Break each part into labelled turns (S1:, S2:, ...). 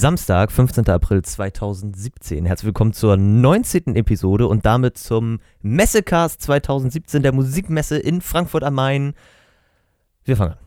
S1: Samstag, 15. April 2017. Herzlich willkommen zur 19. Episode und damit zum Messecast 2017 der Musikmesse in Frankfurt am Main. Wir fangen an.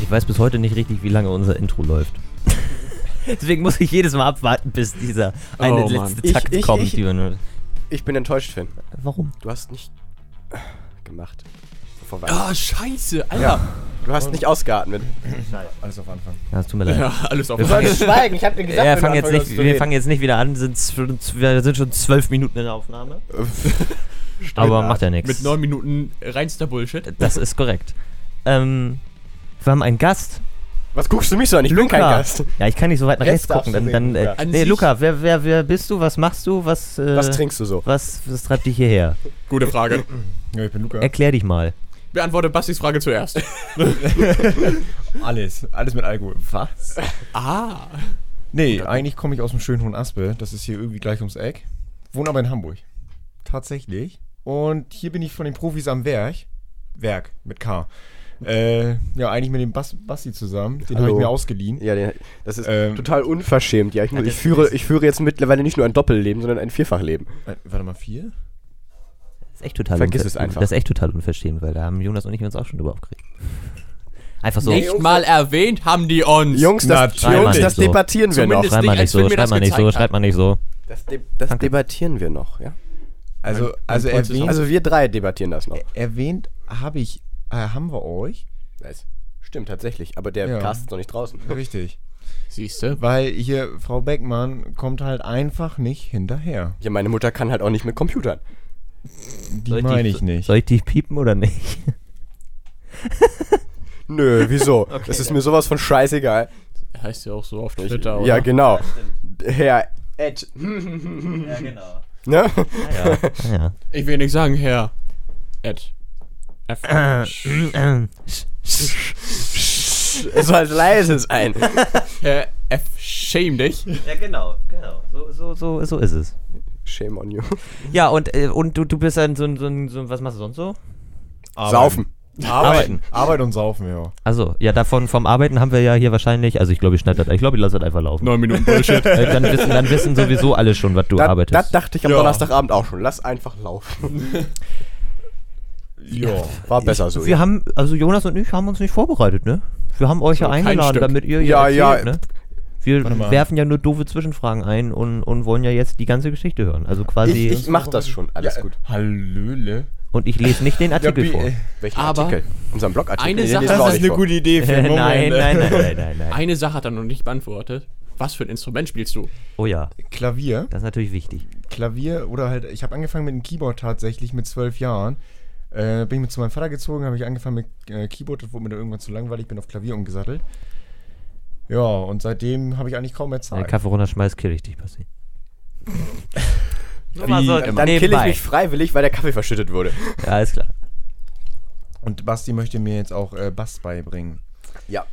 S1: Ich weiß bis heute nicht richtig, wie lange unser Intro läuft. Deswegen muss ich jedes Mal abwarten, bis dieser eine
S2: Oh, Mann.
S1: letzte
S2: Ich-
S1: Takt
S2: ich-
S1: kommt.
S2: ich-
S1: die wir nur-
S2: Ich bin enttäuscht, Finn.
S1: Warum?
S2: Du hast nicht äh, gemacht. Vor Weihnachten.
S3: Ah, scheiße, Alter.
S2: Ja. Du hast nicht ausgeatmet.
S4: Alles auf Anfang.
S1: Ja, es tut mir leid.
S3: Ja, alles auf
S1: Wir fangen jetzt,
S2: Schweigen, ich hab dir
S1: ja, fangen jetzt nicht, wir fangen jetzt nicht wieder an, sind, zw- zw- wir sind schon zwölf Minuten in der Aufnahme. Aber macht ja nichts.
S3: Mit neun Minuten reinster Bullshit.
S1: Das ist korrekt. Ähm, wir haben einen Gast.
S2: Was guckst du mich so an? Ich bin kein Gast.
S1: Ja, ich kann nicht so weit nach rechts
S2: Jetzt darfst
S1: gucken.
S2: du
S1: Dann, dann,
S2: reden,
S1: äh,
S3: Luca. An
S1: nee,
S3: sich-
S1: Luca, wer, wer, wer bist du? Was machst du? Was, äh,
S2: Was trinkst du so?
S1: was, was treibt dich hierher?
S3: Gute Frage.
S4: Ja, ich bin Luca.
S1: Erklär dich mal.
S3: Beantworte Bastis Frage zuerst.
S4: Alles. Alles mit Alkohol. Was?
S3: ah.
S4: Nee, eigentlich komme ich aus dem schönen Hohen Aspe. Das ist hier irgendwie gleich ums Eck. Wohne aber in Hamburg. Tatsächlich. Und hier bin ich von den Profis am Werk. Werk mit K. Äh, ja, eigentlich mit dem Bas Basti zusammen. Den habe ich
S2: Hallo.
S4: mir ausgeliehen.
S2: Ja, der- das ist
S4: Ähm.
S2: total unverschämt. Ja, ich, muss,
S1: Ja,
S2: ich,
S1: das
S2: führe,
S1: ist-
S2: ich führe jetzt mittlerweile nicht nur ein Doppelleben, sondern ein Vierfachleben.
S4: Äh, warte mal, vier?
S1: Das ist echt total
S2: Vergiss
S1: unver-
S2: es einfach.
S1: Das ist echt total unverschämt, weil da haben Jonas und ich uns auch schon drüber aufgeregt. Einfach so.
S3: Nicht mal erwähnt haben die uns.
S2: Jungs, das,
S4: Na,
S2: Jungs, das
S1: so.
S2: debattieren wir noch.
S3: Zumindest-
S1: Schreib mal
S3: nicht,
S1: nicht
S3: als Phil
S1: so,
S3: mir
S1: schreib
S3: das
S1: mal nicht so,
S3: gezeigt
S1: schreib
S3: hat.
S1: mal nicht so.
S2: Das, de das debattieren wir noch, ja?
S4: Also, also
S3: kurzes
S4: erwähnt,
S2: Also wir drei debattieren das noch.
S4: erwähnt habe ich, äh, haben wir euch.
S2: Nice. Stimmt, tatsächlich. Aber der
S4: Ja.
S2: Cast ist noch nicht draußen.
S4: Richtig.
S3: Siehste.
S4: Weil hier Frau Beckmann kommt halt einfach nicht hinterher.
S2: Ja, meine Mutter kann halt auch nicht mit Computern.
S4: Die meine ich nicht.
S1: Soll ich dich piepen oder nicht?
S2: Nö, wieso? das ist mir sowas von scheißegal.
S3: Heißt ja auch so auf Twitter,
S2: Ja,
S3: oder?
S2: genau. Herr Ed. Ne?
S1: Ja, Ah, ja.
S3: Ich will nicht sagen, Herr. Ed. F.
S2: Es soll leise sein.
S3: Herr F. Schäm dich.
S1: Ja, genau, genau. So, so, so, so ist es.
S2: Shame on you.
S1: Ja, und, äh, und du, du bist dann so ein, so ein, so ein, was machst du sonst so?
S2: Saufen.
S4: Arbeiten. Arbeit und Saufen, ja.
S1: Also, ja, davon vom Arbeiten haben wir ja hier wahrscheinlich, also ich glaube, ich schneide das, ich glaube, ich lasse das einfach laufen.
S3: Neun Minuten Bullshit.
S1: Äh, dann, wissen, dann wissen sowieso alle schon, was du
S2: Da- Das
S1: arbeitest.
S2: dachte ich am
S3: Ja.
S2: Donnerstagabend auch schon. Lass einfach laufen.
S4: Ja.
S2: War besser so.
S1: wir haben, also Jonas und ich haben uns nicht vorbereitet, ne? Wir haben euch ja
S3: kein
S1: eingeladen,
S3: Stück.
S1: damit ihr hier
S2: Ja,
S1: erzählt,
S2: ja.
S1: ne? Wir
S4: Warte mal.
S1: werfen ja nur doofe Zwischenfragen ein und, und wollen ja jetzt die ganze Geschichte hören. Also quasi,
S2: ich, ich mach das schon. Alles
S4: Ja,
S2: gut.
S4: Hallöle.
S1: und ich lese nicht den Artikel
S4: Ja, bi-
S1: vor.
S4: äh,
S2: Welchen
S3: Aber
S2: Artikel? Unseren Blogartikel.
S3: eine
S2: den
S3: Sache-
S2: lesen wir
S3: Das
S2: auch
S3: ist
S2: nicht vor.
S4: Idee für
S1: nein, nein,
S2: ne?
S1: nein, nein, nein, nein.
S3: Eine Sache hat er noch nicht beantwortet. Was für ein Instrument spielst du?
S1: Oh ja,
S4: Klavier.
S1: das ist natürlich wichtig.
S4: Klavier oder halt, ich habe angefangen mit dem Keyboard tatsächlich mit zwölf Jahren. Äh, bin ich mit zu meinem Vater gezogen, habe ich angefangen mit äh, Keyboard, das wurde mir dann irgendwann zu langweilig, bin auf Klavier umgesattelt. Ja, und seitdem habe ich eigentlich kaum mehr
S1: Wenn der
S4: Zeit.
S1: Kaffee runterschmeißt, kill ich dich, Basti. Nur
S4: Wie-
S1: mal so
S2: also, Dann kill ich
S1: nebenbei.
S2: mich freiwillig, weil der Kaffee verschüttet wurde.
S1: Ja, alles klar.
S4: Und Basti möchte mir jetzt auch äh, Bass beibringen.
S2: Ja.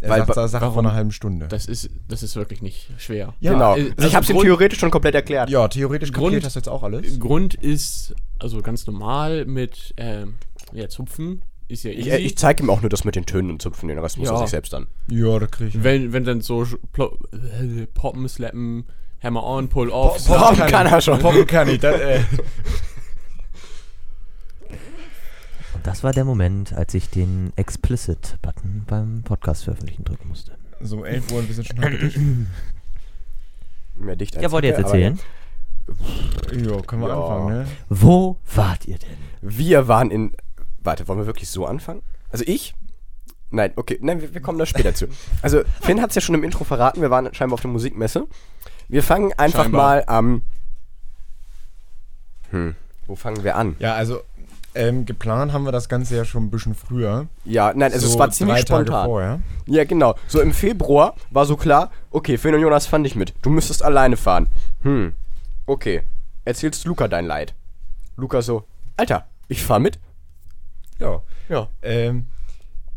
S4: Er
S2: Weil
S4: sagt,
S2: ba-
S4: sagt vor
S3: warum?
S4: einer halben Stunde.
S3: Das ist, das ist wirklich nicht schwer.
S4: Ja,
S2: genau.
S3: äh,
S2: ich
S3: also
S2: hab's ihm
S3: Grund-
S2: theoretisch schon komplett erklärt.
S4: ja, theoretisch
S3: Grund-
S4: kapiert das jetzt auch alles.
S3: Grund ist, also ganz normal mit, ähm, ja, Zupfen ist ja
S2: Ich,
S3: easy.
S2: äh, ich zeig ihm auch nur das mit den Tönen und Zupfen. Den Rest muss er
S3: Ja.
S2: sich selbst an.
S4: Ja, da kriege ich.
S3: Wenn, wenn dann so sch- plo- äh, Poppen, Slappen, Hammer on, Pull off.
S2: Pop- Poppen kann er
S4: ich.
S2: schon.
S4: Poppen kann ich. Das, äh,
S1: Und das war der Moment, als ich den Explicit-Button beim Podcast veröffentlichen drücken musste.
S4: so 11 Uhr und wir sind schon halb dicht.
S2: Mehr dicht als
S1: Ja, wollt ihr jetzt
S2: Decke, aber
S1: erzählen?
S4: Ja, können wir
S2: Ja.
S4: anfangen, ne?
S1: Wo wart ihr denn?
S2: Wir waren in. Warte, wollen wir wirklich so anfangen? Also ich? Nein, okay, nein, wir, wir kommen da später zu. Also Finn hat es ja schon im Intro verraten, wir waren scheinbar auf der Musikmesse. Wir fangen einfach
S3: Scheinbar.
S2: mal am. Hm, wo fangen wir an?
S4: Ja, also Ähm, geplant haben wir das Ganze ja schon ein bisschen früher.
S2: Ja, nein, also es
S4: So
S2: war ziemlich
S4: drei Tage
S2: spontan.
S4: vorher.
S2: Ja, genau. So im Februar war so klar, okay, Finn und Jonas fahren nicht mit. Du müsstest alleine fahren. Hm. Okay. Erzählst Luca dein Leid. Luca so, Alter, ich fahr mit?
S4: Ja.
S2: Ja.
S4: Ähm,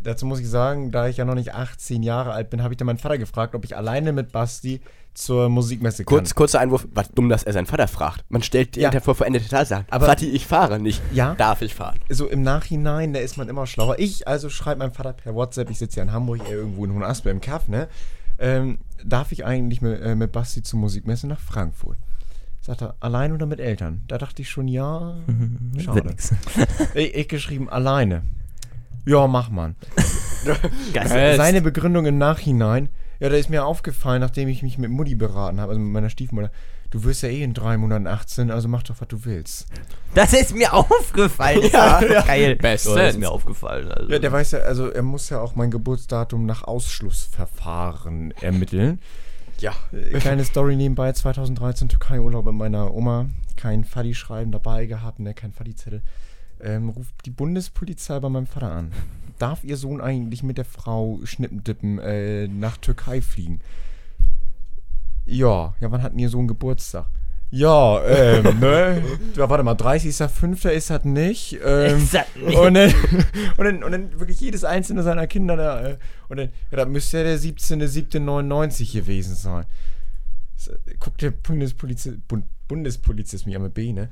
S4: dazu muss ich sagen, da ich ja noch nicht 18 Jahre alt bin, habe ich dann meinen Vater gefragt, ob ich alleine mit Basti zur Musikmesse
S2: Kurz,
S4: kann.
S2: kurzer Einwurf, was dumm, dass er seinen Vater fragt. Man stellt
S4: Ja.
S2: hinter vor veränderte Tatsachen.
S4: Aber-
S2: Vati, ich fahre nicht.
S4: Ja.
S2: Darf ich fahren?
S4: So im Nachhinein, da ist man immer schlauer. Ich also schreibe meinem Vater per WhatsApp, ich sitze ja in Hamburg, er irgendwo in Hohenasper im Kaff, ne? Ähm, darf ich eigentlich mit, äh, mit Basti zur Musikmesse nach Frankfurt? Sagt er, allein oder mit Eltern? Da dachte ich schon, ja,
S1: Wird
S4: schade.
S1: nix.
S4: Ich, ich geschrieben, alleine. Ja, mach man.
S1: Geil.
S2: Äh,
S3: Fest.
S4: Seine Begründung im Nachhinein, ja, da ist mir aufgefallen, nachdem ich mich mit Mutti beraten habe, also mit meiner Stiefmutter, du wirst ja eh in drei Monaten 18, also mach doch, was du willst.
S1: Das ist mir aufgefallen.
S2: Ja, ja.
S1: geil.
S3: Bestens.
S1: Das ist mir aufgefallen. Also.
S4: Ja, der weiß ja, also er muss ja auch mein Geburtsdatum nach Ausschlussverfahren ermitteln.
S2: Ja.
S4: Äh, Kleine Story nebenbei, 2013 Türkei-Urlaub bei meiner Oma, kein Fadi-Schreiben dabei gehabt, ne, kein Fadi-Zettel. Ähm, ruft die Bundespolizei bei meinem Vater an. Darf ihr Sohn eigentlich mit der Frau Schnippendippen äh, nach Türkei fliegen? Ja, ja, wann hat denn ihr Sohn Geburtstag? Ja, ähm, ne? Ja, warte mal, 30.05. ist das nicht. Ähm,
S1: Ist das nicht?
S4: Und, dann, und, dann, und dann wirklich jedes einzelne seiner Kinder da. äh, Und dann, ja, das müsste ja der 17.07.99 gewesen sein. So, Guckt der Bundespolizist, Bund, Bundespolizist mich an mit B, ne?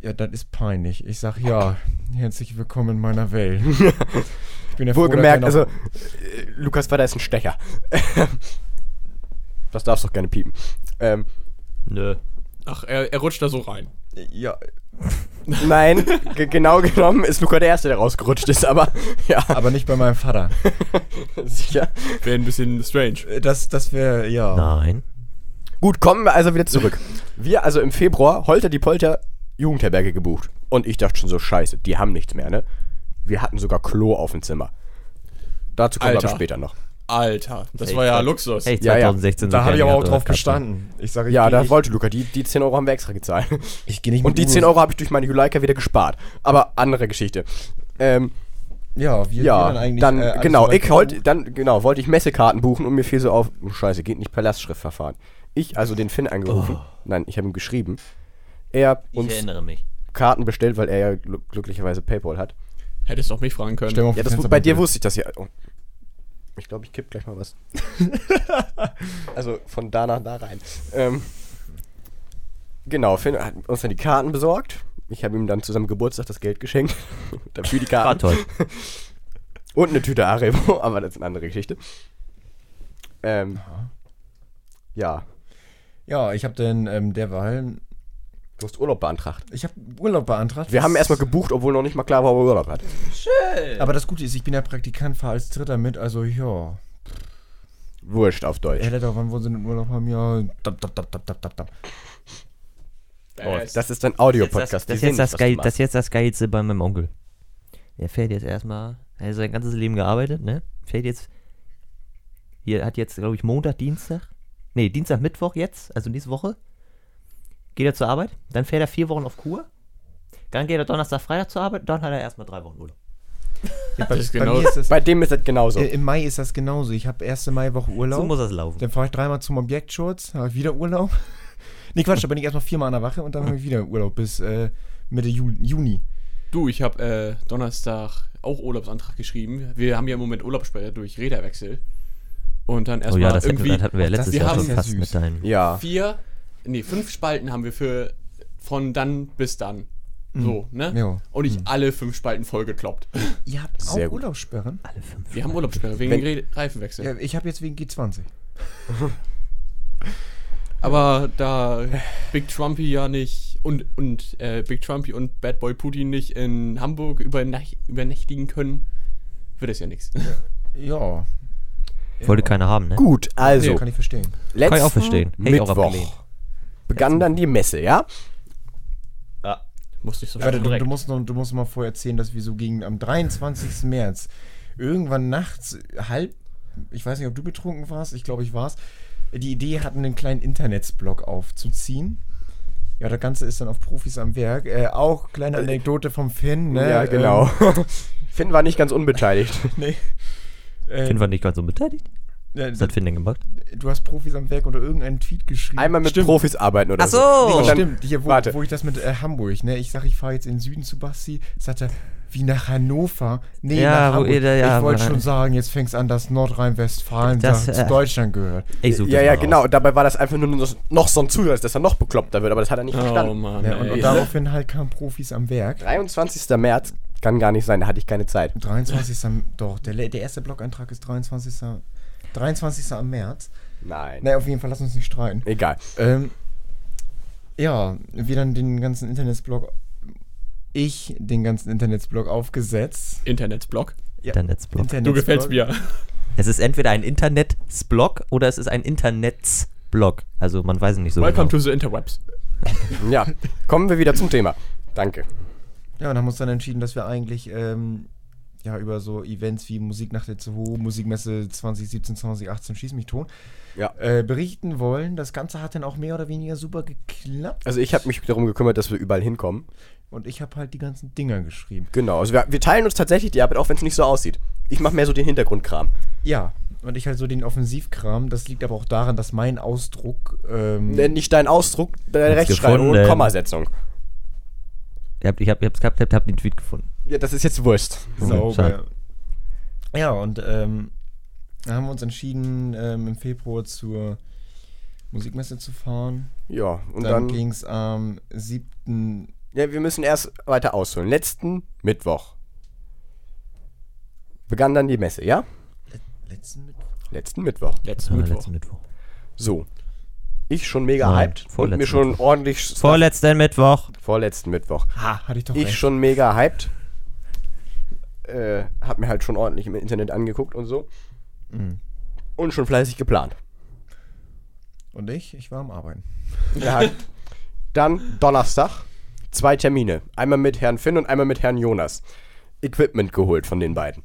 S4: Ja, das ist peinlich. Ich sag ja, herzlich willkommen in meiner Welt. Ich bin ja froh, dass
S2: Wohlgemerkt,
S4: wir
S2: also,
S4: noch-
S2: äh, Lukas Vater ist ein Stecher. das darfst du doch gerne piepen. Ähm,
S1: Nö.
S3: Ach, er, er rutscht da so rein.
S2: also-
S4: Ja,
S2: nein, ge- genau genommen ist Luca der Erste, der rausgerutscht ist, aber ja,
S4: aber nicht bei meinem Vater.
S2: sicher.
S3: Wäre ein bisschen strange.
S4: Das, das wäre, ja.
S1: Nein.
S2: Gut, kommen wir also wieder zurück. Wir also im Februar Holter die Polter Jugendherberge gebucht. Und ich dachte schon so, scheiße, die haben nichts mehr, ne? Wir hatten sogar Klo auf dem Zimmer. Dazu kommen wir
S3: Alter.
S2: aber später noch.
S3: Alter, das
S1: Ey,
S3: war ja
S1: Gott.
S3: Luxus.
S1: Hey,
S2: Ja, ja.
S1: 2016.
S4: Da
S1: so
S4: habe ich aber
S1: gerne
S4: auch
S1: hat
S4: drauf
S1: das gehabt.
S4: bestanden. Ich sage, ich
S2: Ja,
S4: geh
S2: das
S4: nicht-
S2: wollte Luca, die, die 10 Euro haben wir extra gezahlt.
S4: Ich gehe nicht
S2: Und die 10 Euro habe ich durch meine Juleika wieder gespart. Aber andere Geschichte. Ähm,
S4: Ja, wir wir
S2: ja,
S4: dann eigentlich.
S2: dann,
S4: äh, alles
S2: genau,
S4: soweit
S2: ich wollte,
S4: gebucht.
S2: dann, genau, wollte ich Messekarten buchen und mir fiel so auf, oh, scheiße, geht nicht per Lastschriftverfahren. Ich, also den Finn angerufen,
S4: Oh.
S2: nein, ich habe ihm geschrieben. Er
S1: Ich
S2: uns
S1: erinnere mich.
S2: Karten bestellt, weil er ja gl glücklicherweise Paypal hat.
S3: Hättest doch mich fragen können.
S4: Stell mal auf
S2: Ja,
S4: die
S2: das,
S4: Fenster-
S2: bei dir wusste ich das ja. Oh. Ich glaube, ich kipp gleich mal was. also von da nach da rein. Ähm, genau, Finn hat uns dann die Karten besorgt. Ich habe ihm dann zu seinem Geburtstag das Geld geschenkt. Dafür die
S1: War
S2: Karten.
S1: Ah, toll.
S2: Und eine Tüte Haribo, aber das ist eine andere Geschichte. Ähm, ja,
S4: Ja, ich habe dann ähm, derweil.
S2: du hast Urlaub beantragt.
S4: Ich habe Urlaub beantragt.
S2: Wir haben erstmal gebucht, obwohl noch nicht mal klar war, wo er Urlaub hat.
S3: Äh.
S4: Aber das Gute ist, ich bin ja Praktikant, fahre als Dritter mit, also ja.
S2: Wurscht auf Deutsch.
S1: Äh,
S4: Herr Letter, wann wollen Sie den Urlaub haben? Ja. Dab, dab, dab, dab, dab, dab, dab.
S2: Oh,
S3: Best.
S2: das ist ein
S1: Das,
S2: Audiopodcast.
S1: das, das,
S2: die
S1: ist
S2: sehen
S1: jetzt das,
S2: nicht, was du
S1: Geil,
S2: machst.
S1: das ist jetzt das Geilste bei meinem Onkel. Er fährt jetzt erstmal, er hat sein ganzes Leben gearbeitet, ne? Fährt jetzt, hier hat jetzt, glaube ich, Montag, Dienstag. Nee, Dienstag, Mittwoch jetzt, also nächste Woche. Geht er zur Arbeit, dann fährt er vier Wochen auf Kur. Dann geht er Donnerstag, Freitag zur Arbeit, dann hat er erstmal drei Wochen Urlaub.
S4: Ja,
S3: Das ist genau-
S4: mir ist das,
S2: Bei dem ist das genauso.
S4: äh, Im Mai ist das genauso. Ich habe erste Maiwoche
S2: Genau.
S4: Urlaub.
S1: So muss das laufen.
S4: Dann fahre ich dreimal zum Objektschutz, habe ich wieder Urlaub. nee, Quatsch, da bin ich erstmal viermal an der Wache und dann habe ich wieder Urlaub bis äh, Mitte Ju Juni.
S3: Du, ich habe äh, Donnerstag auch Urlaubsantrag geschrieben. Wir haben ja im Moment Urlaubssperre durch Räderwechsel. Und dann
S1: Oh
S3: erstmal
S1: ja, das hatten,
S3: irgendwie
S1: wir, das hatten wir ja
S4: das-
S1: letztes
S3: wir
S1: Jahr
S3: haben
S1: schon
S4: ja
S1: fast
S4: süß.
S1: mit deinen.
S2: ja.
S3: vier, nee, fünf Spalten haben wir für von dann bis dann. So, ne?
S4: Ja.
S3: Und ich alle fünf Spalten vollgekloppt.
S4: Ihr habt
S2: Sehr
S4: auch
S2: gut.
S4: Urlaubssperren?
S1: Alle fünf.
S3: Wir haben Urlaubssperre wegen
S2: Wenn-
S3: Re- Reifenwechsel.
S4: Ja, ich habe jetzt wegen G20.
S3: Aber da Big Trumpy ja nicht und, und äh, Big Trumpy und Bad Boy Putin nicht in Hamburg übernach- übernächtigen können, wird es ja nichts.
S4: Ja.
S1: Wollte keiner haben, ne?
S2: Gut, also,
S4: Nee, kann ich verstehen.
S1: Kann ich auch
S2: letzten
S1: verstehen. Hätte ich auch abgelehnt.
S2: Mittwoch begann dann die Messe, ja?
S3: Musste ich so
S4: Warte, du,
S3: direkt.
S4: du, musst noch, du musst mal vorher erzählen, dass wir so gegen am 23. März irgendwann nachts halb, ich weiß nicht, ob du betrunken warst, ich glaube, ich war's, die Idee hatten, einen kleinen Internetsblog aufzuziehen. Ja, das Ganze ist dann auf Profis am Werk. Äh, auch kleine Anekdote vom Finn, ne?
S2: ja, genau. Finn war nicht ganz unbeteiligt.
S4: Ähm, nee.
S1: Finn
S4: Äh,
S1: war nicht ganz so beteiligt.
S4: äh,
S1: Was hat Finn denn gemacht?
S4: du hast Profis am Werk unter irgendeinen Tweet geschrieben.
S2: Einmal mit
S4: Stimmt.
S2: Profis arbeiten oder
S1: Ach
S2: so.
S1: so.
S2: Und dann-
S4: Stimmt, hier, wo,
S2: warte.
S4: wo ich das mit äh, Hamburg, ne? Ich sag, ich fahre jetzt in den Süden zu Basti, sagt er, wie nach Hannover? Nee,
S1: Ja,
S4: nach
S1: wo
S4: Hamburg.
S1: ihr da- ja,
S4: ich wollte
S1: aber-
S4: schon sagen, jetzt fängst an, dass Nordrhein-Westfalen
S1: Das,
S4: da
S1: äh,
S4: zu Deutschland gehört.
S1: Ich such
S2: ja,
S1: das
S2: ja,
S1: mal raus.
S2: genau. Und dabei war das einfach nur noch- noch so ein Zusatz, dass er noch bekloppter wird, aber das hat er nicht
S3: Oh
S2: verstanden.
S3: Mann.
S4: Ne? Und,
S3: ey.
S4: und daraufhin halt kamen Profis am Werk.
S2: 23. März kann gar nicht sein, da hatte ich keine Zeit.
S4: 23. doch, der, le- der erste Blog-Eintrag ist 23. 23. am März.
S2: Nein.
S4: Naja, auf jeden Fall, lass uns nicht streiten.
S2: Egal.
S4: Ähm, ja, wir dann den ganzen Internetsblog, ich den ganzen Internetsblog aufgesetzt.
S3: Internetsblock.
S1: Internetsblog.
S3: Du gefällst
S4: Internetsblog.
S3: mir.
S1: Es ist entweder ein Internetsblog oder es ist ein Internetsblog. Also man weiß es nicht so
S3: Welcome
S1: genau.
S3: to the Interwebs.
S2: Ja, kommen wir wieder zum Thema. Danke.
S4: Ja, und haben uns dann entschieden, dass wir eigentlich ähm, ja, über so Events wie Musiknacht der ZWO, Musikmesse 2017, 2018, Schieß mich tot,
S2: Ja.
S4: äh, berichten wollen. Das Ganze hat dann auch mehr oder weniger super geklappt.
S2: Also ich habe mich darum gekümmert, dass wir überall hinkommen.
S4: Und ich habe halt die ganzen Dinger geschrieben.
S2: Genau, also wir, wir teilen uns tatsächlich die Arbeit, auch wenn es nicht so aussieht. Ich mache mehr so den Hintergrundkram.
S4: Ja, und ich halt so den Offensivkram. Das liegt aber auch daran, dass mein Ausdruck. Ähm,
S2: Nenn nicht deinen Ausdruck, deine
S1: Hab's
S2: Rechtschreibung und
S1: gefunden.
S2: Kommasetzung.
S1: Ihr habt- Ich habe hab's gehabt, habt, habt den Tweet gefunden.
S2: Ja, das ist jetzt Wurst.
S1: Sauber.
S4: Sauber. Ja, und ähm, dann haben wir uns entschieden, ähm, im Februar zur Musikmesse zu fahren.
S2: Ja, und
S4: dann
S2: dann.
S4: ging es am 7.
S2: ja, wir müssen erst weiter ausholen. Letzten Mittwoch begann dann die Messe, ja?
S4: letzten Mittwoch.
S2: Letzten Mittwoch.
S3: Letzten
S1: Ja,
S3: Mittwoch.
S1: letzten Mittwoch.
S2: So. Ich schon mega
S1: Nein,
S2: hyped und
S1: vorletzten
S2: mir schon ordentlich.
S1: Vorletzten Mittwoch.
S2: vorletzten Mittwoch.
S4: Ha, hatte ich doch
S2: Ich schon mega hyped. Äh, hab mir halt schon ordentlich im Internet angeguckt und so.
S1: Mhm.
S2: Und schon fleißig geplant.
S4: Und ich? Ich war am Arbeiten.
S2: Ja. Dann Donnerstag zwei Termine. Einmal mit Herrn Finn und einmal mit Herrn Jonas. Equipment geholt von den beiden.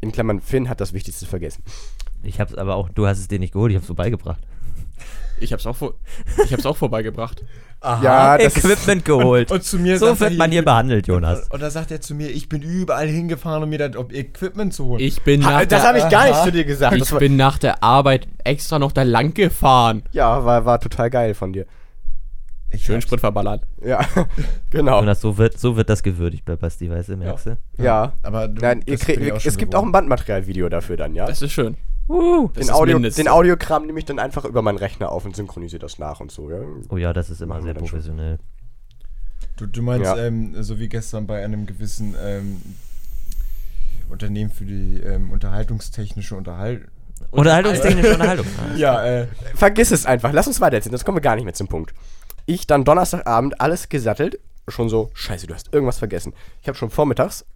S2: In Klammern, Finn hat das Wichtigste vergessen.
S1: Ich hab's aber auch, du hast es dir nicht geholt, ich hab's so beigebracht.
S3: Ich hab's auch, vor, ich hab's auch vorbeigebracht.
S2: Ja, Ah, das ist,
S1: Equipment geholt.
S4: und zu mir
S1: so
S4: sagt er
S1: wird man
S4: hier-
S1: hier behandelt, Jonas.
S4: Und da sagt er zu mir, ich bin überall hingefahren, um mir das ob Equipment zu holen.
S3: Ich bin
S2: ha,
S3: nach
S2: das
S3: der,
S2: habe ich gar nicht zu dir gesagt.
S3: ich
S2: Das war,
S3: bin nach der Arbeit extra noch da lang gefahren.
S2: ja, war, war total geil von dir.
S4: ich
S3: Schön
S4: hab's-
S3: Sprit verballert.
S2: Ja, genau.
S1: Jonas, so wird, so wird das gewürdigt bei Basti, weißt du, merkst du?
S2: Ja.
S4: Aber du,
S2: Nein, ihr
S4: das
S2: kriegt,
S4: bin ich auch
S2: es
S4: schon
S2: gibt auch ein
S4: gewohnt.
S2: Bandmaterialvideo dafür dann, ja?
S3: Das ist schön. das
S2: den,
S3: ist
S2: Audio,
S3: Mindeste.
S2: den Audiokram nehme ich dann einfach über meinen Rechner auf und synchronisiere das nach und so, ja?
S1: Oh ja, das ist immer
S2: Machen
S1: sehr
S2: wir dann schon.
S1: professionell.
S4: Du, du meinst,
S2: Ja.
S4: ähm, so wie gestern bei einem gewissen ähm, Unternehmen für die ähm, unterhaltungstechnische Unterhaltung.
S1: Unterhaltungstechnische Unterhaltung. Ah.
S4: Ja, äh,
S2: Vergiss es einfach. Lass uns weiterziehen. Sonst kommen wir gar nicht mehr zum Punkt. Ich dann Donnerstagabend alles gesattelt. Schon so, scheiße, du hast irgendwas vergessen. Ich habe schon vormittags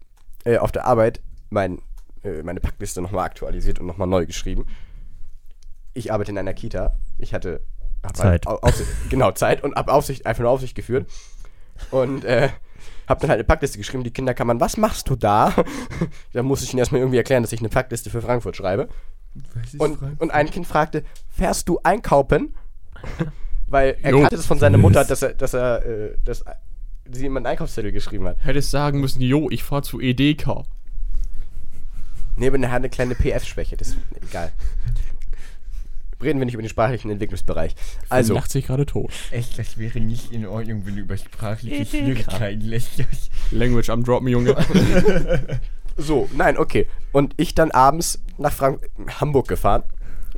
S2: äh, auf der Arbeit mein, äh, meine Packliste nochmal aktualisiert und nochmal neu geschrieben. Ich arbeite in einer Kita. Ich hatte hab
S1: Zeit.
S2: Halt au- Aufsicht, genau, Zeit und hab Aufsicht, einfach nur Aufsicht geführt. Und äh, hab dann halt eine Packliste geschrieben. Die Kinder kann man, was machst du da? da musste ich ihnen erstmal irgendwie erklären, dass ich eine Packliste für Frankfurt schreibe.
S4: was ist
S2: Und,
S4: Frank-
S2: und ein Kind fragte, fährst du einkaufen? Weil er
S3: Jo.
S2: kannte das von seiner Mutter, dass er, dass er, äh, dass sie ihm einen Einkaufszettel geschrieben hat.
S3: Hättest sagen müssen, jo, ich fahr zu E Edeka.
S2: Nee, aber er hat eine kleine PF-Schwäche, das ist egal. Reden wir nicht über den sprachlichen Entwicklungsbereich.
S3: Also.
S2: Also,
S3: Lacht sich gerade tot.
S4: Echt, das wäre nicht in Ordnung, wenn du über sprachliche
S1: Egal.
S4: Schwierigkeiten lächelst.
S3: Language am Droppen, Junge.
S2: so, nein, okay. Und ich dann abends nach Frank Hamburg gefahren.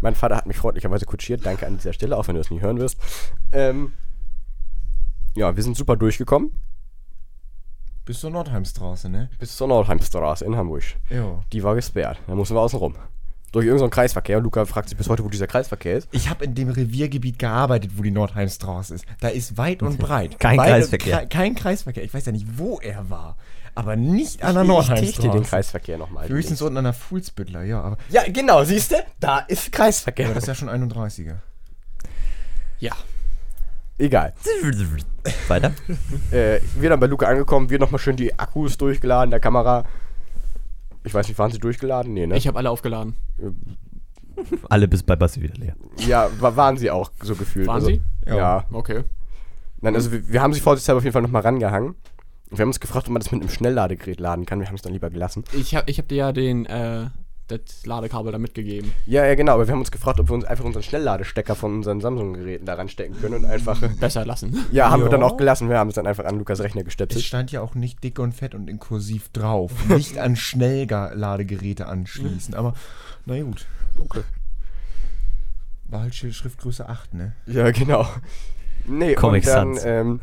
S2: Mein Vater hat mich freundlicherweise kutschiert, danke an dieser Stelle, auch wenn du das nie hören wirst. Ähm, ja, wir sind super durchgekommen
S4: Bis zur Nordheimstraße, ne?
S2: bis zur Nordheimstraße in Hamburg.
S4: Ja.
S2: Die war gesperrt. Da mussten wir außen rum. Durch irgendeinen Kreisverkehr. Luca fragt sich bis heute, wo dieser Kreisverkehr ist.
S4: Ich habe in dem Reviergebiet gearbeitet, wo die Nordheimstraße ist. Da ist weit und breit.
S1: Kein
S4: weit und
S1: Kreisverkehr.
S4: krei- kein Kreisverkehr. Ich weiß ja nicht, wo er war. Aber nicht an der
S2: Ich dichte den
S4: Nordheimstraße.
S2: Kreisverkehr nochmal.
S4: Höchstens unten an der Fuhlsbüttler, ja. Aber
S2: Ja, genau, siehst du? Da ist
S4: aber
S2: Kreisverkehr.
S4: das ist ja schon 31er.
S3: ja.
S2: Egal.
S1: Weiter.
S2: Äh, wir dann bei Luca angekommen, wir nochmal schön die Akkus durchgeladen, der Kamera. Ich weiß nicht, waren sie durchgeladen? Nee, ne?
S3: Ich habe alle aufgeladen.
S1: Alle bis bei Basti wieder leer.
S2: ja, wa- waren sie auch so gefühlt.
S3: Waren sie?
S2: Ja.
S4: Ja.
S3: Okay.
S2: Nein, also wir, wir haben sie vorsichtshalber auf jeden Fall nochmal rangehangen. Wir haben uns gefragt, ob man das mit einem Schnellladegerät laden kann. Wir haben es dann lieber gelassen.
S3: Ich habe ich hab dir ja den, äh, das Ladekabel da mitgegeben.
S2: Ja, ja, genau. Aber wir haben uns gefragt, ob wir uns einfach unseren Schnellladestecker von unseren Samsung-Geräten da ranstecken können und einfach.
S3: Besser lassen.
S2: Ja, haben wir
S4: Ja.
S2: dann auch gelassen. Wir haben es dann einfach an Lukas Rechner
S4: Es
S2: gestöpselt.
S4: stand ja auch nicht dick und fett und in Kursiv drauf. Nicht an Schnellladegeräte anschließen, aber na gut.
S2: Hm. Okay.
S4: War halt Schild- Schriftgröße 8, ne?
S2: Ja, genau. Nee,
S1: Comic
S2: und dann,
S1: Sans.
S2: ähm,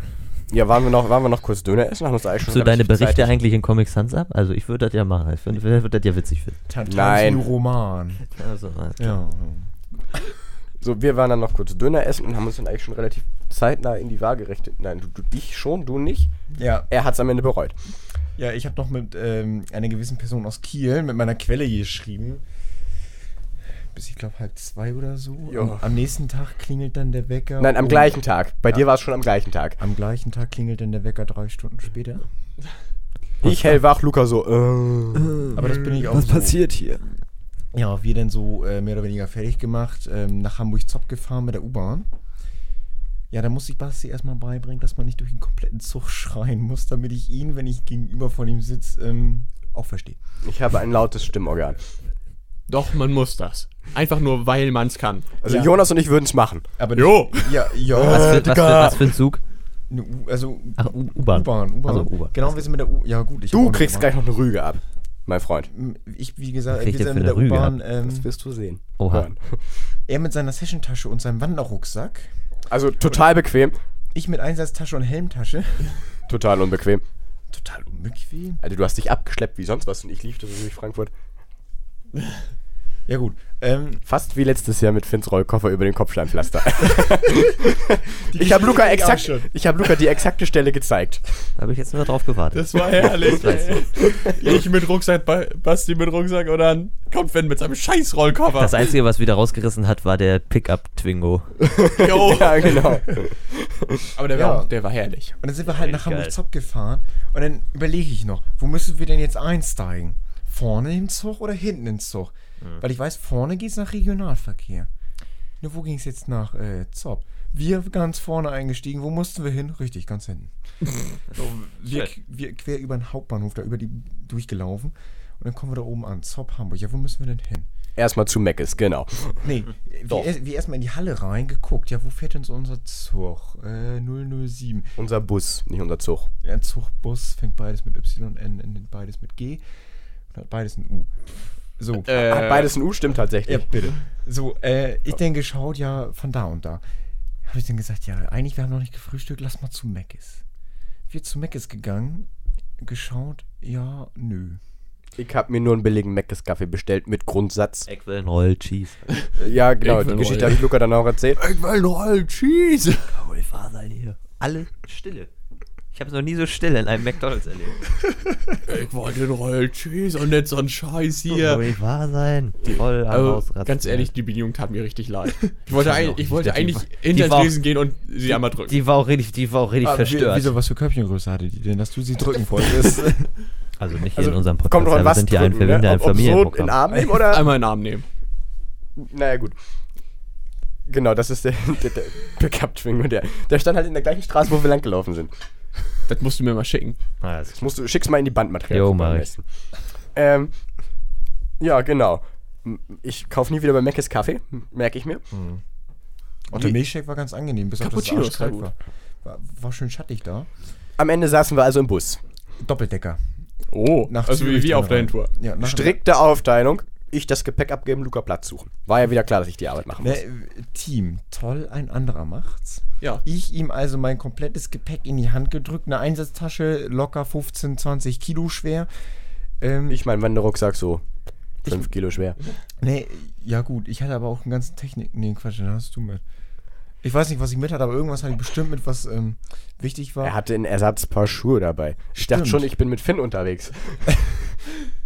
S2: ja, waren wir, noch, waren wir noch kurz Döner essen, haben uns da eigentlich schon
S1: Gibst du deine
S2: relativ
S1: Berichte
S2: zeitig-
S1: eigentlich in Comic Sans ab? Also ich würde das ja machen. Ich würde würd das ja witzig finden.
S4: Tantans
S2: Nein.
S4: New Roman.
S1: Also, alles klar.
S4: Ja.
S2: So, wir waren dann noch kurz Döner essen und haben uns dann eigentlich schon relativ zeitnah in die Waagerechte. Nein, du, du, ich schon, du nicht.
S4: Ja,
S2: Er hat es am Ende bereut.
S4: ja ich habe noch mit ähm, einer gewissen Person aus Kiel mit meiner Quelle hier geschrieben. Bis ich glaube halb zwei oder so.
S2: Ja.
S4: Und am nächsten Tag klingelt dann der Wecker.
S2: Nein, am
S4: um-
S2: gleichen Tag. Bei
S4: Ja.
S2: dir war es schon am gleichen Tag.
S4: Am gleichen Tag klingelt dann der Wecker drei Stunden später.
S2: Ich hellwach, Luca so. Äh.
S4: Aber das bin ich auch
S5: Was
S4: so.
S5: passiert hier?
S4: Ja, wir dann so äh, mehr oder weniger fertig gemacht, ähm, nach Hamburg-Zopp gefahren mit der U-Bahn. Ja, da muss ich Basti erstmal beibringen, dass man nicht durch den kompletten Zug schreien muss, damit ich ihn, wenn ich gegenüber von ihm sitze, ähm, auch verstehe.
S2: Ich habe ein lautes Stimmorgan.
S3: Doch, man muss das. Einfach nur, weil man es kann.
S2: Also
S4: Ja.
S2: Jonas und ich würden es machen.
S4: Aber jo! Ja,
S1: Was
S4: ja.
S1: für, was, für, was für ein Zug?
S4: ne U- also
S1: Ach, U- U-Bahn.
S4: U-Bahn, U-Bahn.
S1: Also U-Bahn.
S4: Genau, wir sind mit der U. Ja, gut. Ich hab auch
S2: Du
S4: eine
S2: kriegst
S4: U-Bahn.
S2: gleich noch eine Rüge ab, mein Freund.
S4: Ich, wie gesagt,
S1: Krieg ich
S4: wir
S1: denn
S4: sind mit
S1: für
S4: der
S1: eine Rüge
S4: U-Bahn. Ähm,
S2: Das wirst du sehen.
S1: Oha.
S2: Hören.
S4: er mit seiner Session-Tasche und seinem Wanderrucksack.
S2: Also total bequem.
S4: Ich mit Einsatztasche und Helmtasche.
S2: Total unbequem.
S4: Total unbequem.
S2: Also du hast dich abgeschleppt wie sonst was und ich lief das durch Frankfurt.
S4: Ja gut. Ähm,
S2: Fast wie letztes Jahr mit Finns Rollkoffer über den Kopfsteinpflaster. ich habe Luca,
S4: kenn ich auch
S2: exakt,
S4: schon.
S2: ich hab Luca die exakte Stelle gezeigt.
S1: Da habe ich jetzt nur drauf gewartet.
S3: Das war herrlich. ey. ich mit Rucksack, Ba- Basti mit Rucksack und dann kommt Finn mit seinem scheiß Rollkoffer.
S1: Das Einzige, was wieder rausgerissen hat, war der Pickup Twingo.
S3: Jo.
S2: Ja, genau.
S3: Aber der,
S4: Ja.
S3: war, der war herrlich.
S4: und dann sind wir halt nach
S1: Echt geil.
S4: Hamburg-Zopp gefahren. Und dann überlege ich noch, wo müssen wir denn jetzt einsteigen? Vorne im Zug oder hinten im Zug? Weil ich weiß, vorne geht's nach Regionalverkehr. Nur wo ging's jetzt nach äh, Zopp? Wir ganz vorne eingestiegen. Wo mussten wir hin? Richtig, ganz hinten. so, wir, wir quer über den Hauptbahnhof, da über die durchgelaufen. Und dann kommen wir da oben an. Zopp, Hamburg. Ja, wo müssen wir denn hin?
S2: Erstmal zu Meckes, genau.
S4: Nee, wir, erst- wir erstmal in die Halle reingeguckt. Ja, wo fährt denn so unser Zug? Äh, 007.
S2: Unser Bus, nicht unser Zug.
S4: Ja, Zug, Bus, fängt beides mit Y, N, endet beides mit G. Und hat beides ein U. So.
S3: Äh,
S2: Hat beides ein U, stimmt
S4: ja,
S2: tatsächlich.
S4: bitte. So, äh, ich denn geschaut, ja, von da und da. Habe ich dann gesagt, ja, eigentlich, wir haben noch nicht gefrühstückt, lass mal zu Meckes. Wir zu Meckes gegangen, geschaut, ja, nö.
S2: Ich habe mir nur einen billigen Meckes Kaffee bestellt mit Grundsatz.
S1: Eckwellen, Roll, Cheese.
S2: Ja, genau,
S3: Ich
S2: die
S3: will rollen.
S2: Geschichte habe ich Luca dann auch erzählt.
S3: Weil Roll, Cheese.
S1: Wohlfahr seid ihr. Alle Stille. Ich habe noch nie so still in einem McDonalds erlebt.
S3: Ich wollte einen Roll, Cheese und nicht so einen Scheiß hier.
S1: Wohlfahr sein. Voll am
S3: Also,
S1: Ausrasten.
S3: ganz ehrlich, die Bedienung tat mir richtig leid. Ich wollte,
S1: kann mir
S3: ein,
S1: auch
S3: ich
S1: nicht,
S3: wollte
S1: die
S3: eigentlich
S1: war- die
S3: hinter
S1: war
S3: das
S1: auch-
S3: Wesen gehen und sie einmal drücken.
S1: Die war auch richtig, die war auch richtig
S4: Aber wie-
S1: verstört.
S3: also
S4: Wieso, was für Köpfchengröße hatte die denn, dass du sie drücken wolltest?
S1: Also nicht hier
S2: Also,
S1: in unserem Podcast.
S2: Kommt drauf
S1: ja,
S2: an,
S1: wir
S2: was
S1: sind hier ein, wir
S2: drücken,
S1: sind ja
S2: ne?
S1: ein
S2: Ob, ob so in den
S1: Familienprogramm.
S2: Arm nehmen oder
S3: einmal in den Arm nehmen.
S2: Naja, gut. Genau, das ist der, der, der Pickup-Twingo. Der, der stand halt in der gleichen Straße, wo wir langgelaufen sind.
S3: Das musst du mir mal schicken.
S1: Ah, das-
S2: Das musst du, schick's mal in die Bandmaterial.
S1: Jo,
S2: am
S1: mach ich.
S2: besten. Ähm, ja, genau. Ich kaufe nie wieder bei Mc's Kaffee, merke ich mir.
S4: Und der Milchshake war ganz angenehm, bis
S3: Cappuccino
S4: auf das
S3: ist
S4: Arschkalt
S3: voll
S4: war. war. War schön schattig da.
S2: Am Ende saßen wir also im Bus.
S4: Doppeldecker.
S3: Oh, also wie,
S4: Zürich
S3: wie
S4: dann
S3: auf der
S4: rein.
S3: Tour.
S4: Ja, nach
S2: Strikte Aufteilung. Ich das Gepäck abgeben, Luca Platz suchen. War ja wieder klar, dass ich die Arbeit machen
S4: Ne,
S2: muss.
S4: äh, Team, toll, ein anderer macht's.
S3: Ja.
S4: Ich ihm also mein komplettes Gepäck in die Hand gedrückt, eine Einsatztasche, locker 15, 20 Kilo schwer. Ähm,
S2: Ich mein Wanderrucksack so 5 Kilo schwer.
S4: nee, ja gut, ich hatte aber auch einen ganzen Technik. Nee, Quatsch, den hast du mit. Ich weiß nicht, was ich mit hatte, aber irgendwas hatte ich bestimmt mit, was ähm, wichtig war.
S2: Er hatte ein Ersatzpaar Schuhe dabei. Ich dachte
S4: Stimmt.
S2: schon, ich bin mit Finn unterwegs.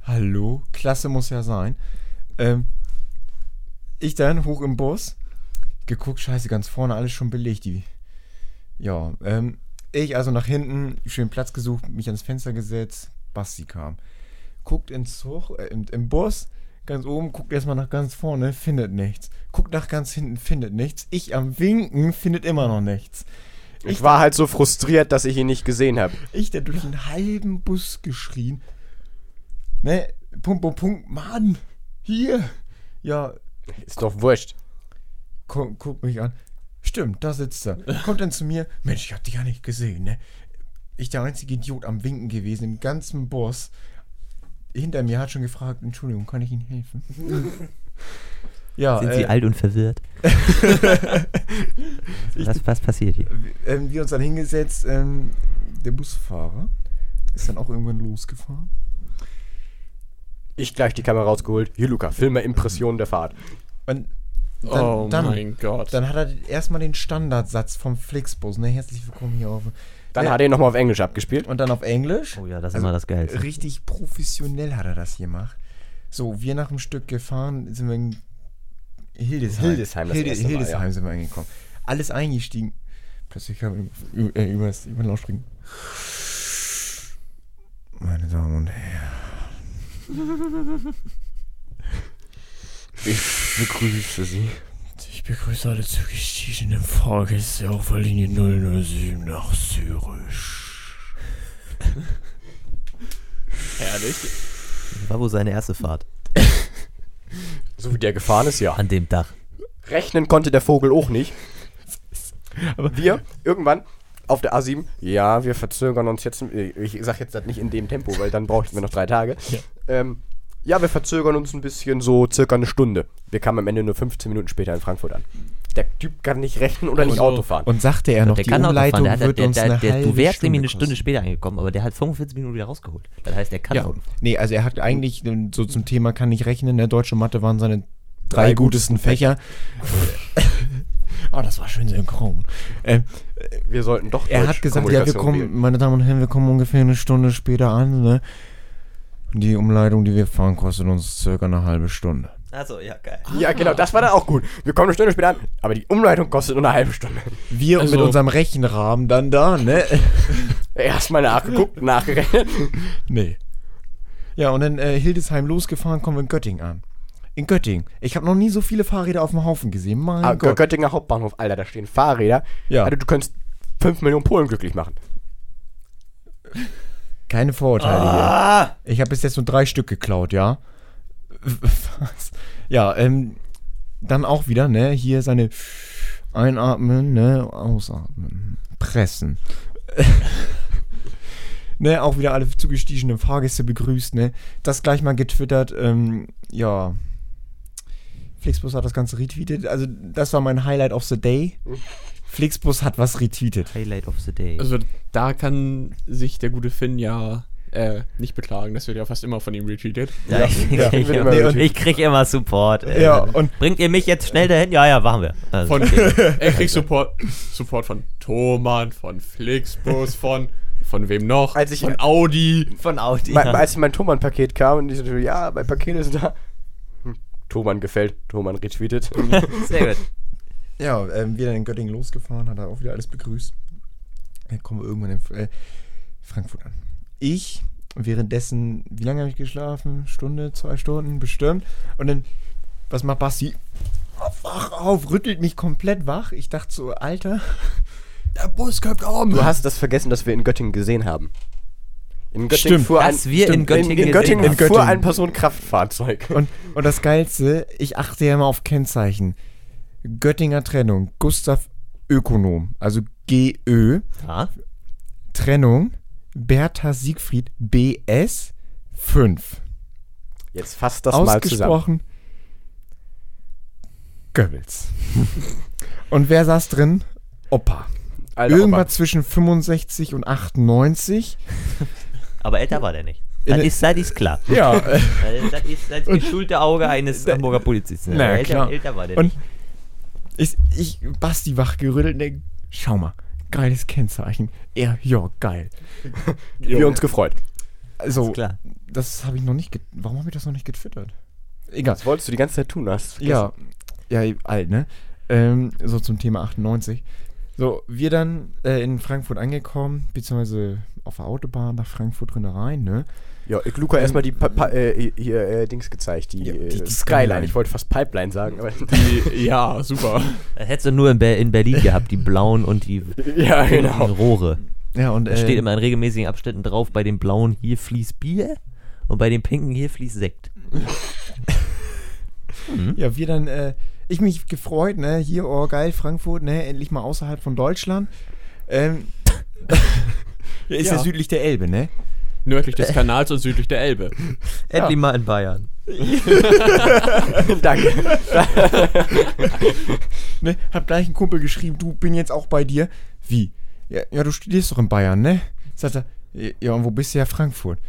S4: Hallo, klasse muss ja sein. Ähm, ich dann hoch im Bus, geguckt, scheiße, ganz vorne alles schon belegt. Die. Ja, ähm, ich also nach hinten, schön Platz gesucht, mich ans Fenster gesetzt, Basti kam. Guckt ins Zug, äh, im, im Bus, ganz oben, guckt erstmal nach ganz vorne, findet nichts. Guckt nach ganz hinten, findet nichts. Ich am Winken, findet immer noch nichts.
S2: Ich war halt so frustriert, dass ich ihn nicht gesehen habe.
S4: Ich, der durch den halben Bus geschrien. Ne, Punkt, Punkt, Punkt, Mann, hier. Ja,
S2: Ist doch wurscht.
S4: gu guck mich an. Stimmt, da sitzt er. Kommt dann zu mir. Mensch, ich hab dich ja nicht gesehen, ne? Ich der einzige Idiot am Winken gewesen im ganzen Bus. Hinter mir hat schon gefragt, Entschuldigung, kann ich Ihnen helfen? ja, äh,
S1: Sind sie alt und verwirrt? was, was passiert hier?
S4: ähm, wir uns dann hingesetzt. Ähm, der Busfahrer ist dann auch irgendwann losgefahren.
S2: Ich gleich die Kamera rausgeholt. Hier, Luca, film mal Impressionen der Fahrt.
S4: Und dann,
S3: oh
S4: dann,
S3: mein Gott.
S4: dann hat er erstmal den Standardsatz vom Flixbus. Ne? Herzlich willkommen hier auf.
S2: Dann
S4: Ja.
S2: hat er ihn nochmal auf Englisch abgespielt.
S4: Und dann auf Englisch.
S1: Oh ja, das ist
S4: Also,
S1: immer das Geilste.
S4: Richtig professionell hat er das gemacht. So, wir nach dem Stück gefahren, sind wir in Hildesheim.
S2: Hildesheim das erste Mal,
S4: Hildesheim
S2: ja.
S4: sind wir angekommen. Alles eingestiegen. Plötzlich kam über, äh, über, das- über den Lautsprecher. Meine Damen und Herren.
S2: Ich begrüße Sie.
S4: Ich begrüße alle zugestiegenen Fahrgäste auf der Linie 007 nach Zürich.
S3: Herrlich.
S1: War wohl seine erste Fahrt.
S2: So wie der gefahren ist, ja.
S1: An dem Dach.
S2: Rechnen konnte der Vogel auch nicht. Aber wir irgendwann auf der A7, ja, wir verzögern uns jetzt, äh, ich sag jetzt das nicht in dem Tempo, weil dann brauchten wir noch drei Tage. Ja. Ähm, ja, wir verzögern uns ein bisschen, so circa eine Stunde. Wir kamen am Ende nur 15 Minuten später in Frankfurt an. Der Typ kann nicht rechnen oder nicht
S3: Also,
S2: Auto fahren.
S4: Und sagte er noch,
S1: Der
S4: die
S1: kann auch
S4: Umleitung
S1: fahren. Der hat, der,
S4: wird
S1: der,
S4: uns
S1: der,
S4: eine
S1: der,
S4: halbe
S1: du wärst nämlich
S4: Stunde
S1: eine Stunde
S4: kosten.
S1: später angekommen, aber der hat 45 Minuten wieder rausgeholt. Das heißt, der kann
S4: Ja.
S1: auch.
S4: Nee, also er hat eigentlich ähm, so zum Thema kann nicht rechnen, der deutsche Mathe waren seine drei, gutesten Fächer. oh, das war schön synchron. Ähm,
S2: wir sollten doch
S4: er
S2: Deutsch-
S4: hat gesagt, ja, wir
S2: Kommunikation
S4: kommen,
S2: wählen.
S4: meine Damen und Herren, wir kommen ungefähr eine Stunde später an, ne? Und Die Umleitung, die wir fahren, kostet uns circa eine halbe Stunde.
S1: Achso, ja, geil.
S2: Ja, genau, das war dann auch gut. Wir kommen eine Stunde später an, aber die Umleitung kostet nur eine halbe Stunde.
S4: Wir
S3: Also-
S4: mit unserem Rechenrahmen dann da, ne?
S2: Erstmal nachgeguckt, nachgerechnet.
S4: Nee. Ja, und dann äh, Hildesheim losgefahren, kommen wir in Göttingen an. In Göttingen. Ich habe noch nie so viele Fahrräder auf dem Haufen gesehen. Mein
S2: Ah, Gö-
S4: Gott.
S2: Göttinger Hauptbahnhof, Alter, da stehen Fahrräder.
S4: Ja.
S2: Also, du könntest 5 Millionen Polen glücklich machen.
S4: Keine Vorurteile hier. Ich habe bis jetzt nur drei Stück geklaut, ja. Was? Ja, ähm, dann auch wieder, ne? Hier seine Einatmen, ne? Ausatmen. Pressen. ne, auch wieder alle zugestiegenen Fahrgäste begrüßt, ne? Das gleich mal getwittert, ähm, ja. Flixbus hat das Ganze retweetet. Also, das war mein Highlight of the Day. Flixbus hat was retweetet.
S1: Highlight of the Day.
S3: Also da kann sich der gute Finn ja äh, nicht beklagen. Das wird ja fast immer von ihm retweetet.
S1: ja, ich,
S4: ja.
S1: krieg
S2: Wird
S1: immer,
S2: immer
S1: ich krieg immer Support. ey. Also,
S4: Ja, und
S1: Bringt ihr mich jetzt schnell dahin? Ja, ja, machen wir. Also,
S3: Von,
S1: okay.
S3: er kriegt Support, Support von Thomann, von Flixbus, von von wem noch?
S2: Als ich-
S3: von Audi.
S1: von Audi.
S2: Me- Als mein Thomann-Paket kam und ich so, ja, mein Paket ist da. Hm, Thomann gefällt, Thomann retweetet.
S1: Sehr gut.
S4: Ja, ähm, wir dann in Göttingen losgefahren, hat er auch wieder alles begrüßt. Dann kommen wir irgendwann in F- äh, Frankfurt an. Ich, währenddessen, wie lange habe ich geschlafen? Stunde, zwei Stunden, bestimmt. Und dann, was macht Basti? Wach auf, rüttelt mich komplett wach. Ich dachte so, Alter, der Bus kommt um.
S2: Du hast das vergessen, dass wir in Göttingen gesehen haben. In
S4: Stimmt,
S2: fuhr
S1: dass wir in Göttingen
S2: in, in Göttingen
S1: gesehen
S4: haben.
S2: fuhr
S4: Göttingen.
S2: ein Personenkraftfahrzeug.
S4: Und, und das Geilste, ich achte ja immer auf Kennzeichen. Göttinger Trennung, Gustav Ökonom, also GÖ.
S1: Ja.
S4: Trennung Bertha Siegfried BS 5.
S2: Jetzt fasst das mal zusammen.
S4: Ausgesprochen Goebbels. und wer saß drin? Opa.
S2: Alter,
S4: Irgendwas zwischen 65 und 98.
S1: Aber älter war der nicht. Das
S4: Äh,
S1: ist, das ist klar.
S4: Ja, äh,
S1: Das das ist das geschulte Auge eines Hamburger Polizisten.
S4: na,
S1: Aber älter,
S4: klar.
S1: älter war der
S4: Und-
S1: nicht.
S4: ich, ich Basti wachgerüttelt und denk, schau mal, geiles Kennzeichen. Er, ja, geil.
S2: Opa, wir uns gefreut.
S4: Also,
S1: Ist klar.
S4: das habe ich noch nicht, get- warum habe ich das noch nicht getwittert? Egal.
S2: Das wolltest du die ganze Zeit tun, hast du vergessen.
S4: Ja, ja, alt, ne? Ähm, so zum Thema 98. So, wir dann äh, in Frankfurt angekommen, beziehungsweise auf der Autobahn nach Frankfurt drin rein, ne?
S2: Ja, ich Luca erstmal die pa pa äh, hier äh, Dings gezeigt, die,
S4: Ja, die-
S2: äh,
S4: die
S2: Skyline.
S4: Skyline.
S2: Ich wollte fast Pipeline sagen, aber
S3: Die, ja, super.
S1: Hättest du nur in, Ber in Berlin gehabt, die blauen und die
S2: ja, genau.
S1: pinken Rohre.
S4: Ja, und
S1: Da
S4: äh,
S1: steht
S2: Ähm.
S1: immer in regelmäßigen Abständen drauf, bei den blauen hier fließt Bier und bei den pinken hier fließt Sekt.
S4: Ja, wir dann, äh, ich mich gefreut, ne, hier, oh geil, Frankfurt, ne, endlich mal außerhalb von Deutschland. Ähm, ja, ist ja.
S3: Ja.
S4: südlich der Elbe, ne?
S3: Nördlich des Kanals und südlich der Elbe.
S1: Endlich mal in Bayern.
S2: Danke.
S4: ne? Hab gleich einen Kumpel geschrieben, du bin jetzt auch bei dir. Wie? Ja, ja du studierst doch in Bayern, ne? Sagt er, ja, und wo bist du ja? Frankfurt.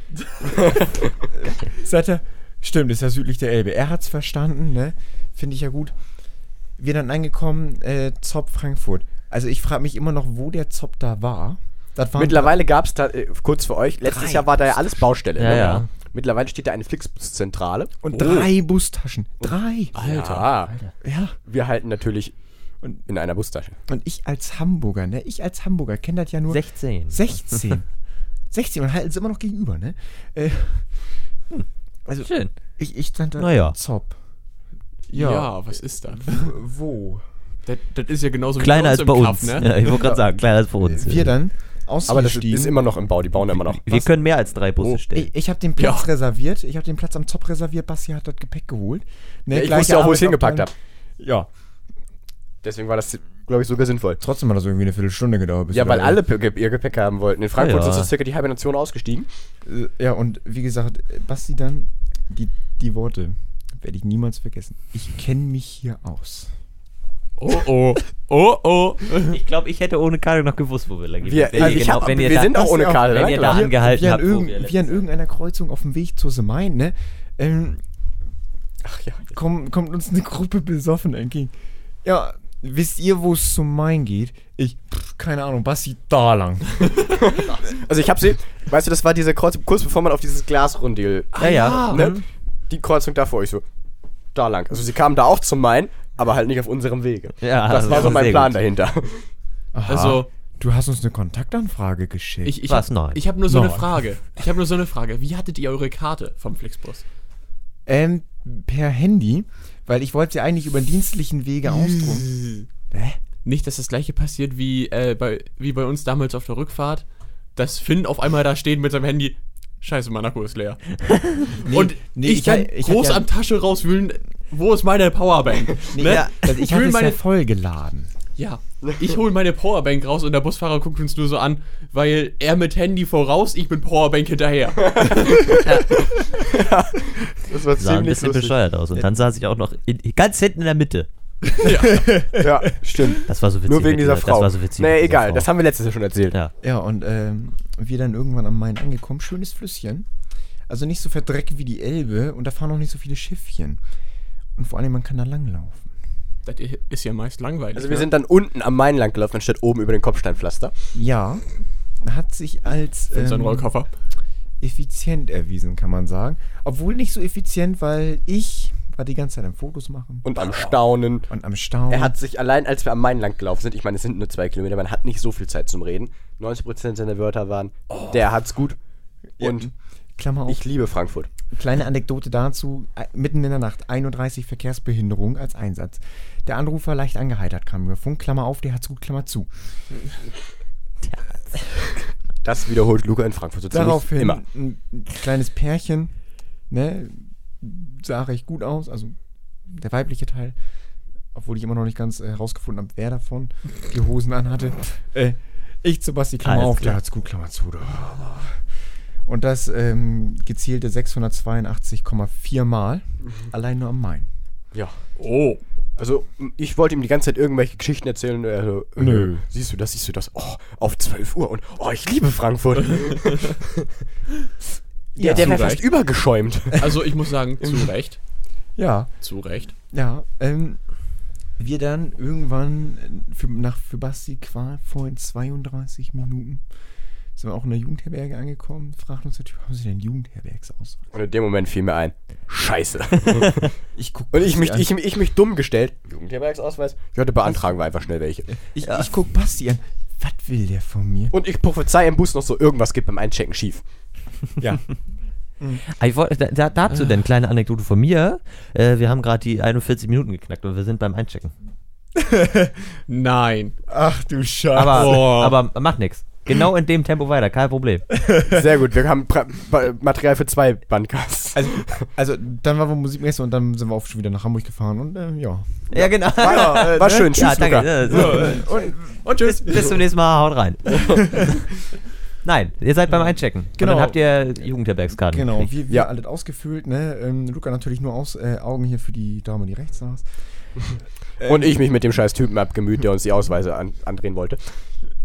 S4: Sagt er, stimmt, ist ja südlich der Elbe. Er hat's verstanden, ne? Finde ich ja gut. Wir dann angekommen, äh, Zopp Frankfurt. Also ich frage mich immer noch, wo der Zopp da war. Das waren
S2: Mittlerweile gab es da, äh, kurz für euch, letztes
S4: Drei.
S2: Jahr war da ja alles Baustelle.
S1: Ja,
S2: ne?
S1: ja.
S2: Mittlerweile steht da eine Flixbus-Zentrale. Oh.
S4: Und drei Bustaschen. Drei.
S2: Ja,
S4: Ja.
S2: wir halten natürlich in einer Bustasche.
S4: Und ich als Hamburger, ne? Ich als Hamburger kenne das ja nur
S1: 16.
S4: 16. 16 und halten sie immer noch gegenüber, ne? Äh,
S2: Hm.
S4: also
S1: Schön.
S4: ich, ich stand da
S1: Naja.
S4: zopp.
S3: Ja, was ist das?
S4: Wo?
S3: Das, das ist ja genauso wie
S1: Kleiner als bei
S3: im
S1: uns.
S2: ne?
S3: Cup, ne?
S1: Ja, ich wollte gerade sagen, kleiner als bei uns.
S4: Wir dann ausgestiegen.
S2: Aber das ist immer noch im Bau, die bauen da immer noch.
S1: Wir können mehr als drei Busse
S2: Oh.
S1: stellen.
S4: ich, ich habe den Platz
S3: Ja.
S4: reserviert. Ich habe den Platz am Zopp reserviert. Basti hat das Gepäck geholt. Ne,
S2: ich
S4: gleiche
S2: wusste auch, wo ich es
S4: Arbeit
S2: hingepackt habe.
S4: abgehangen. Ja.
S2: Deswegen war das, glaube ich, sogar sinnvoll.
S4: Trotzdem hat das irgendwie eine Viertelstunde gedauert. Bis
S2: Ja,
S4: wir
S2: weil
S4: da-
S2: alle Pe- ihr Gepäck haben wollten. In Frankfurt
S1: Ja.
S2: ist das circa die halbe Nation ausgestiegen.
S4: Äh, Ja, und wie gesagt, äh, Basti dann, die, die Worte werde ich niemals vergessen. Ich kenne mich hier aus.
S3: Oh oh. Oh oh.
S1: Ich glaube, ich hätte ohne Karte noch gewusst, wo wir lang gehen.
S2: Wir,
S1: Wenn
S2: also
S1: ihr
S2: ich
S1: genau-
S2: hab,
S1: wenn ihr
S2: wir
S1: da-
S2: sind auch
S4: das
S2: ohne
S4: ja auch-
S2: Karl.
S1: wenn
S2: ne,
S1: ihr da
S2: klar.
S1: ange- Gehalten
S4: wie an,
S1: habt, wo
S4: irgend,
S1: wir letztes
S4: wie an
S1: Jahr-
S4: irgendeiner Kreuzung auf dem Weg zur Semein, ne? Ähm,
S2: Ach ja.
S4: komm, kommt uns eine Gruppe besoffen entgegen. Ja, wisst ihr, wo es zum Main geht? Ich, pff, keine Ahnung, Basti, da lang.
S2: Also ich habe sie, weißt du, das war diese Kreuzung, kurz bevor man auf dieses Glasrundel,
S1: Ja, ja.
S2: ne? Die Kreuzung da vor euch so, da lang. Also sie kamen da auch zum Main, aber halt nicht auf unserem Wege.
S1: Ja,
S2: das war
S1: das
S2: so
S1: ist
S2: mein
S1: sehr
S2: Plan
S1: gut.
S2: dahinter.
S4: Aha,
S3: Also,
S4: du hast uns eine Kontaktanfrage geschickt.
S3: ich, ich
S1: Was?
S3: habe
S1: Nein.
S3: hab nur so eine
S4: Nein.
S3: Frage. Ich habe nur so eine Frage. Wie hattet ihr eure Karte vom Flixbus?
S4: ähm, per Handy, weil ich wollte sie eigentlich über den dienstlichen Wege ausdrucken. Hä?
S3: Nicht, dass das gleiche passiert wie, äh, bei, wie bei uns damals auf der Rückfahrt, dass Finn auf einmal da steht mit seinem Handy. Scheiße, mein Akku ist leer. Und
S4: nee,
S3: ich
S4: ich
S3: kann
S4: hab- ich hab
S3: groß
S4: ja-
S3: am Tasche rauswühlen, wo ist meine Powerbank?
S4: Nee,
S3: ne?
S4: ja, also ich
S3: ich
S4: habe
S3: will
S4: es ja
S3: meine
S4: voll geladen.
S3: Ja, ich hole meine Powerbank raus und der Busfahrer guckt uns nur so an, weil er mit Handy voraus, ich mit Powerbank hinterher.
S2: Das war
S1: Sah ein bisschen bescheuert aus. Und dann saß ich auch noch in, ganz hinten in der Mitte.
S2: Ja, stimmt.
S1: Das war so witzig.
S2: Nur wegen
S1: mit
S2: dieser Frau.
S1: Das war so witzig.
S2: nee,
S1: mit dieser
S2: egal,
S1: Frau.
S2: das haben wir letztes Jahr schon erzählt.
S1: ja.
S4: Ja, und ähm, wir dann irgendwann am Main angekommen. Schönes Flüsschen. Also nicht so verdreckt wie die Elbe und da fahren auch nicht so viele Schiffchen. Und vor allem, man kann da langlaufen.
S3: Das ist ja meist langweilig. ne?
S2: Also wir sind dann unten am Main lang gelaufen, anstatt oben über den Kopfsteinpflaster.
S4: Ja, hat sich als
S3: in seinem
S4: ähm,
S3: Rollkoffer.
S4: effizient erwiesen, kann man sagen. Obwohl nicht so effizient, weil ich war die ganze Zeit am Fotos machen
S2: Und am
S1: Mhm.
S2: Staunen.
S4: und am Staunen.
S2: Er hat sich allein, als wir am Main lang gelaufen sind, ich meine, es sind nur zwei Kilometer, man hat nicht so viel Zeit zum Reden. 90% seiner Wörter waren,
S1: Oh.
S2: der hat's gut. Und
S4: Klammer auf,
S2: ich liebe Frankfurt.
S4: Kleine Anekdote dazu, äh, mitten in der Nacht, 31 Verkehrsbehinderung als Einsatz. Der Anrufer leicht angeheitert kam über Funk, Klammer auf, der hat's gut, Klammer zu.
S2: Das wiederholt Luca in Frankfurt so ziemlich
S4: Daraufhin
S2: immer.
S4: ein ein kleines Pärchen, ne, sah recht gut aus, also der weibliche Teil, obwohl ich immer noch nicht ganz äh, herausgefunden habe, wer davon die Hosen anhatte. Äh, ich zu Basti, Klammer
S1: Alles
S4: auf,
S1: klar.
S4: der hat's gut, Klammer zu. du. Und das ähm, gezielte 682,4 Mal, allein nur am Main.
S2: Ja.
S3: Oh.
S2: Also, ich wollte ihm die ganze Zeit irgendwelche Geschichten erzählen. und Er so, äh,
S4: Nö.
S2: Siehst du das, siehst du das? Oh, auf 12 Uhr und oh, ich liebe Frankfurt.
S4: Ja,
S2: der wäre
S3: zu
S2: fast
S3: Recht.
S2: übergeschäumt.
S3: Also ich muss sagen, zu Recht.
S4: Ja,
S3: Zu Recht.
S4: Ja, ähm, wir dann irgendwann äh, für, nach für Basti qualvollen 32 Minuten sind wir auch in der Jugendherberge angekommen, fragt uns der Typ, haben Sie denn Jugendherbergsausweis?
S2: Und in dem Moment fiel mir ein, scheiße.
S4: Ich guck
S2: Und ich mich,
S4: an.
S2: ich, ich mich dumm gestellt. Jugendherbergsausweis? Ja, da beantragen wir einfach schnell welche.
S4: ich, ich guck Basti an. Was will der von mir?
S2: Und ich prophezei im Bus noch so, irgendwas geht beim Einchecken schief.
S4: Ja.
S1: Aber Ah, Ich wollte, da, da, dazu denn, kleine Anekdote von mir. Äh, wir haben gerade die 41 Minuten geknackt und wir sind beim Einchecken.
S3: Nein.
S4: Ach du Scheiße.
S1: Aber,
S3: Oh.
S1: aber macht nichts. Genau in dem Tempo weiter, kein Problem.
S2: Sehr gut, wir haben pra ba Material für zwei Bandcasts.
S4: also, also, dann waren wir Musikmesse und dann sind wir auch schon wieder nach Hamburg gefahren und äh, ja.
S1: Ja, genau.
S2: War, war Äh, schön,
S1: Ja,
S2: tschüss,
S1: danke. ne?
S2: Luca.
S1: Ja, so.
S4: Und
S3: Und tschüss.
S1: Bis zum nächsten Mal, haut rein. Nein, ihr seid beim Einchecken.
S4: Genau.
S1: Und dann habt ihr Jugendherbergskarten.
S4: Genau,
S1: gekriegt.
S4: wir, wir
S2: Ja.
S4: alles ausgefüllt, ne? Ähm, Luca natürlich nur aus äh, Augen hier für die Dame, die rechts saß.
S2: Und ich mich mit dem scheiß Typen abgemüht, der uns die Ausweise an andrehen wollte.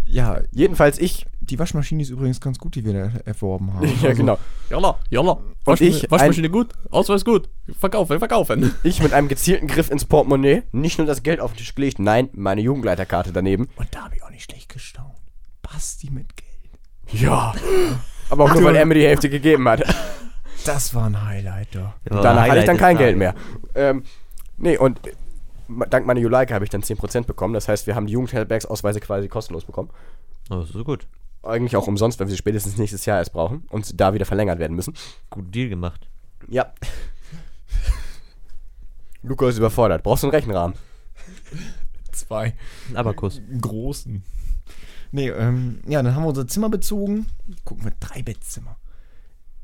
S4: Ja,
S2: Jedenfalls ich
S4: die Waschmaschine ist übrigens ganz gut, die wir da erworben haben.
S2: Ja, genau.
S3: Jalla, jalla. Wasch,
S2: ich
S3: Waschmaschine gut, Ausweis gut. Verkaufen, verkaufen.
S2: Ich mit einem gezielten Griff ins Portemonnaie, nicht nur das Geld auf den Tisch gelegt, nein, meine Jugendleiterkarte daneben.
S4: Und da habe ich auch nicht schlecht gestaunt. Basti mit Geld.
S2: Ja. Aber auch nur, weil er mir die Hälfte gegeben hat.
S4: Das war ein Highlight, doch.
S1: Ja,
S2: Danach hatte ich
S1: Oh, Highlight
S2: dann
S1: des
S2: kein
S1: Tages.
S2: Geld mehr. Ähm, nee, und äh, dank meiner Juleika habe ich dann 10% bekommen. Das heißt, wir haben die Jugendherbergsausweise quasi kostenlos bekommen.
S1: Oh, das ist gut.
S2: Eigentlich auch umsonst, weil wir sie spätestens nächstes Jahr erst brauchen und da wieder verlängert werden müssen.
S1: Guten Deal gemacht.
S2: Ja. Luca ist überfordert. Brauchst du einen Rechenrahmen?
S4: Zwei.
S1: Aber Kuss.
S4: Großen. Nee, ähm, ja, dann haben wir unser Zimmer bezogen. Gucken wir, drei Bettzimmer.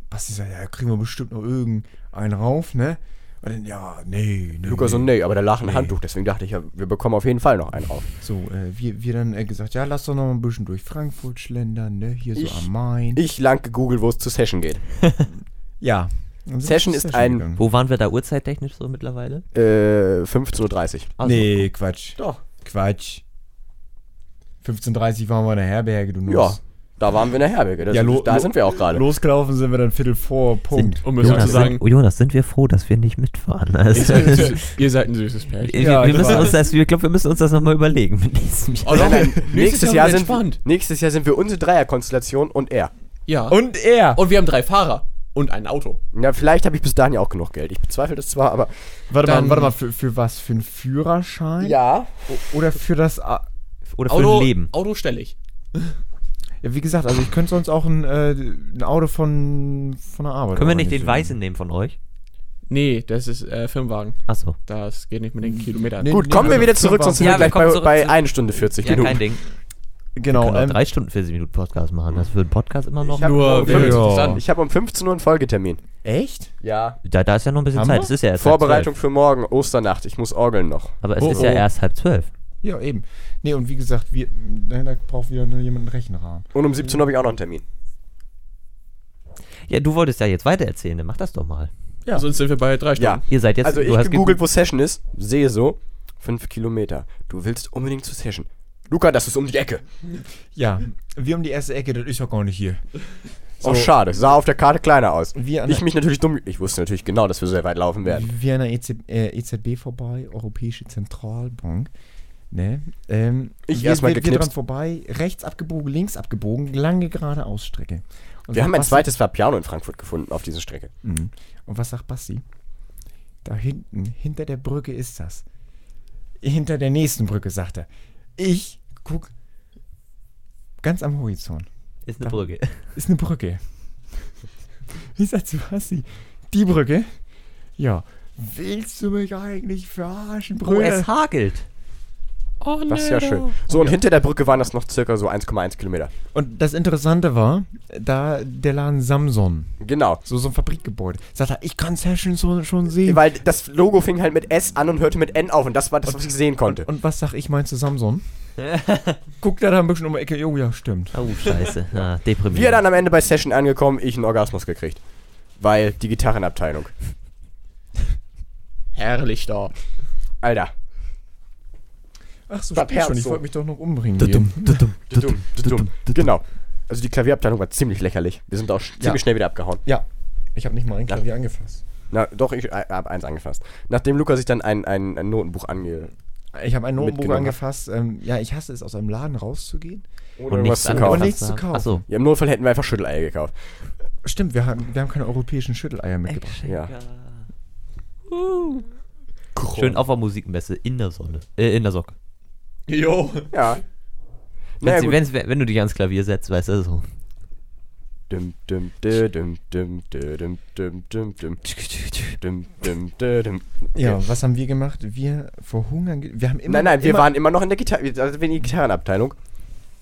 S4: Basti sagt, ja, kriegen wir bestimmt noch irgendeinen rauf, ne? Und dann, ja, nee, nee.
S2: Luca so,
S4: nee.
S2: nee, aber da lag ein
S4: Nee.
S2: Handtuch. Deswegen dachte ich, ja, wir bekommen auf jeden Fall noch einen auf.
S4: So, äh, wir, wir dann äh, gesagt, ja, lass doch noch mal ein bisschen durch Frankfurt schlendern, ne? Hier so
S2: Ich-
S4: am Main.
S2: Ich lang gegoogelt, wo es zur Session geht.
S4: ja. Dann sind wir
S2: Session
S4: zur
S2: ist ein-
S4: gegangen.
S1: Wo waren wir da urzeittechnisch so mittlerweile? Also,
S2: Äh, 15.30 Uhr.
S1: Ach so.
S4: nee, Quatsch.
S2: Doch.
S4: Quatsch. 15.30 waren wir in der Herberge, du
S2: Ja, da waren wir in der Herberge. Das,
S4: Ja, lo-
S2: da
S4: lo-
S2: sind wir auch gerade.
S4: Losgelaufen sind wir dann Viertel vor, Punkt.
S3: Um es so zu
S1: Jonas,
S3: sagen,
S1: sind, Jonas, sind wir froh, dass wir nicht mitfahren?
S3: ihr
S1: Also,
S3: seid ein süßes- ihr seid ein süßes Pärchen.
S1: wir,
S4: Ja,
S1: wir
S4: ich
S1: müssen
S4: weiß.
S1: uns das, wir glaube, wir müssen uns das nochmal überlegen mit diesem Jahr.
S3: Oh, doch,
S2: Nein, nein, nächstes, Jahr sind,
S3: entspannt.
S2: nächstes Jahr sind wir unsere Dreierkonstellation und er.
S3: Ja. Und,
S4: Und er!
S3: wir haben drei Fahrer und ein Auto.
S2: Na, vielleicht habe ich bis dahin ja auch genug Geld. Ich bezweifle das zwar, aber.
S4: warte
S3: dann-
S4: mal, warte mal, für, für was? Für einen Führerschein?
S2: Ja.
S4: O- Oder für das. A
S1: Oder für
S3: Auto,
S1: ein Leben.
S3: Auto stelle ich.
S4: ja, wie gesagt, also ich könnte sonst auch ein, äh, ein Auto von, von der Arbeit.
S1: Können wir nicht den
S4: organisieren.
S1: Weißen nehmen von euch?
S3: Nee, das ist äh, Firmenwagen.
S1: Achso.
S3: Das geht nicht mit den Kilometern.
S4: Nee.
S2: Gut, kommen wir
S4: also
S2: wieder zurück, sonst sind
S1: Ja,
S2: wir gleich
S1: wir kommen
S2: bei,
S1: zurück
S2: bei
S1: zu-
S2: 1 Stunde 40
S1: Ja, kein
S2: Minuten.
S1: Ding.
S4: Genau.
S1: Genau,
S4: Ähm,
S1: drei Stunden, 40 Minuten Podcast machen. Das ist für einen Podcast immer noch.
S2: Ich hab-
S3: Nur
S2: Ja.
S3: wäre es Oh, interessant.
S2: Ich habe um 15 Uhr einen Folgetermin.
S4: echt?
S2: Ja.
S1: Da, da ist ja noch ein bisschen
S4: Haben wir?
S1: Zeit. Es ist ja erst
S2: Vorbereitung
S1: Halb
S2: für morgen, Osternacht. Ich muss orgeln noch.
S1: zwölf. Aber es
S4: Oh,
S1: ist ja
S4: oh.
S1: erst halb zwölf.
S4: Ja, eben. Nee, und wie gesagt, wir, da da braucht wieder nur jemand einen Rechenrahmen.
S2: Und um 17 Uhr habe ich auch noch einen Termin.
S1: Ja, du wolltest ja jetzt weitererzählen, dann mach das doch mal.
S4: Ja.
S3: Sonst sind wir bei drei Stunden.
S2: Ja.
S1: Ihr seid jetzt.
S2: also ich
S1: du hast
S2: gegoogelt, wo Session ist, sehe so, 5 Kilometer. Du willst unbedingt zur Session. Luca, das ist um die Ecke.
S4: Ja, wir um die erste Ecke, das ist ja gar nicht hier.
S2: Oh, schade. Sah auf der Karte kleiner aus.
S4: Wir an
S2: ich
S4: der-
S2: mich natürlich dumm. Ich wusste natürlich genau, dass wir sehr weit laufen werden.
S4: Wir an der EZ, äh, EZB vorbei, Europäische Zentralbank. Ne? Ähm,
S2: Ich
S4: wir-
S2: erst mal
S4: wir- wir
S2: geknipst.
S4: dran vorbei, rechts abgebogen, links abgebogen, lange gerade Ausstrecke. Und
S2: Wir
S4: was
S2: haben ein
S4: sagt
S2: zweites Vapiano in Frankfurt gefunden auf dieser Strecke.
S4: Basti- Mhm. Und was sagt Basti? Da hinten, hinter der Brücke ist das. Hinter der nächsten Brücke, sagt er. Ich guck ganz am Horizont.
S1: Ist eine Brücke.
S4: ist eine Brücke. Ich sag zu Basti, die Brücke? Ja. Willst du mich eigentlich verarschen,
S1: Oh, es
S4: Brüder?
S1: hagelt.
S3: Oh,
S2: Das ist ja schön. So, und hinter der Brücke waren das noch circa so 1,1 Kilometer.
S4: Und das Interessante war, da der Laden Samson,
S2: Genau.
S4: so, so ein Fabrikgebäude, sagt er, ich kann Session so, schon sehen.
S2: Weil das Logo fing halt mit S an und hörte mit N auf und das war das, was ich sehen konnte.
S4: Und was sag ich, meinst du Samson? Guckt er da ein bisschen um die Ecke, oh ja, stimmt.
S1: Oh, scheiße. Ah, deprimierend.
S2: Wir dann am Ende bei Session angekommen, ich einen Orgasmus gekriegt. Weil die Gitarrenabteilung.
S3: Herrlich da.
S2: Alter.
S4: Ach so,
S2: Das
S4: spät schon,
S2: Herz
S4: ich
S2: so.
S4: wollte mich doch noch umbringen. gehen.
S2: Dumm, dumm. Genau. Also die Klavierabteilung war ziemlich lächerlich. Wir sind auch sch- ziemlich schnell wieder abgehauen.
S4: Ja, ich habe nicht mal ein Klavier angefasst.
S2: Na, doch, ich habe eins angefasst. Nachdem Luca sich dann ein, ein, ein Notenbuch ange...
S4: Ich habe ein Notenbuch
S2: Mitgenommen.
S4: angefasst. Ähm, ja, ich hasse es, aus einem Laden rauszugehen.
S2: Ohne
S1: Und nichts,
S2: irgendwas zu
S1: anderes
S2: kaufen.
S4: Und nichts zu
S1: haben.
S4: kaufen.
S1: Achso.
S2: Ja, Im Notfall hätten wir einfach Schütteleier gekauft.
S4: Stimmt, wir haben, wir haben keine europäischen Schütteleier mitgebracht.
S2: Ja.
S1: Schön auf der Musikmesse in der Sonne. Äh, in der Socke.
S3: Jo.
S2: Ja.
S1: Wenn's,
S2: gut.
S1: wenn's, wenn du dich ans Klavier setzt, weißt du so.
S2: düm, düm, dö, düm, düm, dö, düm, düm, düm, düm, düm, düm, dö, düm.
S4: Ja, was haben wir gemacht? Wir verhungern. ge- Wir haben immer.
S2: Nein, nein, wir
S4: immer,
S2: waren immer noch in der Gitarre, also wir in die Gitarrenabteilung.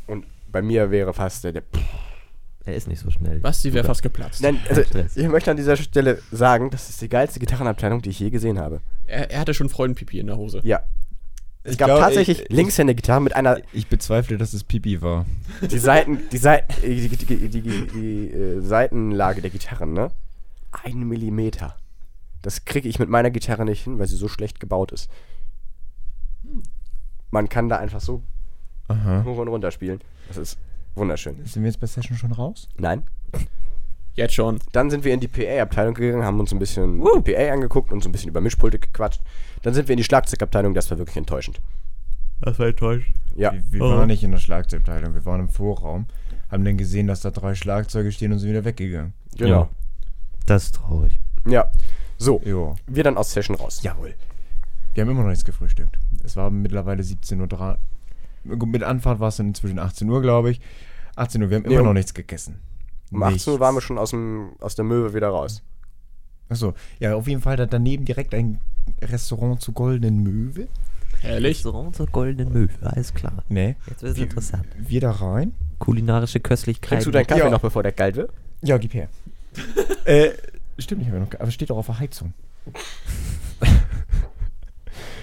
S2: Und bei mir wäre fast der, der
S1: Er ist nicht so schnell.
S3: Basti wäre fast geplatzt.
S2: Nein, also
S1: Stress.
S2: ich möchte an dieser Stelle sagen, das ist die geilste Gitarrenabteilung, die ich je gesehen habe.
S3: Er, er hatte schon Freudenpipi in der Hose.
S2: Ja.
S4: ich
S2: Es gab
S4: glaub,
S2: tatsächlich
S4: ich-
S2: Linkshänder-Gitarren mit einer.
S4: Ich bezweifle, dass es Pipi war.
S2: Die Seiten, die Seiten, äh, die, die, die, die, die, die äh, Seitenlage der Gitarren, ne? Ein Millimeter. Das kriege ich mit meiner Gitarre nicht hin, weil sie so schlecht gebaut ist. Man kann da einfach so
S4: Aha.
S2: hoch und runter spielen. Das ist wunderschön.
S4: Sind wir jetzt bei Session schon raus?
S2: Nein.
S3: Jetzt schon.
S2: Dann sind wir in die PA-Abteilung gegangen, haben uns ein bisschen die PA angeguckt und so ein bisschen über Mischpulte gequatscht. Dann sind wir in die Schlagzeugabteilung, das war wirklich enttäuschend.
S1: Das war enttäuscht.
S2: Ja.
S4: Wir, wir
S1: Oh.
S4: waren nicht in der Schlagzeugabteilung, wir waren im Vorraum, haben dann gesehen, dass da drei Schlagzeuge stehen und sind wieder weggegangen.
S1: Genau. Das ist traurig.
S2: Ja. So,
S4: Jo.
S2: wir dann aus Session raus.
S4: Jawohl. Wir haben immer noch nichts gefrühstückt. Es war mittlerweile 17.03 Uhr. Gut, Mit Anfahrt war es dann inzwischen 18 Uhr, glaube ich. 18 Uhr, wir haben immer
S2: Ja.
S4: noch nichts gegessen.
S2: Um 18 Uhr waren wir schon aus, dem, aus der Möwe wieder raus.
S4: Achso, ja, auf jeden Fall da daneben direkt ein Restaurant zur Goldenen Möwe.
S3: Herrlich.
S1: Restaurant zur goldenen Möwe, alles klar.
S4: Ne?
S1: Jetzt wird es
S4: Wir-
S1: interessant.
S4: Wir da rein.
S1: Kulinarische Köstlichkeiten.
S2: Trinkst du deinen Kaffee
S4: Ja.
S2: noch, bevor der kalt wird?
S4: Ja, gib her. äh, stimmt, ich habe ja noch. Aber steht doch auf der Heizung.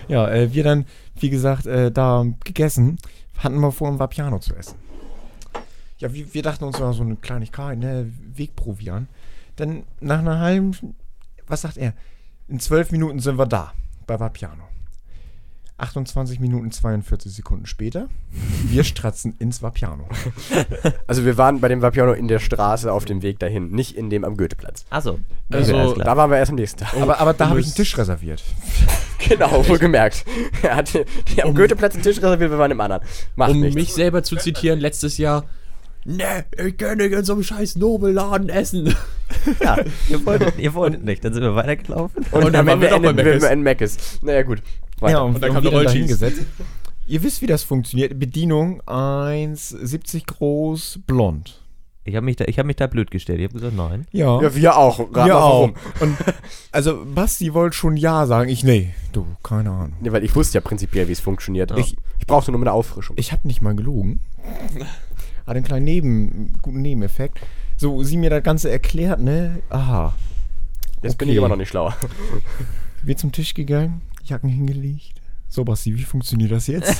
S4: ja, äh, wir dann, wie gesagt, äh, da gegessen, hatten wir vor, ein Vapiano zu essen. Ja, wir, wir dachten uns ja so eine Kleinigkeit, ne? Wegprovian. Dann nach einer halben. Was sagt er? In zwölf Minuten sind wir da, bei Vapiano. 28 Minuten 42 Sekunden später, wir stratzen ins Vapiano.
S2: Also wir waren bei dem Vapiano in der Straße auf dem Weg dahin, nicht in dem am Goetheplatz.
S1: Achso.
S3: Also,
S1: alles klar.
S2: Da waren wir erst am nächsten Tag.
S4: Aber, aber da habe ich einen
S3: musst-
S4: Tisch reserviert.
S2: genau, wohlgemerkt. Er hatte die am Goetheplatz einen Tisch reserviert, wir waren im anderen. Macht
S3: um
S2: nichts.
S3: mich selber zu zitieren, letztes Jahr. Ne, ich kann nicht in so einem scheiß Nobelladen essen.
S1: Ja, ihr wolltet, ihr wolltet nicht. Dann sind wir weitergelaufen.
S2: und,
S3: und
S2: am
S3: dann waren
S2: Ende
S3: wir doch bei
S2: enden wir
S3: Mc's.
S2: immer in Meckes. Naja, gut. Weiter.
S4: Ja, und,
S3: Und dann
S4: und
S3: kam
S4: wir
S3: der
S4: dann dahin
S3: Rollschieß.
S4: gesetzt. Ihr wisst, wie das funktioniert. Bedienung 1,70 groß, blond.
S1: Ich habe mich, da- ich hab mich da blöd gestellt. Ich habe gesagt, nein.
S4: Ja,
S2: ja, wir auch. Rat mal warum.
S4: Und also Basti wollte schon Ja sagen. Ich, nee, du, keine Ahnung.
S2: Ja, weil ich wusste ja prinzipiell, wie es funktioniert. Ich, ich brauchte nur mal eine Auffrischung.
S4: Ich habe nicht mal gelogen. Hat einen kleinen Neben, guten Nebeneffekt. So, sie mir das Ganze erklärt, ne? Aha.
S2: Jetzt bin ich
S4: okay.
S2: immer noch nicht schlauer.
S4: Wir zum Tisch gegangen, Jacken hingelegt. So, Basti, wie funktioniert das jetzt?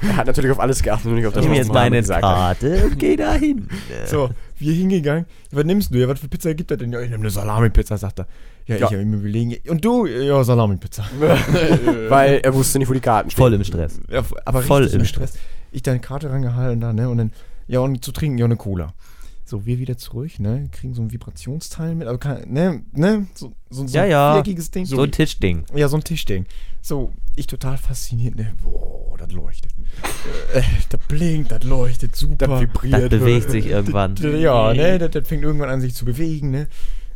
S2: Er hat natürlich auf alles geachtet und nicht auf das,
S1: Nimm
S2: was
S1: jetzt
S2: Mohammed
S1: meine
S2: gesagt hat.
S1: Karte und geh da hin.
S4: So, wir hingegangen. Was nimmst du? Ja, was für Pizza gibt er denn? Ja, ich nehme eine Salami-Pizza, sagt er. Ja, ich
S2: Ja.
S4: habe ihm überlegen. Und du? Ja, Salami-Pizza.
S2: Weil er wusste nicht, wo die Karten stehen.
S1: Voll im Stress.
S4: Ja, f- aber
S1: Voll
S4: richtig
S1: im
S4: im Stress. Ich deine Karte rangehalten da, ne? Und dann, ja, und zu trinken, ja, eine Cola. So, wir wieder zurück, ne? Kriegen so ein Vibrationsteil mit, aber kein, ne? Ne? So, so, so
S1: Ja,
S4: ein
S1: ja.
S4: viereckiges Ding.
S1: So ein Tischding.
S4: ja, so ein Tischding. So, ich total fasziniert, ne? Boah, das leuchtet. Äh, das blinkt, das leuchtet super.
S2: Das vibriert.
S1: Das bewegt sich irgendwann.
S4: D- Ja, ne, das, das fängt irgendwann an, sich zu bewegen, ne?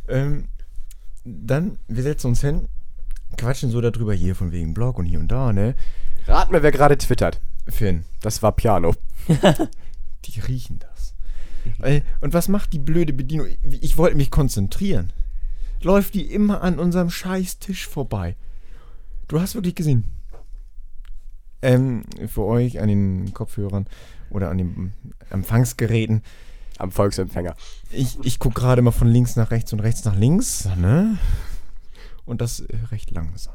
S4: Ähm, dann, wir setzen uns hin, quatschen so darüber, hier von wegen Blog und hier und da, ne?
S2: Rat mir, wer gerade twittert.
S4: Finn,
S2: Das war Piano.
S4: die riechen das. Äh, Und was macht die blöde Bedienung? Ich- Ich wollte mich konzentrieren. Läuft die immer an unserem scheiß Tisch vorbei. Du hast wirklich gesehen. Ähm, für euch an den Kopfhörern oder an den Empfangsgeräten.
S2: Am Volksempfänger.
S4: Ich, ich gucke gerade mal von links nach rechts und rechts nach links, ne? Und das äh, recht langsam.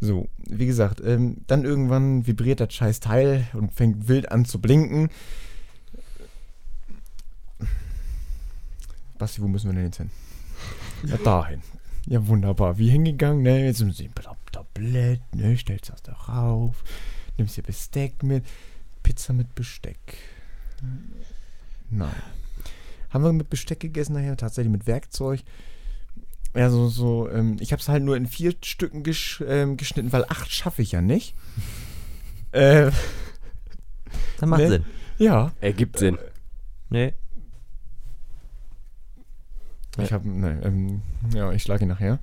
S4: So, wie gesagt, ähm, dann irgendwann vibriert das scheiß Teil und fängt wild an zu blinken. Basti, wo müssen wir denn jetzt hin? Ja, dahin. Ja, wunderbar. Wie hingegangen, ne? Jetzt nimmst du ein Tab- Tablett, ne? Stellst das da rauf. Nimmst dir Besteck mit. Pizza mit Besteck. Nein. Haben wir mit Besteck gegessen nachher, tatsächlich mit Werkzeug. Ja, so, so, ähm, ich habe es halt nur in vier Stücken gesch ähm, geschnitten, weil acht schaffe ich ja nicht. äh,
S1: Das macht
S4: Ne?
S1: Sinn.
S4: ja.
S2: Ergibt Sinn.
S1: Nee.
S4: Ich habe, ne, ähm, ja, ich schlage ihn nachher.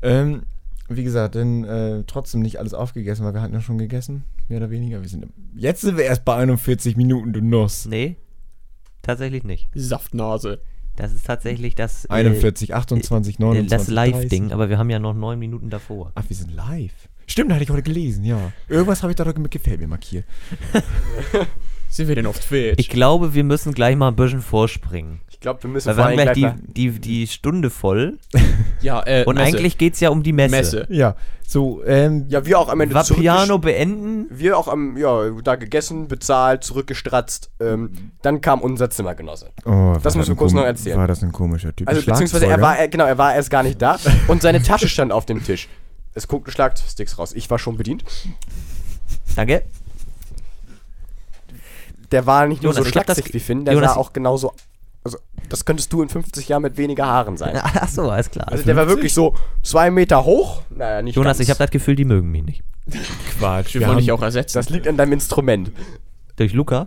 S4: Ähm, wie gesagt, dann äh, trotzdem nicht alles aufgegessen, weil wir hatten ja schon
S1: Äh,
S4: gegessen, mehr oder weniger. Wir sind, im- jetzt sind wir erst bei 41 Minuten, du Nuss.
S1: Nee. tatsächlich nicht.
S3: Saftnase.
S1: Das ist tatsächlich das, äh,
S4: 41, 28,
S1: äh,
S4: 29.
S1: das
S4: 30.
S1: Live-Ding, aber wir haben ja noch neun Minuten davor.
S4: Ach, wir sind live. Stimmt, hatte ich heute gelesen, ja. Irgendwas habe ich da doch mit gefällt mir markiert.
S3: Sind wir denn auf Twitch?
S1: Ich glaube, wir müssen gleich mal ein bisschen vorspringen.
S2: Ich glaube, wir müssen
S1: Weil wir haben gleich die,
S2: mal-
S1: die, die Stunde voll.
S3: ja, äh,
S1: Und
S3: Messe.
S1: eigentlich geht es ja um die Messe.
S3: Messe.
S4: Ja, so, ähm,
S2: Ja, wir auch am Ende
S1: Vapiano beenden.
S2: Wir auch am, ja, da gegessen, bezahlt, zurückgestratzt. Ähm, dann kam unser Zimmergenosse.
S4: oh, war
S2: Das musst du
S4: ein
S2: kurz noch
S4: komi-
S2: erzählen.
S4: War das ein komischer Typ?
S2: Also
S4: Ein
S2: beziehungsweise er
S4: Schlagzeuger?
S2: war, er, genau, er war erst gar nicht da und seine Tasche stand auf dem Tisch. Es guckten Schlagsticks raus. Ich war schon bedient.
S1: Danke.
S2: Der war nicht nur
S1: Jonas,
S2: so
S1: ich glaub, das-
S2: schlagsig wie Finn, der
S1: Jonas,
S2: sah auch genauso. Also, das könntest du in 50 Jahren mit weniger Haaren sein.
S1: Achso, alles klar.
S2: Also der war wirklich so zwei Meter hoch. Naja, nicht
S1: Jonas,
S2: ganz.
S1: ich habe das Gefühl, die mögen mich nicht.
S4: Quatsch.
S3: Wir, wollen dich auch ersetzen.
S2: Das liegt an deinem Instrument.
S1: Durch Luca?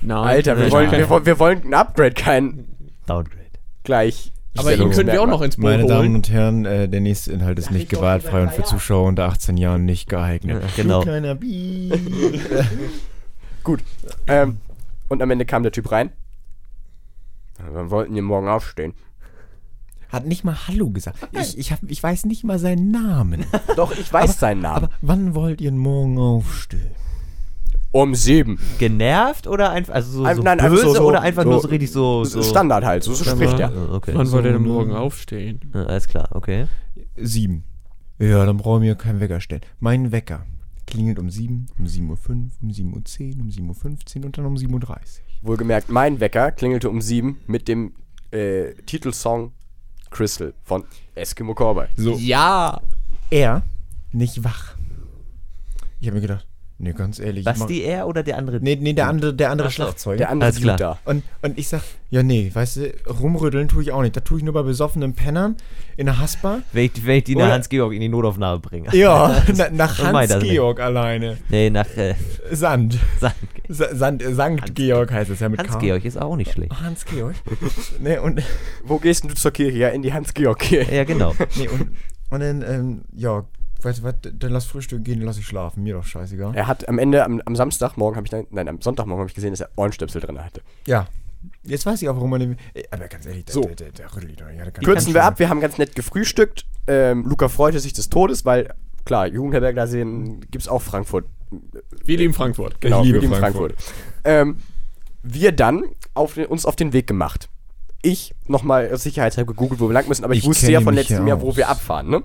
S3: Nein.
S2: Alter, wir
S3: Nein.
S2: wollen, wir, wollen- wir wollen ein Upgrade, kein
S1: Downgrade.
S2: gleich.
S3: Aber ihn können wir auch noch ins Boot
S4: Meine Damen
S3: holen.
S4: und Herren, äh, der nächste Inhalt ist nicht gewaltfrei und für Zuschauer unter 18 Jahren nicht
S1: Ja,
S4: geeignet.
S1: genau.
S4: kleiner Bi.
S2: Gut. Ähm, und am Ende kam der Typ rein. Wir wollten ihn morgen aufstehen.
S4: Hat nicht mal Hallo gesagt. Ich, ich, hab, ich weiß nicht mal seinen Namen.
S2: Doch, ich weiß seinen Namen.
S4: Aber wann wollt ihr morgen aufstehen?
S2: um sieben.
S1: Genervt oder einfach, also so,
S2: Ein-
S1: so
S2: nein, einfach
S1: böse
S2: so- so-
S1: oder einfach nur so
S2: so-
S1: richtig so. so
S2: Standard halt, so, so spricht er.
S1: Äh, Okay.
S3: Wann wollt ihr denn
S4: So,
S3: morgen
S4: ne?
S3: aufstehen?
S1: Ja, alles klar, okay.
S4: Sieben. Ja, dann brauchen wir keinen Wecker stellen. Mein Wecker klingelt um sieben, um 7.05 Uhr, um 7.10 Uhr, um 7.15 Uhr und dann um 7.30 Uhr.
S2: Wohlgemerkt, mein Wecker klingelte um sieben mit dem äh, Titelsong Crystal von Eskimo Cowboy.
S4: So.
S3: Ja.
S4: Er nicht wach. Ich habe mir gedacht, nee, ganz ehrlich. ich mach-
S1: Basti er oder der andere?
S4: Nee, nee, der andere, der andere
S1: Ach so.
S4: Schlagzeuger.
S2: Der andere
S1: Alles
S2: Dude
S1: klar.
S2: da.
S4: Und, und ich sag, ja nee, weißt du, rumrütteln tue ich auch nicht. Da tue ich nur bei besoffenen Pennern in der Haspa.
S1: Wenn ich, wenn ich die nach
S4: Oder-
S1: Hans-Georg in die Notaufnahme bringe.
S4: Ja, na, nach
S1: so meint das nicht.
S4: Hans-Georg alleine.
S1: Nee, nach äh,
S4: Sand.
S1: Sankt.
S4: Sa- Sand äh, Sankt Georg heißt es ja mit K.
S1: Hans-Georg ist auch nicht schlecht.
S4: Hans-Georg. nee, und,
S2: Wo gehst denn du zur Kirche? Ja, in die Hans-Georg-Kirche.
S1: Ja, genau.
S4: nee, und, und dann, ähm, ja, weißt du was, dann lass Frühstück gehen, lass ich schlafen. Mir doch scheißegal.
S2: Er hat am Ende, am, am Samstagmorgen habe ich dann, nein, am Sonntagmorgen habe ich gesehen, dass er Ohrenstöpsel drin hatte.
S4: Ja. Jetzt weiß ich auch, warum man den. Äh, Aber ganz ehrlich,
S2: So.
S4: der, der, der rüttelt doch nicht. Ja, der kann-
S2: Kürzen
S4: kann
S2: wir
S4: schon-
S2: ab, wir haben ganz nett gefrühstückt. Ähm, Luca freute sich des Todes, weil, klar, Jugendherberg da sehen, gibt's auch Frankfurt.
S3: Wir lieben Genau, Frankfurt.
S4: Ich liebe
S2: Genau, wir lieben
S4: Frankfurt.
S2: Ähm, wir dann auf, den- uns auf den Weg gemacht. Ich nochmal aus Sicherheitshalber gegoogelt, wo wir lang müssen, aber ich,
S4: Ich
S2: wusste
S4: kenne
S2: ja von
S4: mich
S2: letztem
S4: hier
S2: Jahr, wo
S4: aus.
S2: wir abfahren, ne?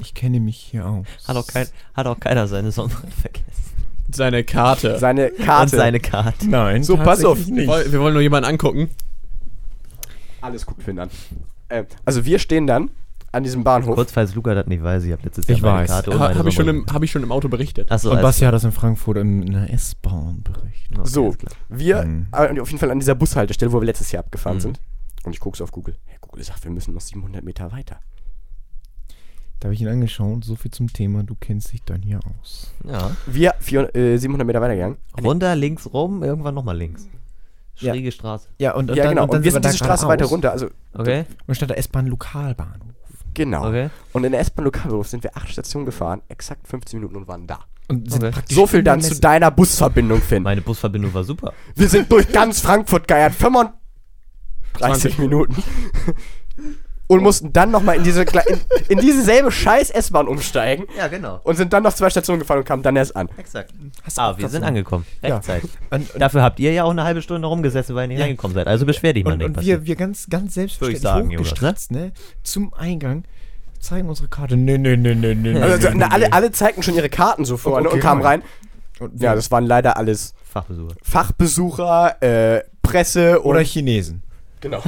S4: Ich kenne mich hier aus.
S1: Hat auch, kein, hat auch keiner seine Sonnenbrille vergessen.
S3: Seine Karte.
S2: Seine Karte.
S1: Und seine Karte.
S4: Nein.
S2: So, pass auf.
S4: tatsächlich
S3: wir,
S4: Nicht.
S3: wollen, wir wollen nur jemanden angucken.
S2: Alles gut, Finn, an. Ähm, also wir stehen dann an diesem Bahnhof.
S1: Kurz, falls Luca das nicht weiß, ich habe letztes Jahr
S4: Ich weiß.
S1: Karte und
S3: Ha,
S1: meine
S3: Habe ich, schon
S1: Sonnenbrille.
S3: im- hab ich schon im Auto berichtet.
S1: Achso,
S4: Und
S1: alles
S4: Basti hat das in Frankfurt im, in der S-Bahn berichtet.
S1: klar. Okay,
S2: So,
S1: alles klar.
S2: wir
S4: Mhm.
S2: äh, auf jeden Fall an dieser Bushaltestelle, wo wir letztes Jahr abgefahren
S1: Mhm.
S2: sind. Und ich gucke so auf Google. Ja, Google sagt, wir müssen noch 700 Meter weiter.
S4: Da habe ich ihn angeschaut, so viel zum Thema, du kennst dich dann hier aus.
S1: Ja.
S2: Wir 400, äh, 700 Meter weitergegangen.
S1: Runter, links rum, irgendwann nochmal links.
S4: Ja.
S1: Schräge Straße.
S4: Ja, und,
S2: ja, genau. Und, wir sind diese Straße weiter runter. Also,
S1: Okay?
S4: Und statt der S-Bahn Lokalbahnhof. oh.
S2: genau.
S1: Okay.
S2: Und in der S-Bahn Lokalberuf sind wir acht Stationen gefahren, exakt 15 Minuten und waren da.
S4: Und sind
S1: Okay.
S4: praktisch
S2: So viel dann
S4: in der
S2: zu deiner Busverbindung, Finn.
S1: Meine Busverbindung war super.
S2: Wir sind durch ganz Frankfurt geeiert, 35
S3: 20
S2: Minuten. Und mussten dann nochmal in diese Kle- in, in diese selbe scheiß S-Bahn umsteigen
S1: Ja, genau.
S2: und sind dann noch zwei Stationen gefahren und kamen dann erst an.
S1: Exakt. Ah, wir sind angekommen.
S4: Ja.
S1: Rechtzeitig.
S4: Und, und,
S1: Dafür habt ihr ja auch eine halbe Stunde rumgesessen, weil ihr nicht
S4: Ja.
S1: reingekommen seid. Also beschwer dich mal
S4: und,
S1: nicht.
S4: und
S1: Basti.
S4: wir, wir ganz, ganz selbstverständlich
S1: sagen, Jonas,
S4: hochgestratzt, ne? Zum Eingang, zeigen unsere Karte. Nö, nö, nö, nö,
S1: Äh,
S4: nö.
S2: Also,
S4: nö, nö,
S2: na, alle,
S4: nö.
S2: alle zeigten schon ihre Karten so
S1: Oh,
S2: vor ne,
S4: Okay,
S2: und kamen
S4: rein.
S2: rein.
S4: Und wir-
S2: Ja, das waren leider alles
S1: Fachbesucher.
S2: Fachbesucher, äh, Presse
S4: oder
S2: und-
S4: Chinesen.
S2: Genau.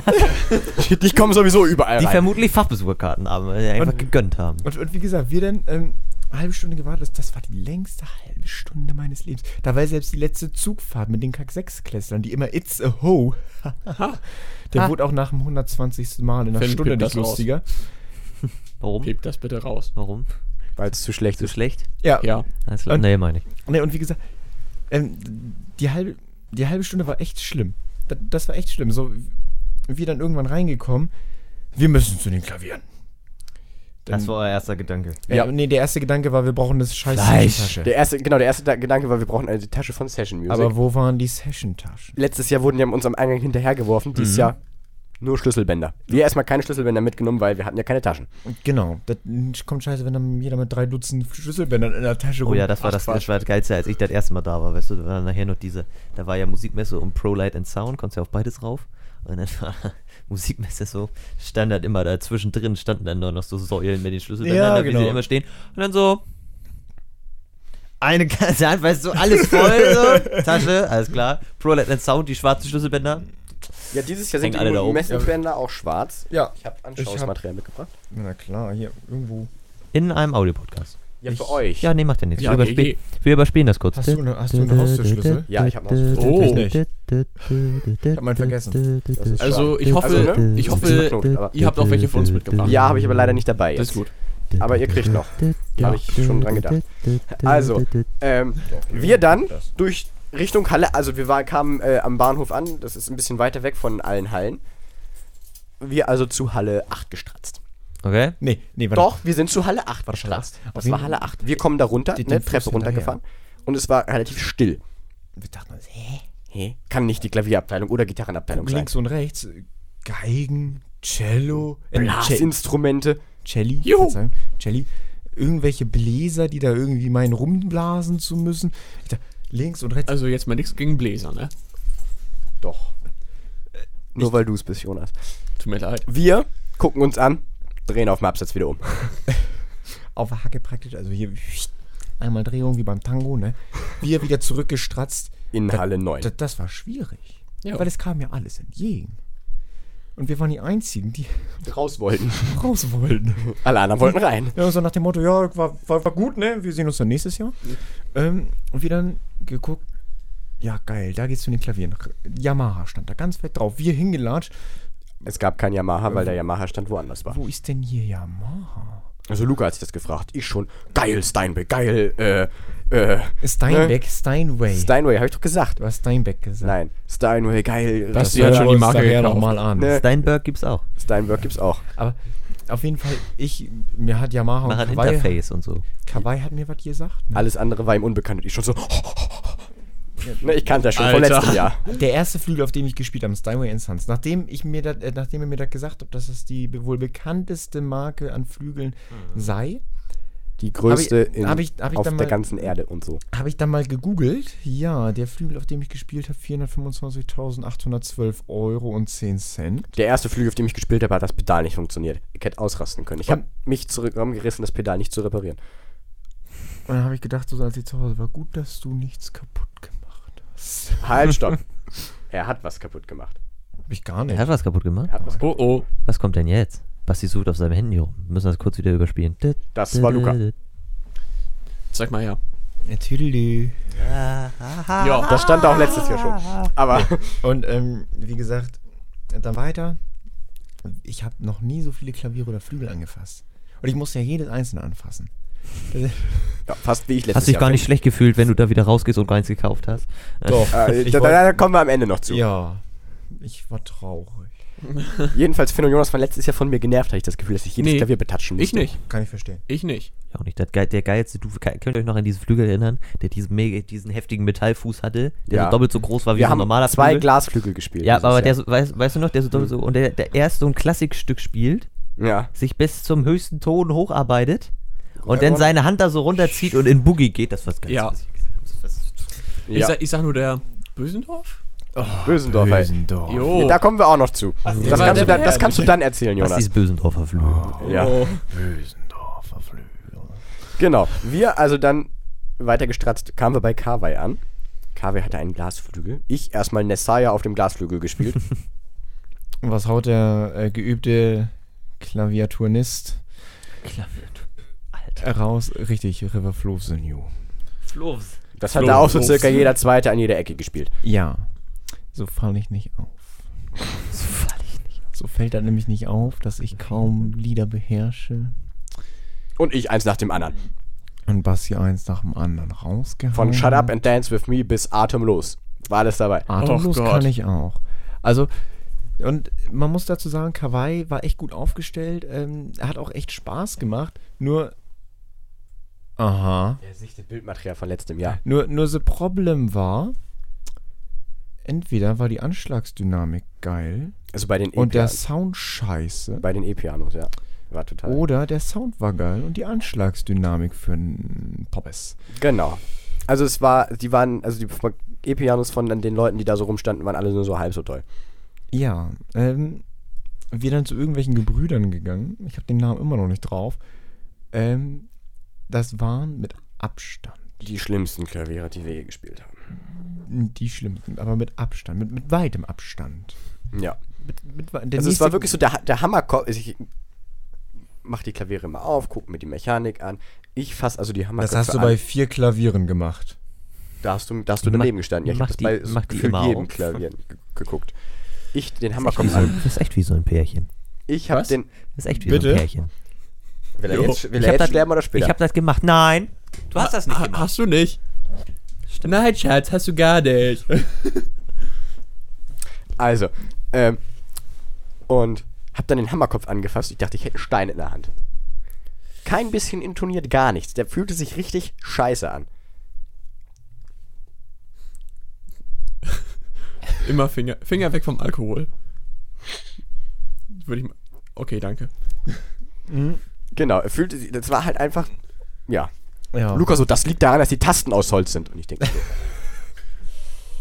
S2: die, die kommen sowieso überall
S1: Die
S2: rein.
S1: vermutlich Fachbesucherkarten haben, weil sie einfach
S4: Und-
S1: gegönnt haben.
S4: Und, und wie gesagt, wir dann ähm, eine halbe Stunde gewartet. Das- Das war die längste halbe Stunde meines Lebens. Da war selbst die letzte Zugfahrt mit den Kack-6-Klässlern, die immer It's a Ho. Der
S1: Ha.
S4: wurde auch nach dem 120. Mal in einer
S3: Finn
S4: Stunde
S3: piept
S4: nicht
S3: das raus.
S4: lustiger.
S1: Warum?
S3: Heb das bitte raus.
S1: Warum?
S2: Weil es zu schlecht
S1: Zu
S2: ist.
S1: schlecht?
S4: Ja.
S3: Ja.
S1: Alles klar.
S4: Und-
S1: Nee, meine ich.
S4: Nee, und wie gesagt, ähm, die, halbe, die halbe Stunde war echt schlimm. Das, das war echt schlimm. So, wir dann irgendwann reingekommen. Wir müssen zu den Klavieren.
S1: Das war euer erster Gedanke.
S4: Äh,
S2: Ja.
S4: Nee, der erste Gedanke war, wir brauchen das scheiß
S1: Fleisch.
S4: Session-Tasche.
S2: Der erste, genau, der erste Da- Gedanke war, wir brauchen eine Tasche von Session Music.
S4: Aber wo waren die Session-Taschen?
S2: letztes Jahr wurden die uns am Eingang hinterhergeworfen, dieses Jahr nur Schlüsselbänder. Wir erstmal keine Schlüsselbänder mitgenommen, weil wir hatten ja keine Taschen.
S4: Genau, das kommt scheiße, wenn dann jeder mit drei Dutzend Schlüsselbändern in der Tasche
S1: Oh ja, das war das,
S2: Quatsch.
S1: das war das Geilste, als ich das erste Mal da war, weißt du, da war dann nachher noch diese, da war ja Musikmesse und Pro Light and Sound, konntest ja auf beides rauf. Und dann war Musikmesse so, stand halt immer da zwischendrin, standen dann nur noch so Säulen mit den Schlüsselbändern,
S4: Ja,
S1: da, wie sie
S4: genau.
S1: immer stehen. Und dann so, eine Kasse, an, weißt du, alles voll, so, Tasche, alles klar. Pro Light and Sound, die schwarzen Schlüsselbänder.
S2: Ja, dieses Jahr
S1: Hängen
S2: sind
S1: alle
S2: die
S1: da oben.
S2: Messenbänder auch schwarz.
S4: Ja.
S2: Ich habe Anschauungsmaterial
S4: Anschauungsmaterial
S2: mitgebracht.
S4: Na klar, hier irgendwo.
S1: In einem Audiopodcast.
S2: Ja,
S4: Ich-
S2: für euch.
S1: Ja, nee, macht ja nichts.
S3: Ja,
S1: wir,
S3: geh, geh.
S1: überspielen, wir überspielen das kurz.
S4: Hast du eine- hast du einen Haustürschlüssel?
S2: Ja, ich hab einen
S4: Haustürschlüssel.
S1: nicht. Ich
S4: hab meinen vergessen.
S1: Das
S2: ist
S3: Also,
S2: schade.
S3: ich hoffe,
S2: Also,
S3: ich
S2: ne? Ist ein bisschen
S3: hoffe,
S2: verknotet, aber-
S3: ihr habt auch welche für uns mitgebracht.
S2: Ja, habe ich aber leider nicht dabei.
S3: Das ist gut.
S2: Aber ihr kriegt noch. Habe ich schon dran gedacht. Also, ähm, wir dann durch Richtung Halle, also wir war, kamen äh, am Bahnhof an, das ist ein bisschen weiter weg von allen Hallen. Wir also zu Halle 8 gestratzt.
S1: Okay.
S4: Nee, nee, warte.
S2: Doch, wir sind zu Halle 8
S4: Warte, Halle
S2: gestratzt.
S4: 8. Auf
S2: Das
S4: wen-
S2: war Halle 8. Wir kommen da runter,
S4: Die- die
S2: ne,
S4: Fuß
S2: Treppe
S4: hinterher.
S2: runtergefahren und es war relativ still.
S4: Wir dachten uns, hä?
S2: Hä? Kann nicht die Klavierabteilung oder Gitarrenabteilung sein.
S4: Links und rechts, äh, Geigen, Cello, äh, Ce-
S2: Blasinstrumente.
S4: Celli,
S3: Juhu.
S4: Verzeihung, Celli, irgendwelche Bläser, die da irgendwie meinen rumblasen zu müssen. Ich dachte, links und rechts.
S3: Also, jetzt mal nichts gegen Bläser, ne?
S2: Doch. Nur weil du es bist, Jonas.
S3: Tut mir leid.
S2: Wir gucken uns an, drehen auf dem Absatz wieder um.
S4: auf der Hacke praktisch, also hier einmal Drehung wie beim Tango, ne? Wir wieder zurückgestratzt.
S2: In Halle 9.
S4: Das, das war schwierig.
S3: Ja.
S4: Weil es kam ja alles entgegen. Und wir waren die Einzigen, die
S2: Raus wollten.
S4: raus wollten.
S2: Alle anderen wollten rein.
S4: Ja, so nach dem Motto, ja, war, war, war gut, ne? Wir sehen uns dann nächstes Jahr. Ähm, und wir dann geguckt, ja geil, da geht's zu den Klavieren. Yamaha stand da ganz weit drauf. Wir hingelatscht.
S2: Es gab kein Yamaha, weil der Yamaha-Stand woanders war.
S4: Wo ist denn hier Yamaha?
S2: Also Luca hat sich das gefragt. Ich schon. Geil, Steinway, geil, äh, äh.
S4: Steinbeck, Steinway.
S2: Steinway, hab ich doch gesagt.
S4: du hast Steinbeck gesagt.
S2: Nein, Steinway, geil.
S3: Das
S2: äh,
S3: Sie hat schon die Marke
S4: ja
S3: gekauft.
S4: nochmal an.
S2: Ne.
S1: Steinberg gibt's auch.
S2: Steinberg gibt's auch.
S4: Aber auf jeden Fall, ich, mir hat Yamaha
S1: Man hat
S4: Kawaii,
S1: Interface und so.
S4: Kawaii hat mir was gesagt. Ne?
S2: Alles andere war ihm unbekannt und ich schon so. Ne, ich kannte das schon
S3: Alter.
S2: vom letzten Jahr.
S4: Der erste Flügel, auf dem ich gespielt habe, Steinway Instance. Nachdem, ich mir dat, äh, nachdem er mir das gesagt hat, dass das die be- wohl bekannteste Marke an Flügeln sei,
S2: Die größte
S4: Hab ich-
S2: in,
S4: hab ich- hab ich
S2: auf
S4: dann
S2: der
S4: mal-
S2: ganzen Erde und so.
S4: habe ich dann mal gegoogelt. Ja, der Flügel, auf dem ich gespielt habe, 425.812 Euro und 10 Cent.
S2: Der erste Flügel, auf dem ich gespielt habe, hat das Pedal nicht funktioniert. Ich hätte ausrasten können. Ich habe
S4: Und-
S2: mich zurückgerissen, das Pedal nicht zu reparieren.
S4: Und dann habe ich gedacht, so als ich zu Hause war, gut, dass du nichts kaputt gemacht hast.
S2: Halt, stopp. er hat was kaputt gemacht.
S4: Hab ich gar
S1: Er
S4: nicht.
S1: hat was kaputt gemacht.
S2: Er hat was
S3: Oh, oh.
S1: Was kommt denn jetzt? Basti sucht auf seinem Handy rum. Wir müssen das kurz wieder überspielen.
S2: Das war Luca.
S3: Sag mal her.
S4: Ja, tüdelü.
S1: Ah.
S3: Ja.
S2: Das stand auch letztes Jahr schon. Aber
S4: Und ähm, wie gesagt, dann weiter. Ich habe noch nie so viele Klaviere oder Flügel angefasst. Und ich muss ja jedes einzelne anfassen.
S2: ja, fast wie ich letztes
S1: Hast dich
S2: Jahr.
S1: gar nicht schlecht gefühlt, wenn du da wieder rausgehst und gar nichts gekauft hast.
S4: Doch.
S2: Äh,
S4: ich
S2: da, da,
S4: wollt,
S2: da kommen wir am Ende noch zu.
S4: ja, ich war traurig.
S2: Jedenfalls, Finn und Jonas waren letztes Jahr von mir genervt, hatte ich das Gefühl, dass ich jedes
S3: Nee,
S2: Klavier betatschen musste.
S3: Ich nicht.
S4: Kann ich verstehen.
S3: Ich nicht.
S1: Ja, auch nicht. Das, geil- der geilste, du ke- könnt ihr euch noch an diesen Flügel erinnern, der diesen, mega, diesen heftigen Metallfuß hatte, der
S2: Ja.
S1: so doppelt so groß war wie
S2: Wir
S1: so ein
S2: haben
S1: normaler
S2: zwei
S1: Flügel.
S2: Glasflügel gespielt.
S1: ja,
S2: dieses
S1: aber der
S2: Jahr.
S1: so, weißt, weißt du noch, der so
S2: Hm.
S1: doppelt so und der, der erst so ein Klassikstück spielt,
S2: Ja.
S1: sich bis zum höchsten Ton hocharbeitet und
S2: Ja,
S1: dann
S2: und-
S1: seine Hand da so runterzieht und in Boogie geht, das war ganz
S3: Ja. Ich,
S2: ja.
S3: sag, ich sag nur der Bösendorf?
S2: Bösendorf, ey.
S4: Bösendorf.
S3: Jo.
S2: Da kommen wir auch noch zu.
S3: Was, der
S2: das,
S3: war
S2: kannst du
S3: der
S2: dann, das
S3: Bär,
S2: kannst du dann erzählen,
S1: Das
S2: Jonas.
S1: ist Bösendorfer Flügel.
S2: Ja.
S3: Oh.
S4: Bösendorfer Flügel.
S2: Genau. Wir also dann weiter gestratzt, kamen wir bei Carvey an. Carvey hatte einen Glasflügel. Ich erstmal Nessaya auf dem Glasflügel gespielt.
S4: Und was haut der äh, geübte Klaviaturnist raus? Richtig, River Flow Senior.
S1: Flovs.
S2: Das hat da auch so circa jeder Zweite an jeder Ecke gespielt.
S4: Ja, so falle ich nicht auf. So fällt dann nämlich nicht auf, dass ich kaum Lieder beherrsche.
S2: Und ich eins nach dem anderen.
S4: Und Basti eins nach dem anderen rausgehauen.
S1: Mhm.
S2: Von Shut Up
S1: Ah.
S2: and Dance With Me bis Atemlos. War alles dabei.
S4: Atemlos
S3: Oh Gott.
S4: kann ich auch. Also, Und man muss dazu sagen, Kawhi war echt gut aufgestellt, ähm, hat auch echt Spaß gemacht. Nur, aha,
S2: Ja, sich das Bildmaterial von letztem Jahr.
S4: nur, nur das Problem war, entweder war die Anschlagsdynamik geil
S2: Also bei den
S4: und der
S2: E-Pianos.
S4: Sound scheiße.
S2: Bei den E E-Pianos, ja. War
S1: Oh,
S2: total.
S4: Oder der Sound war geil und die Anschlagsdynamik für einen Poppes.
S2: Genau. Also es war, die waren, also die E-Pianos von den Leuten, die da so rumstanden, waren alle nur so halb so toll.
S4: Ja, ähm, wir dann zu irgendwelchen Gebrüdern gegangen. Ich habe den Namen immer noch nicht drauf. Ähm, das waren mit Abstand
S2: Die schlimmsten Klaviere, die wir je gespielt haben.
S4: die schlimmsten, aber mit Abstand, mit, mit weitem Abstand.
S2: Ja.
S4: Mit, mit, wei- der
S2: Also es
S4: nächste-
S2: war wirklich so der, Ha- der Hammerkopf. also Ich mach die Klaviere mal auf, guck mir die Mechanik an. Ich fass also die Hammerköpfe
S4: Das hast du
S2: an.
S4: bei vier Klavieren gemacht.
S2: Da hast du, da hast du
S1: Mach-
S2: daneben gestanden. Ja, ich
S1: mach
S2: hab das
S1: die-
S2: bei so
S1: mach die
S2: gefühlt
S1: immer
S2: jedem
S1: auf.
S2: Klavier ge- geguckt. Ich
S1: Das
S2: den
S1: ist echt wie
S2: Hammerkopf
S1: so ein-
S2: an.
S1: das ist echt wie so ein Pärchen.
S2: Ich hab
S3: Was?
S2: den.
S1: Das ist echt wie so
S4: Bitte?
S1: ein Pärchen.
S2: Will er
S3: Jo.
S2: jetzt, will
S1: Ich
S2: er
S1: hab
S2: jetzt
S1: das-
S2: sterben oder später?
S1: Ich habe das gemacht. Nein, du hast das nicht
S3: Ha-
S1: gemacht.
S3: Hast du nicht? Nein, Schatz, hast du gar nicht.
S2: also, ähm, und hab dann den Hammerkopf angefasst. Ich dachte, ich hätte einen Stein in der Hand. Kein bisschen intoniert, gar nichts. Der fühlte sich richtig scheiße an.
S3: Immer Finger, Finger weg vom Alkohol. Würde ich mal. Okay, danke.
S2: Genau, er fühlte sich, das war halt einfach, ja.
S4: Ja. Oh,
S2: Luca so, das liegt daran, dass die Tasten aus Holz sind. Und ich denke, so,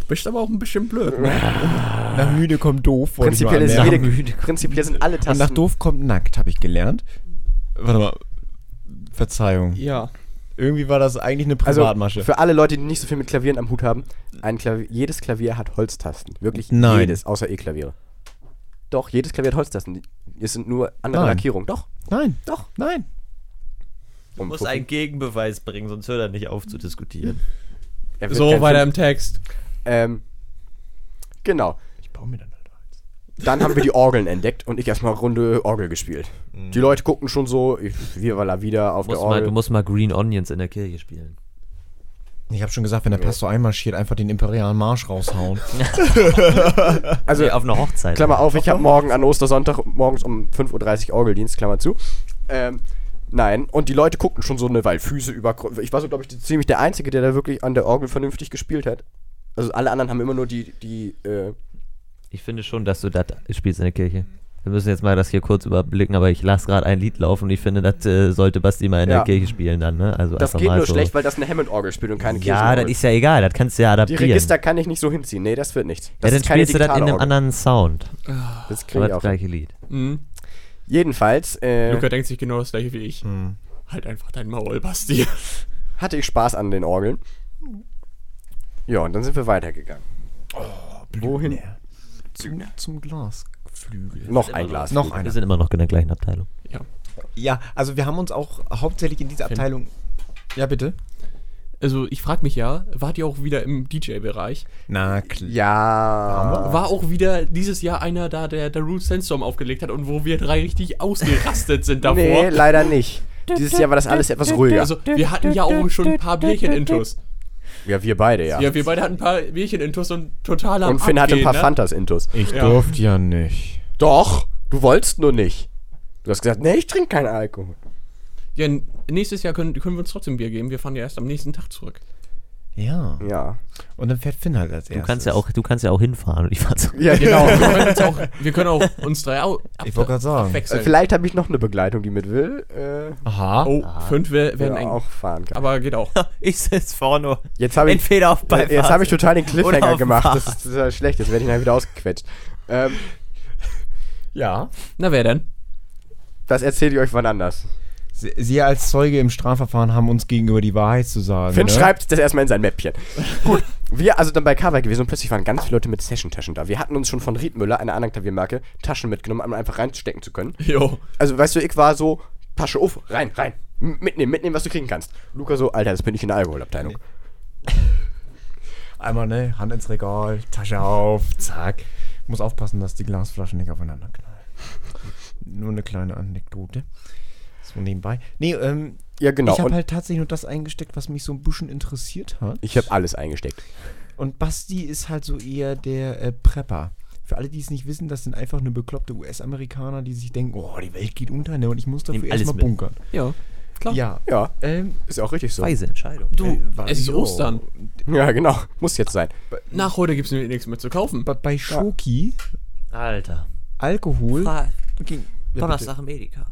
S3: Bist aber auch ein bisschen blöd. Ne?
S4: nach müde kommt doof. wollte ich mal
S2: prinzipiell, ist
S4: anmerken.
S2: jede, prinzipiell sind alle
S4: Und
S2: Tasten.
S4: nach doof kommt nackt, habe ich gelernt. Warte mal. Verzeihung.
S3: Ja.
S4: Irgendwie war das eigentlich eine
S2: also
S4: Privatmasche.
S2: für alle Leute, die nicht so viel mit Klavieren am Hut haben, ein Klavier, jedes Klavier hat Holztasten. Wirklich
S4: Nein.
S2: jedes, außer E-Klaviere. Doch, jedes Klavier hat Holztasten. Die- Es sind nur andere
S4: Nein.
S2: Lackierungen. Doch.
S4: nein,
S2: Doch.
S4: nein.
S2: Um
S1: muss einen Gegenbeweis bringen, sonst hört er nicht auf zu diskutieren.
S3: So, weiter im Text.
S2: Ähm, genau.
S4: Ich baue mir dann halt eins.
S2: Dann haben wir die Orgeln entdeckt und ich erstmal Runde Orgel gespielt. Die Leute guckten schon so, ich, wir war la wieder auf
S1: Du musst,
S2: der
S1: Mhm. mal,
S2: Orgel.
S1: du musst mal Green Onions in der Kirche spielen.
S4: Ich habe schon gesagt, wenn der Pastor einmarschiert, einfach den imperialen Marsch raushauen.
S2: also,
S1: Nee, auf einer Hochzeit.
S2: Klammer auf, ich habe morgen an Ostersonntag morgens um 5.30 Uhr Orgeldienst, Klammer zu. Ähm, nein, und die Leute guckten schon so eine, weil Füße über. Ich war so, glaube ich, die- ziemlich der Einzige, der da wirklich an der Orgel vernünftig gespielt hat. Also alle anderen haben immer nur die. die äh,
S1: Ich finde schon, dass du das spielst in der Kirche. Wir müssen jetzt mal das hier kurz überblicken, aber ich lasse gerade ein Lied laufen und ich finde, das äh, sollte Basti mal in
S2: Ja.
S1: der Kirche spielen dann, ne? Also
S2: das
S1: einfach
S2: geht
S1: mal
S2: nur
S1: so.
S2: schlecht, weil das eine Hammond-Orgel spielt und keine
S1: Ja, das
S2: Kirchenorgel.
S1: ist ja egal, das kannst du ja
S2: Die
S1: adaptieren.
S2: Register kann ich nicht so hinziehen. Nee, das wird nichts.
S1: ja,
S2: Das
S1: dann spielst du das in
S2: digitale
S1: einem
S2: Orgel.
S1: anderen Sound.
S2: Das krieg
S1: Aber
S2: ich
S1: das
S2: auch.
S1: gleiche Lied.
S3: Mhm.
S2: Jedenfalls äh,
S3: Luca denkt sich genau das gleiche wie ich.
S2: Hm.
S3: Halt einfach dein Maul, Basti.
S2: hatte ich Spaß an den Orgeln. Ja, und dann sind wir weitergegangen.
S3: Oh,
S2: Wohin?
S4: Zum, zum Glasflügel.
S2: Noch ein Glas.
S4: Noch
S1: Wir
S4: einer.
S1: sind immer noch in der gleichen Abteilung.
S3: Ja.
S4: Ja, also wir haben uns auch hauptsächlich in dieser Abteilung. Ja, bitte.
S3: Also, ich frag mich ja, wart ihr auch wieder im DJ-Bereich?
S4: Na klar.
S2: Ja.
S3: War auch wieder dieses Jahr einer da, der der Root Sandstorm aufgelegt hat und wo wir drei richtig ausgerastet sind davor.
S2: Nee, leider nicht. Dieses Jahr war das alles etwas ruhiger.
S3: Also, wir hatten ja auch schon ein paar Bierchen intus.
S2: ja, wir beide, ja.
S3: Ja, wir beide hatten ein paar Bierchen intus und total am
S2: Und Finn hatte ein paar
S3: Abgehen, ne?
S2: Fantas intus.
S4: Ich
S3: Ja.
S4: durfte ja nicht.
S2: Doch, du wolltest nur nicht. Du hast gesagt, nee, ich trinke keinen Alkohol.
S3: Ja, n- nächstes Jahr können, können wir uns trotzdem Bier geben. Wir fahren ja erst am nächsten Tag zurück.
S4: Ja.
S2: Ja.
S4: Und dann fährt Finn halt als erstes.
S1: Du kannst, ja auch, du kannst ja auch hinfahren und ich fahr zurück.
S2: Ja, genau.
S3: Wir können, uns auch, wir können auch uns drei au
S4: Ich wollte gerade sagen.
S2: Äh,
S3: abwechseln.
S2: Vielleicht habe ich noch eine Begleitung, die mit will. Äh,
S4: Aha.
S3: Oh, fünf wär-
S2: wer
S3: werden eng.
S2: auch fahren kann.
S3: Aber geht auch.
S1: Ich sitze vorne.
S2: Jetzt habe ich,
S1: Entweder auf
S2: äh, jetzt hab ich total den
S1: Oder
S2: Cliffhanger
S1: auf
S2: gemacht. Das
S1: Fahrt.
S2: ist total schlecht. Jetzt werde ich nachher wieder ausgequetscht. Ähm,
S4: Ja.
S3: Na, wer denn?
S2: das erzähle ich euch wann anders.
S4: Sie, Sie als Zeuge im Strafverfahren haben uns gegenüber die Wahrheit zu sagen.
S2: Finn
S4: ne?
S2: schreibt das erstmal in sein Mäppchen. Gut, wir also dann bei Carver gewesen und plötzlich waren ganz viele Leute mit Session-Taschen da. Wir hatten uns schon von Riedmüller, einer anderen Klaviermarke, Taschen mitgenommen, um einfach reinstecken zu können.
S3: Jo.
S2: Also, weißt du, ich war so, Tasche auf, rein, rein, M- mitnehmen, mitnehmen, was du kriegen kannst. Luca so, Alter, das bin ich in der Alkoholabteilung.
S4: Einmal, ne? Hand ins Regal, Tasche auf, zack. Muss aufpassen, dass die Glasflaschen nicht aufeinander knallen. Nur eine kleine Anekdote. So nebenbei. Nee, ähm,
S2: Ja, genau.
S4: ich habe
S2: und
S4: halt tatsächlich nur das eingesteckt, was mich so ein bisschen interessiert hat.
S2: ich habe alles eingesteckt.
S4: Und Basti ist halt so eher der äh, Prepper. Für alle, die es nicht wissen, das sind einfach nur bekloppte US-Amerikaner, die sich denken, oh, die Welt geht unter, ne? Und ich muss dafür
S1: Nehmen alles
S4: erstmal
S1: mit.
S4: bunkern.
S3: Ja, klar.
S4: Ja.
S2: Ja,
S4: Ähm,
S2: ist ja auch richtig so.
S1: Weise Entscheidung.
S3: Du,
S4: Äh, war-
S3: es ist
S4: jo.
S3: Ostern.
S2: Ja, genau. Muss jetzt sein.
S3: Nach heute gibt es nämlich nichts mehr zu kaufen.
S4: bei, bei Schoki,
S1: Alter.
S4: Alkohol.
S1: Fra
S4: ging- Ja,
S1: Donnerstag im Edeka.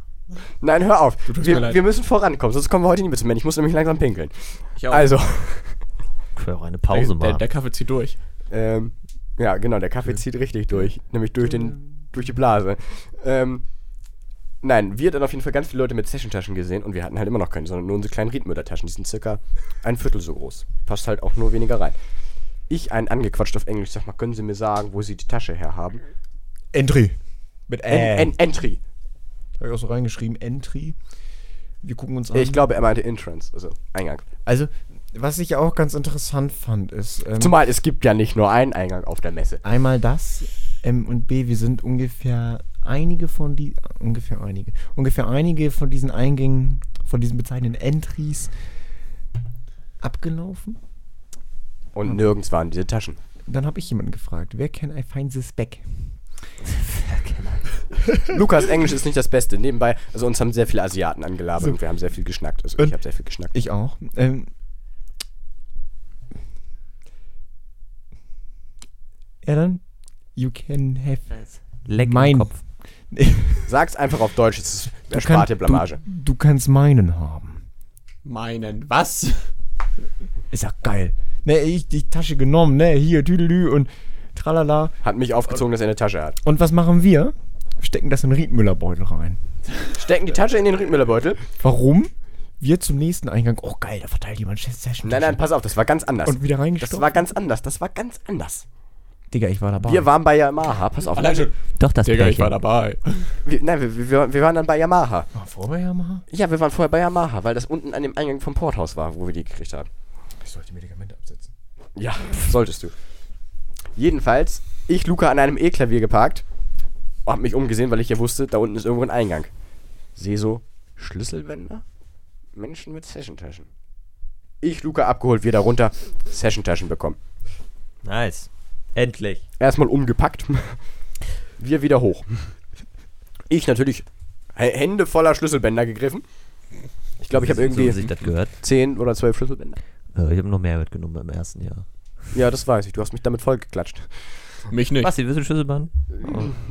S2: Nein, hör auf.
S3: tust mir
S2: Wir,
S3: leid.
S2: wir müssen vorankommen, sonst kommen wir heute nicht mehr zum Ende. Ich muss nämlich langsam pinkeln.
S3: Ich auch.
S2: Also,
S1: Können wir auch eine Pause
S3: der,
S1: machen.
S3: der Kaffee zieht durch.
S2: ähm, ja, genau, der Kaffee zieht richtig durch. Nämlich durch, den, durch die Blase. Ähm, nein, wir hatten auf jeden Fall ganz viele Leute mit Session-Taschen gesehen und wir hatten halt immer noch keine, sondern nur unsere kleinen Riedmördertaschen. Die sind circa ein Viertel so groß. Passt halt auch nur weniger rein. Ich einen angequatscht auf Englisch, sag mal, können Sie mir sagen, wo Sie die Tasche herhaben?
S4: Entry. Mit
S3: Äh.
S2: En en Entry.
S4: Habe ich auch so reingeschrieben, Entry. Wir gucken uns an.
S2: Ich glaube, er meinte Entrance, also Eingang.
S4: also, was ich auch ganz interessant fand, ist. Ähm,
S2: Zumal es gibt ja nicht nur einen Eingang auf der Messe.
S4: Einmal das, M und B, wir sind ungefähr einige von die ungefähr einige, ungefähr einige von diesen Eingängen, von diesen bezeichneten Entries abgelaufen.
S2: Und nirgends waren diese Taschen.
S4: Dann habe ich jemanden gefragt, wer can I find this back?
S2: Lukas Englisch ist nicht das Beste. Nebenbei, also uns haben sehr viele Asiaten angelabert und wir haben sehr viel geschnackt. Also ich
S4: Und-
S2: habe sehr viel geschnackt.
S4: Ich auch. Ähm, ja dann, you can have
S1: Leck
S4: mein-
S1: im Kopf.
S2: Sag's einfach auf Deutsch, es ist
S4: du,
S2: erspart dir
S4: kann-
S2: Blamage.
S4: Du, du kannst meinen haben.
S3: Meinen, was?
S4: Ist ja geil. Ne, ich die Tasche genommen, ne, hier, tüdelü und tralala.
S2: Hat mich aufgezogen, dass er eine Tasche hat.
S4: Und was machen wir? Stecken das in den Riedmüllerbeutel rein.
S2: Stecken die Tasche in den Rückmüllerbeutel?
S4: Warum? Wir zum nächsten Eingang. Oh, geil, da verteilt jemand Session.
S2: Nein, nein, pass auf, das war ganz anders.
S4: Und wieder
S2: Das
S4: reingestopft.
S2: war ganz anders, das war ganz anders.
S4: Digga, ich war dabei.
S2: Wir waren bei Yamaha, pass auf.
S3: Allein
S2: Nein,
S3: schon.
S1: Doch, das
S3: Digga, ich
S1: Pärchen.
S3: war dabei.
S2: wir, nein wir, wir, wir waren dann bei Yamaha.
S4: War vorbei, Yamaha?
S2: Ja, wir waren vorher bei Yamaha, weil das unten an dem Eingang vom Porthaus war, wo wir die gekriegt haben.
S4: Ich sollte Medikamente absetzen.
S2: Ja, solltest du. Jedenfalls, ich, Luca, an einem E-Klavier geparkt, hab mich umgesehen, weil ich ja wusste, da unten ist irgendwo ein Eingang. Seh so, Schlüsselbänder? Menschen mit Sessiontaschen. Ich, Luca, abgeholt, wir da runter, Sessiontaschen bekommen.
S1: Nice. Endlich.
S2: Erstmal umgepackt, wir wieder hoch. Ich natürlich H- Hände voller Schlüsselbänder gegriffen. Ich glaube, ich habe
S1: So, wie sich
S2: irgendwie
S1: das gehört.
S2: zehn oder zwölf Schlüsselbänder.
S1: Äh, ich habe noch mehr mitgenommen beim ersten Jahr.
S2: Ja, das weiß ich. Du hast mich damit vollgeklatscht.
S3: Mich nicht.
S1: Was, willst du ein Schlüsselband?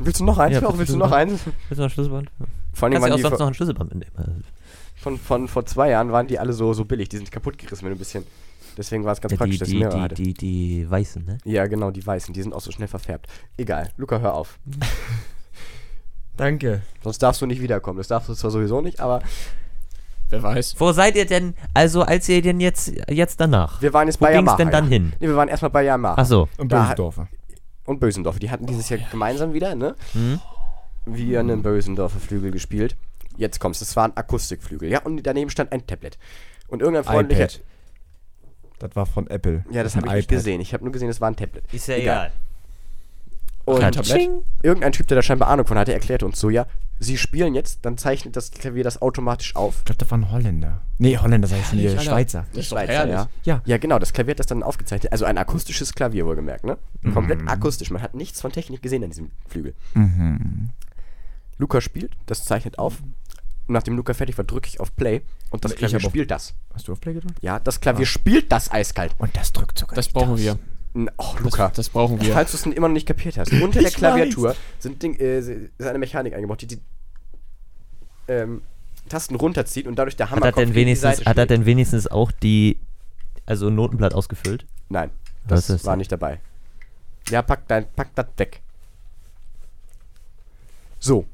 S2: Willst du noch eins?
S1: Oh. Ja,
S2: Joch? willst du noch eins?
S1: Willst du noch ein Schlüsselband?
S2: Vor allem
S1: Kannst
S2: waren
S1: du auch
S2: die
S1: sonst
S2: vor-
S1: noch ein Schlüsselband mitnehmen.
S2: von, von vor zwei Jahren waren die alle so, so billig. Die sind kaputtgerissen, wenn du ein bisschen. Deswegen war es ganz
S1: Ja, die,
S2: praktisch, dass ich
S1: die,
S2: mehrere
S1: die,
S2: hatte.
S1: die, die Weißen, ne?
S2: Ja, genau, die weißen. Die sind auch so schnell verfärbt. Egal, Luca, hör auf.
S4: Danke.
S2: Sonst darfst du nicht wiederkommen. Das darfst du zwar sowieso nicht, aber
S3: Wer weiß.
S1: Wo seid ihr denn, also als ihr denn jetzt, jetzt danach?
S2: wir waren jetzt
S1: Wo
S2: bei
S1: ging's
S2: Yamaha.
S1: denn dann
S2: ja.
S1: hin?
S2: Nee, wir waren erstmal bei Yamaha.
S1: Achso,
S4: Und
S2: Da-
S4: Bösendorfer.
S2: Und Bösendorf. Die hatten dieses Jahr gemeinsam wieder, ne?
S1: Mhm.
S2: Wir einen Bösendorfer Flügel gespielt. Jetzt kommst du. Es war ein Akustikflügel, ja? Und daneben stand ein Tablet. Und irgendein freundlicher.
S4: iPad. Das war von Apple.
S2: Ja, das
S4: Ein
S2: habe ich nicht
S4: iPad.
S2: gesehen. Ich habe nur gesehen, es war ein Tablet.
S1: ist ja
S2: Egal.
S1: egal.
S2: Und
S1: Kein Tablet? Tsching.
S2: irgendein Typ, der da scheinbar Ahnung von hatte, erklärte uns so, ja, sie spielen jetzt, dann zeichnet das Klavier das automatisch auf.
S4: Ich glaube, das war ein Holländer. Nee, Holländer sag ich
S3: Herrlich,
S4: nicht,
S3: Alter.
S4: Schweizer.
S3: Das ist doch
S2: Schweizer,
S3: herrlich.
S2: ja.
S4: Ja.
S2: Ja, genau, das Klavier hat das dann aufgezeichnet. Also ein akustisches Klavier wohlgemerkt, ne? Komplett
S3: Mhm.
S2: akustisch. Man hat nichts von Technik gesehen an diesem Flügel.
S4: Mhm.
S2: Luca spielt, das zeichnet auf. Und nachdem Luca fertig war, drücke ich auf Play und das
S4: Ich
S2: Klavier
S4: hab auf-
S2: spielt das.
S4: Hast du auf Play gedrückt?
S2: Ja, das
S3: Ah.
S2: Klavier spielt das eiskalt.
S4: Und das drückt sogar.
S3: Das
S4: nicht
S3: brauchen
S4: aus.
S3: wir.
S2: N- Och, Luca.
S3: Das, das brauchen wir.
S2: Falls du es immer noch nicht kapiert hast, unter der
S4: Ich
S2: Klaviatur sind Ding, äh, ist eine Mechanik eingebaut, die die ähm, Tasten runterzieht und dadurch der Hammer
S1: Hat er denn wenigstens, hat er denn wenigstens auch die, also ein Notenblatt ausgefüllt?
S2: Nein,
S1: Was
S2: das,
S1: ist
S2: war
S1: das?
S2: nicht dabei. Ja, pack dein, pack das weg. So,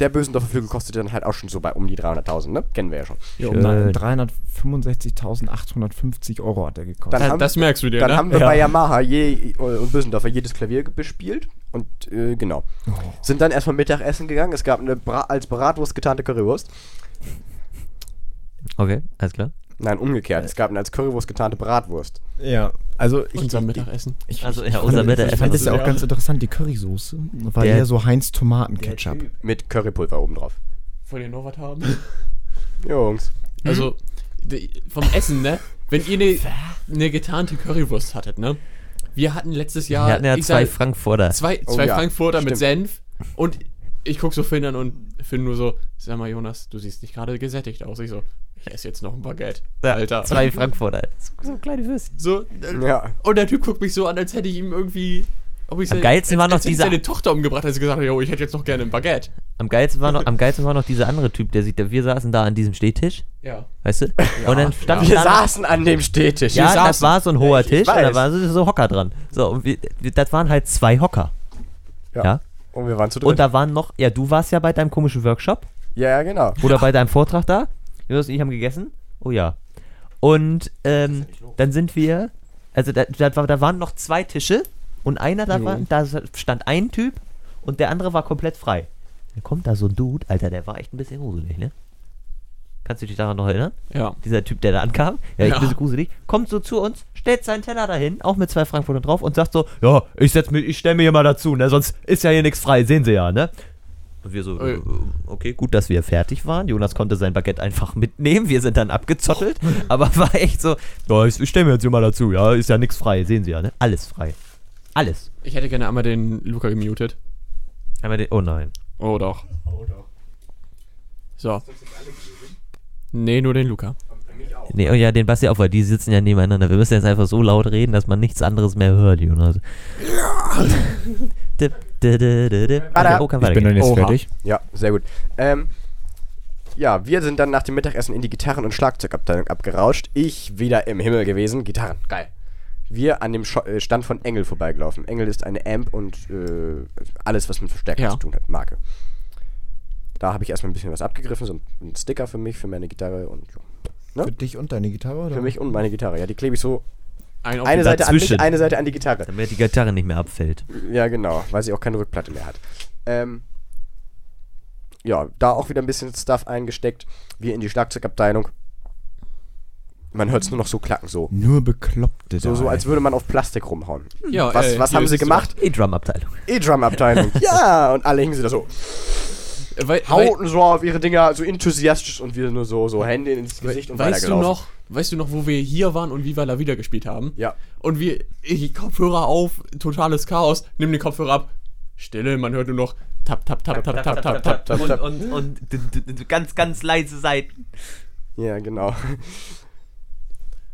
S2: der Bösendorfer Flügel kostet dann halt auch schon so bei um die 300.000, ne? Kennen wir ja schon.
S3: Jo.
S1: Schön.
S4: Nein, 365.850 Euro hat er gekostet.
S2: Dann
S3: Das,
S2: haben-
S3: das merkst du dir,
S2: Dann
S3: ne?
S2: haben wir
S4: Ja.
S2: bei Yamaha je, und Bösendorfer jedes Klavier ge- bespielt und äh, genau.
S4: Oh.
S2: Sind dann erstmal Mittagessen gegangen. Es gab eine Bra als Bratwurst getarnte Currywurst.
S1: Okay, alles klar.
S2: Nein, umgekehrt. Es gab eine als Currywurst getarnte Bratwurst.
S4: Ja, also ich,
S3: Unser
S4: ich,
S3: Mittagessen.
S4: ich,
S1: Also,
S4: ich,
S1: ja,
S4: ich
S1: unser
S4: fand, ich
S1: Mittagessen.
S4: fand das ja auch
S3: Ja.
S4: ganz interessant, die Currysoße war
S1: Der-
S4: eher so Heinz Tomatenketchup.
S2: Mit Currypulver obendrauf.
S3: Wollt ihr noch was haben?
S2: Jungs.
S3: Also, die- vom Essen, ne? Wenn ihr eine ne getarnte Currywurst hattet, ne? wir hatten letztes Jahr
S1: Wir hatten ja
S3: ich
S1: zwei
S3: sag,
S1: Frankfurter.
S3: zwei,
S2: Oh
S3: zwei
S2: ja,
S3: Frankfurter mit
S2: stimmt.
S3: Senf und ich guck so Finn an und Finn nur so, sag mal Jonas, du siehst nicht gerade gesättigt aus. Ich so, ich esse jetzt noch ein Baguette.
S1: Ja,
S3: Alter.
S1: Zwei Frankfurter. So, so kleine Würstchen.
S3: So, äh,
S2: Ja.
S3: und der Typ guckt mich so an, als hätte ich ihm irgendwie. Ob ich
S1: Am
S3: se-
S1: geilsten war
S3: als-
S1: noch
S3: als hätte ich
S1: dieser-
S3: seine Tochter umgebracht, als ich gesagt habe, yo, ich hätte jetzt noch gerne ein Baguette.
S1: Am geilsten war noch, am geilsten war noch dieser andere Typ, der sieht, wir saßen da an diesem Stehtisch,
S3: Ja.
S1: weißt du? und dann stand
S2: Wir
S1: da noch-
S2: saßen an dem Stehtisch.
S1: Ja,
S3: Wir
S1: das
S3: saßen.
S1: war so ein hoher
S2: Ich- ich
S1: Tisch und da
S2: weiß.
S1: waren so- so Hocker dran. So, und wir, wir, das waren halt zwei Hocker.
S2: Ja.
S1: Ja.
S2: Und wir waren zu dritt.
S1: Und da waren noch, ja, du warst ja bei deinem komischen Workshop
S2: ja, ja, genau.
S1: oder bei deinem Vortrag da. Jonas und ich haben gegessen. Oh ja. Und ähm, dann sind wir, also da, da, war- da waren noch zwei Tische und einer da,
S3: Jo.
S1: war, da stand ein Typ und der andere war komplett frei. Dann kommt da so ein Dude, Alter, der war echt ein bisschen gruselig, ne? Kannst du dich daran noch erinnern?
S3: Ja.
S1: dieser Typ, der da ankam, ja, ich
S3: Ja.
S1: bin so gruselig, kommt so zu uns, stellt seinen Teller dahin, auch mit zwei Frankfurtern drauf und sagt so, ja, ich setz mich, ich stell mir hier mal dazu, ne, sonst ist ja hier nichts frei, sehen Sie ja, ne? Und wir so,
S3: Ey.
S1: äh, okay, gut, dass wir fertig waren. Jonas konnte sein Baguette einfach mitnehmen. Wir sind dann abgezottelt. Aber war echt so, ja, ich, ich stell mir jetzt hier mal dazu. Ja, ist ja nichts frei. Sehen Sie ja, ne? Alles frei. Alles.
S3: Ich hätte gerne einmal den Luca gemutet.
S1: Einmal den, oh nein.
S3: Oh doch. So. Nee, nur den Luca.
S1: Nee, oh ja, den Basti auch, weil die sitzen ja nebeneinander. Wir müssen jetzt einfach so laut reden, dass man nichts anderes mehr hört, Jonas. Dip, di, di, di, di.
S2: Warte.
S1: Okay, oh, kann
S4: Ich bin dann
S1: weitergehen.
S4: jetzt
S3: Oha.
S4: fertig.
S2: Ja, sehr gut. Ähm, ja, wir sind dann nach dem Mittagessen in die Gitarren- und Schlagzeugabteilung abgerauscht. Ich wieder im Himmel gewesen. Gitarren, geil. Wir an dem Scho äh, Stand von Engel vorbeigelaufen. Engel ist eine Amp und äh, alles, was mit Verstärker
S3: Ja.
S2: zu tun hat, Marke. Da habe ich erstmal ein bisschen was abgegriffen, so ein- ein Sticker für mich, für meine Gitarre und ja.
S4: Für dich und deine Gitarre, oder?
S2: für mich und meine Gitarre. Ja, die klebe ich so
S3: Ein auf
S2: eine Seite an mich,
S1: dazwischen.
S2: eine Seite an die Gitarre.
S1: Damit die Gitarre nicht mehr abfällt.
S2: Ja, genau, weil sie auch keine Rückplatte mehr hat. Ähm, ja, da auch wieder ein bisschen Stuff eingesteckt. Wir in die Schlagzeugabteilung. Man hört es nur noch so klacken, so.
S4: Nur Bekloppte
S2: So,
S4: da,
S2: so
S4: ey.
S2: als würde man auf Plastik rumhauen.
S3: Ja,
S2: Was,
S3: ey,
S2: was
S3: hier
S2: haben sie
S3: ist es
S2: gemacht?
S1: E-Drum-Abteilung.
S2: E-Drum-Abteilung. ja, und alle hingen sie da so.
S3: doch. Äh, wei- wei-
S2: Hauten so auf ihre Dinger, so enthusiastisch und wir nur so, so Hände ins Gesicht und
S3: weißt du
S2: weitergelaufen.
S3: noch, weißt du noch, wo wir hier waren und Viva la Vida gespielt haben?
S2: Ja.
S3: Und wir, ich Kopfhörer auf, totales Chaos, nimm den Kopfhörer ab, Stille, man hört nur noch tap, tap, tap, tap, tap, tap, tap.
S2: tap, tap.
S1: Und, und, und d- d- d- ganz, ganz leise Seiten.
S2: Ja, genau.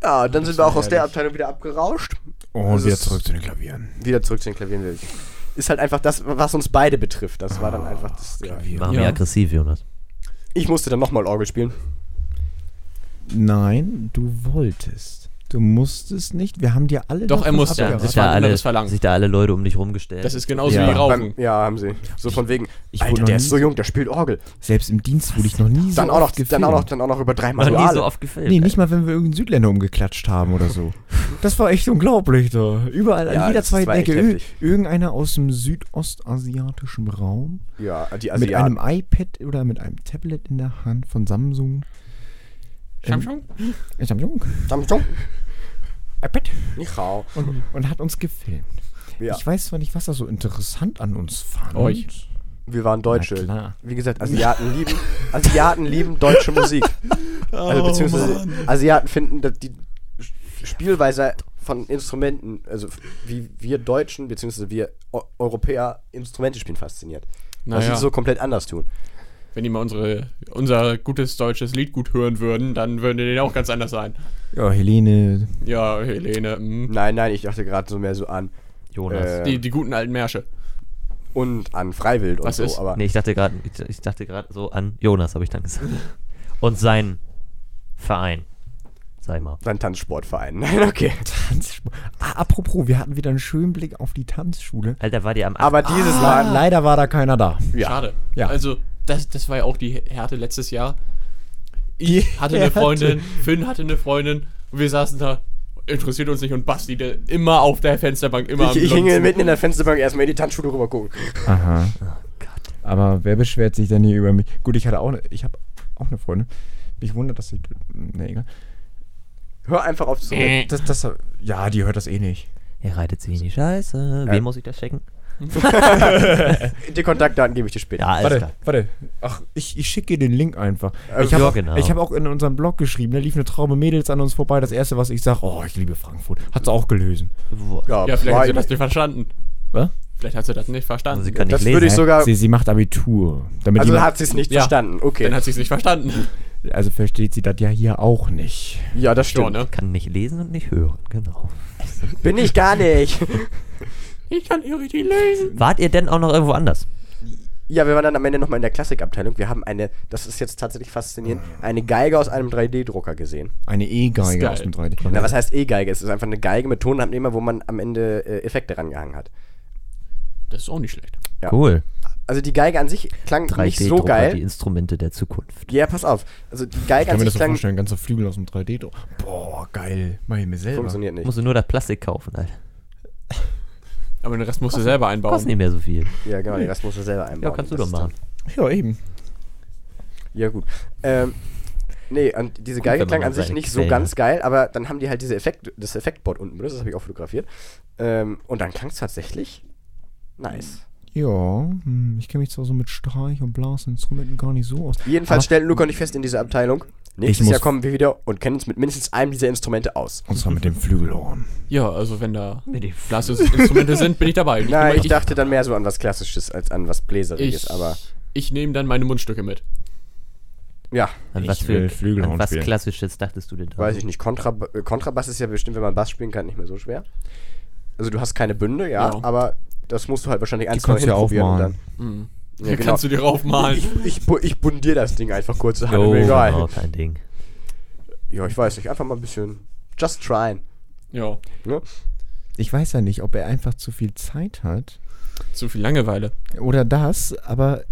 S2: Ja, dann sind wir auch aus der Abteilung wieder abgerauscht.
S4: Und Oh, wieder
S2: ist-
S4: zurück zu den Klavieren.
S2: Wieder zurück zu den Klavieren. Ist halt einfach das, was uns beide betrifft. Das war dann einfach das. Ja.
S4: Klavier.
S1: Machen
S3: Ja.
S1: wir aggressiv, Jonas.
S2: Ich musste dann nochmal Orgel spielen.
S4: Nein, du wolltest. Du musstest nicht. Wir haben dir alle.
S3: Doch,
S4: noch
S3: er
S4: was
S3: musste.
S4: abgeraten.
S3: Das
S1: Sich
S3: war ein
S1: da, alle,
S3: anderes Verlangen.
S1: sich da alle Leute um dich rumgestellt.
S3: Das ist genauso
S4: Ja.
S3: wie Rauchen.
S2: Beim, ja, haben sie. So von wegen.
S4: ich wurde
S2: Alter,
S4: noch
S2: der
S4: nie-
S2: ist so jung, der spielt Orgel.
S4: Selbst im Dienst wurde ich noch nie so.
S2: Dann auch, noch,
S4: oft
S2: dann, auch noch,
S4: gefilmt.
S2: dann auch noch über drei
S1: noch nie so
S2: Manuale.
S1: oft gefilmt.
S4: Nee, nicht mal, wenn wir irgendeinen Südländer umgeklatscht haben oder so. Das war echt unglaublich da. Überall,
S2: Ja,
S4: an jeder
S2: das war
S4: zweiten
S2: echt
S4: Ecke, ir-
S2: heftig.
S4: irgendeiner aus dem südostasiatischen Raum
S2: Also Ja, die
S4: mit
S2: Asiaten.
S4: einem iPad oder mit einem Tablet in der Hand von Samsung. Ähm,
S3: Samsung?
S4: Äh, Samsung?
S2: Samsung.
S4: iPad?
S2: Nicht rau.
S4: Und, und hat uns gefilmt.
S2: Ja,
S4: Ich weiß zwar nicht, was er so interessant an uns fand.
S3: Euch.
S2: wir waren Deutsche.
S4: Na klar.
S2: Wie gesagt, Asiaten lieben, Asiaten lieben deutsche Musik. Also,
S3: Oh,
S2: beziehungsweise Asiaten finden dass die Spielweise von Instrumenten, also wie wir Deutschen, beziehungsweise wir Eu- Europäer Instrumente spielen, fasziniert. Dass
S3: Naja.
S2: sie so komplett anders tun.
S3: Wenn die mal unsere, unser gutes deutsches Lied gut hören würden, dann würden die auch ganz anders sein.
S4: Ja, Helene.
S3: Ja, Helene, mh.
S2: Nein, nein, ich dachte gerade so mehr so an
S1: Jonas.
S2: Äh,
S3: Die, die guten alten Märsche.
S2: und an Freiwild und
S3: Was
S2: so,
S3: ist?
S2: aber
S1: Nee, ich dachte gerade ich, ich dachte gerade so an Jonas, habe ich dann gesagt. Und seinen Verein. Sag ich mal.
S2: sein Tanzsportverein. Nein, okay.
S4: Tanzschule. Ah, apropos, wir hatten wieder einen schönen Blick auf die Tanzschule.
S1: Alter, war dir am
S2: Aber dieses
S4: Ah,
S2: Mal.
S4: leider war da keiner da.
S2: Ja.
S3: Schade.
S4: Ja.
S3: Also, das, das war ja auch die Härte letztes Jahr. Ich hatte eine
S4: Härte.
S3: Freundin, Finn hatte eine Freundin und wir saßen da, interessiert uns nicht und Basti der, immer auf der Fensterbank, immer
S2: Ich, ich hinge
S3: Glunzen.
S2: mitten in der Fensterbank erstmal in die Tanzschule rüber gucken.
S4: Aha. Aber wer beschwert sich denn hier über mich? Gut, ich hatte auch, ne, ich habe auch eine Freundin. Mich wundert, dass sie, ne, egal.
S2: Hör einfach
S3: Äh.
S2: auf zu reden.
S4: Das, das, ja, die hört das eh nicht.
S1: Er reitet sich in die Scheiße.
S2: Ja.
S1: Wen muss ich das checken?
S2: Die Kontaktdaten gebe ich dir später.
S1: Ja, alles
S4: Warte,
S1: klar.
S4: warte. Ach, ich, ich schicke dir den Link einfach.
S2: Äh,
S4: ich habe
S1: ja,
S4: auch,
S1: genau.
S4: ich hab auch in unserem Blog geschrieben, da lief eine Traube Mädels an uns vorbei. Das erste, was ich sage, oh, ich liebe Frankfurt. Hat sie auch gelesen.
S1: Wo-
S3: Ja, vielleicht hast du
S2: weil-
S3: das nicht verstanden.
S4: Was?
S3: Vielleicht hast du das nicht verstanden.
S1: Also sie kann nicht
S2: das
S1: lesen.
S2: würde ich sogar.
S4: sie, sie macht Abitur. Damit
S2: Also
S4: jemand-
S2: hat sie es nicht
S3: Ja.
S2: verstanden. Okay.
S3: Dann hat sie es nicht verstanden.
S4: also versteht sie das ja hier auch nicht.
S2: ja, das
S3: Ja,
S2: stimmt.
S3: ne?
S1: kann nicht lesen und nicht hören, genau.
S2: Bin ich gar nicht.
S3: Ich kann Iridi lesen.
S1: Wart ihr denn auch noch irgendwo anders?
S2: Ja, wir waren dann am Ende nochmal in der Klassikabteilung. Wir haben eine, das ist jetzt tatsächlich faszinierend, eine Geige aus einem 3D-Drucker gesehen.
S4: Eine
S3: Ist
S4: E-Geige
S3: geil.
S4: aus dem 3D.
S2: Na, was heißt E-Geige? Es ist einfach eine Geige mit Tonabnehmer, wo man am Ende äh, Effekte rangehangen hat.
S3: Das ist auch nicht schlecht.
S2: Ja.
S1: Cool.
S2: Also die Geige an sich klang nicht so
S1: Drucker,
S2: geil.
S1: die Instrumente der Zukunft.
S2: Ja, pass auf. Also die Geige
S4: kann
S2: an
S4: mir das
S2: sich
S4: so
S2: klang
S4: vorstellen, ganzer Flügel aus dem 3D. Boah, geil. Mach ich mir selber.
S2: funktioniert nicht.
S1: Musst du nur das Plastik kaufen, Alter.
S3: Aber den Rest musst du selber
S1: Kostet
S3: einbauen.
S1: nicht mehr so viel.
S2: Ja, genau, den Rest musst du selber einbauen.
S1: Ja, kannst du
S2: Das
S1: doch
S2: ist
S1: machen.
S4: Ja, eben.
S2: dann- Ja, gut. Ähm, nee, und diese
S1: wenn
S2: Geige
S1: man
S2: klang
S1: dann
S2: an sich
S1: seine
S2: nicht so
S1: Quellen
S2: ganz
S1: hat.
S2: geil, aber dann haben die halt diese Effekt, das Effektboard unten benutzt, das habe ich auch fotografiert. Ähm, und dann klang es tatsächlich nice.
S4: Ja, hm, ich kenne mich zwar so mit Streich und Blasinstrumenten gar nicht so aus.
S2: Jedenfalls
S4: Aber-
S2: stellten Luca und ich fest in dieser Abteilung, nächstes
S4: muss-
S2: Jahr kommen wir wieder und kennen uns mit mindestens einem dieser Instrumente aus.
S4: Und zwar mit dem Flügelohren.
S3: Ja, also wenn da Blasinstrumente sind, bin ich dabei. Ich
S2: Nein,
S3: nehme-
S2: ich dachte dann mehr so an was Klassisches als an was Bläseriges,
S3: ich,
S2: aber
S3: ich nehme dann meine Mundstücke mit.
S2: ja,
S1: An
S4: Ich
S1: was, für,
S4: will Flügelhorn
S1: an was
S4: spielen.
S1: Klassisches dachtest du denn da?
S2: weiß ich nicht. Kontra, äh, Kontrabass ist ja bestimmt, wenn man Bass spielen kann, nicht mehr so schwer. Also du hast keine Bünde, ja,
S3: Ja.
S2: aber das musst du halt wahrscheinlich
S4: Die
S2: eins
S4: kannst du ja aufmalen.
S3: Hm.
S2: Ja,
S3: Hier
S2: genau.
S3: kannst du dir raufmalen.
S2: Ich, ich, bu- ich bundiere das Ding einfach kurz. Oh,
S1: Oh,
S2: egal.
S1: genau, kein Ding.
S2: Ja, ich weiß nicht. Einfach mal ein bisschen. Just tryin.
S3: Ja,
S2: Ne?
S4: Ich weiß ja nicht, ob er einfach zu viel Zeit hat
S3: zu viel Langeweile.
S4: oder das, aber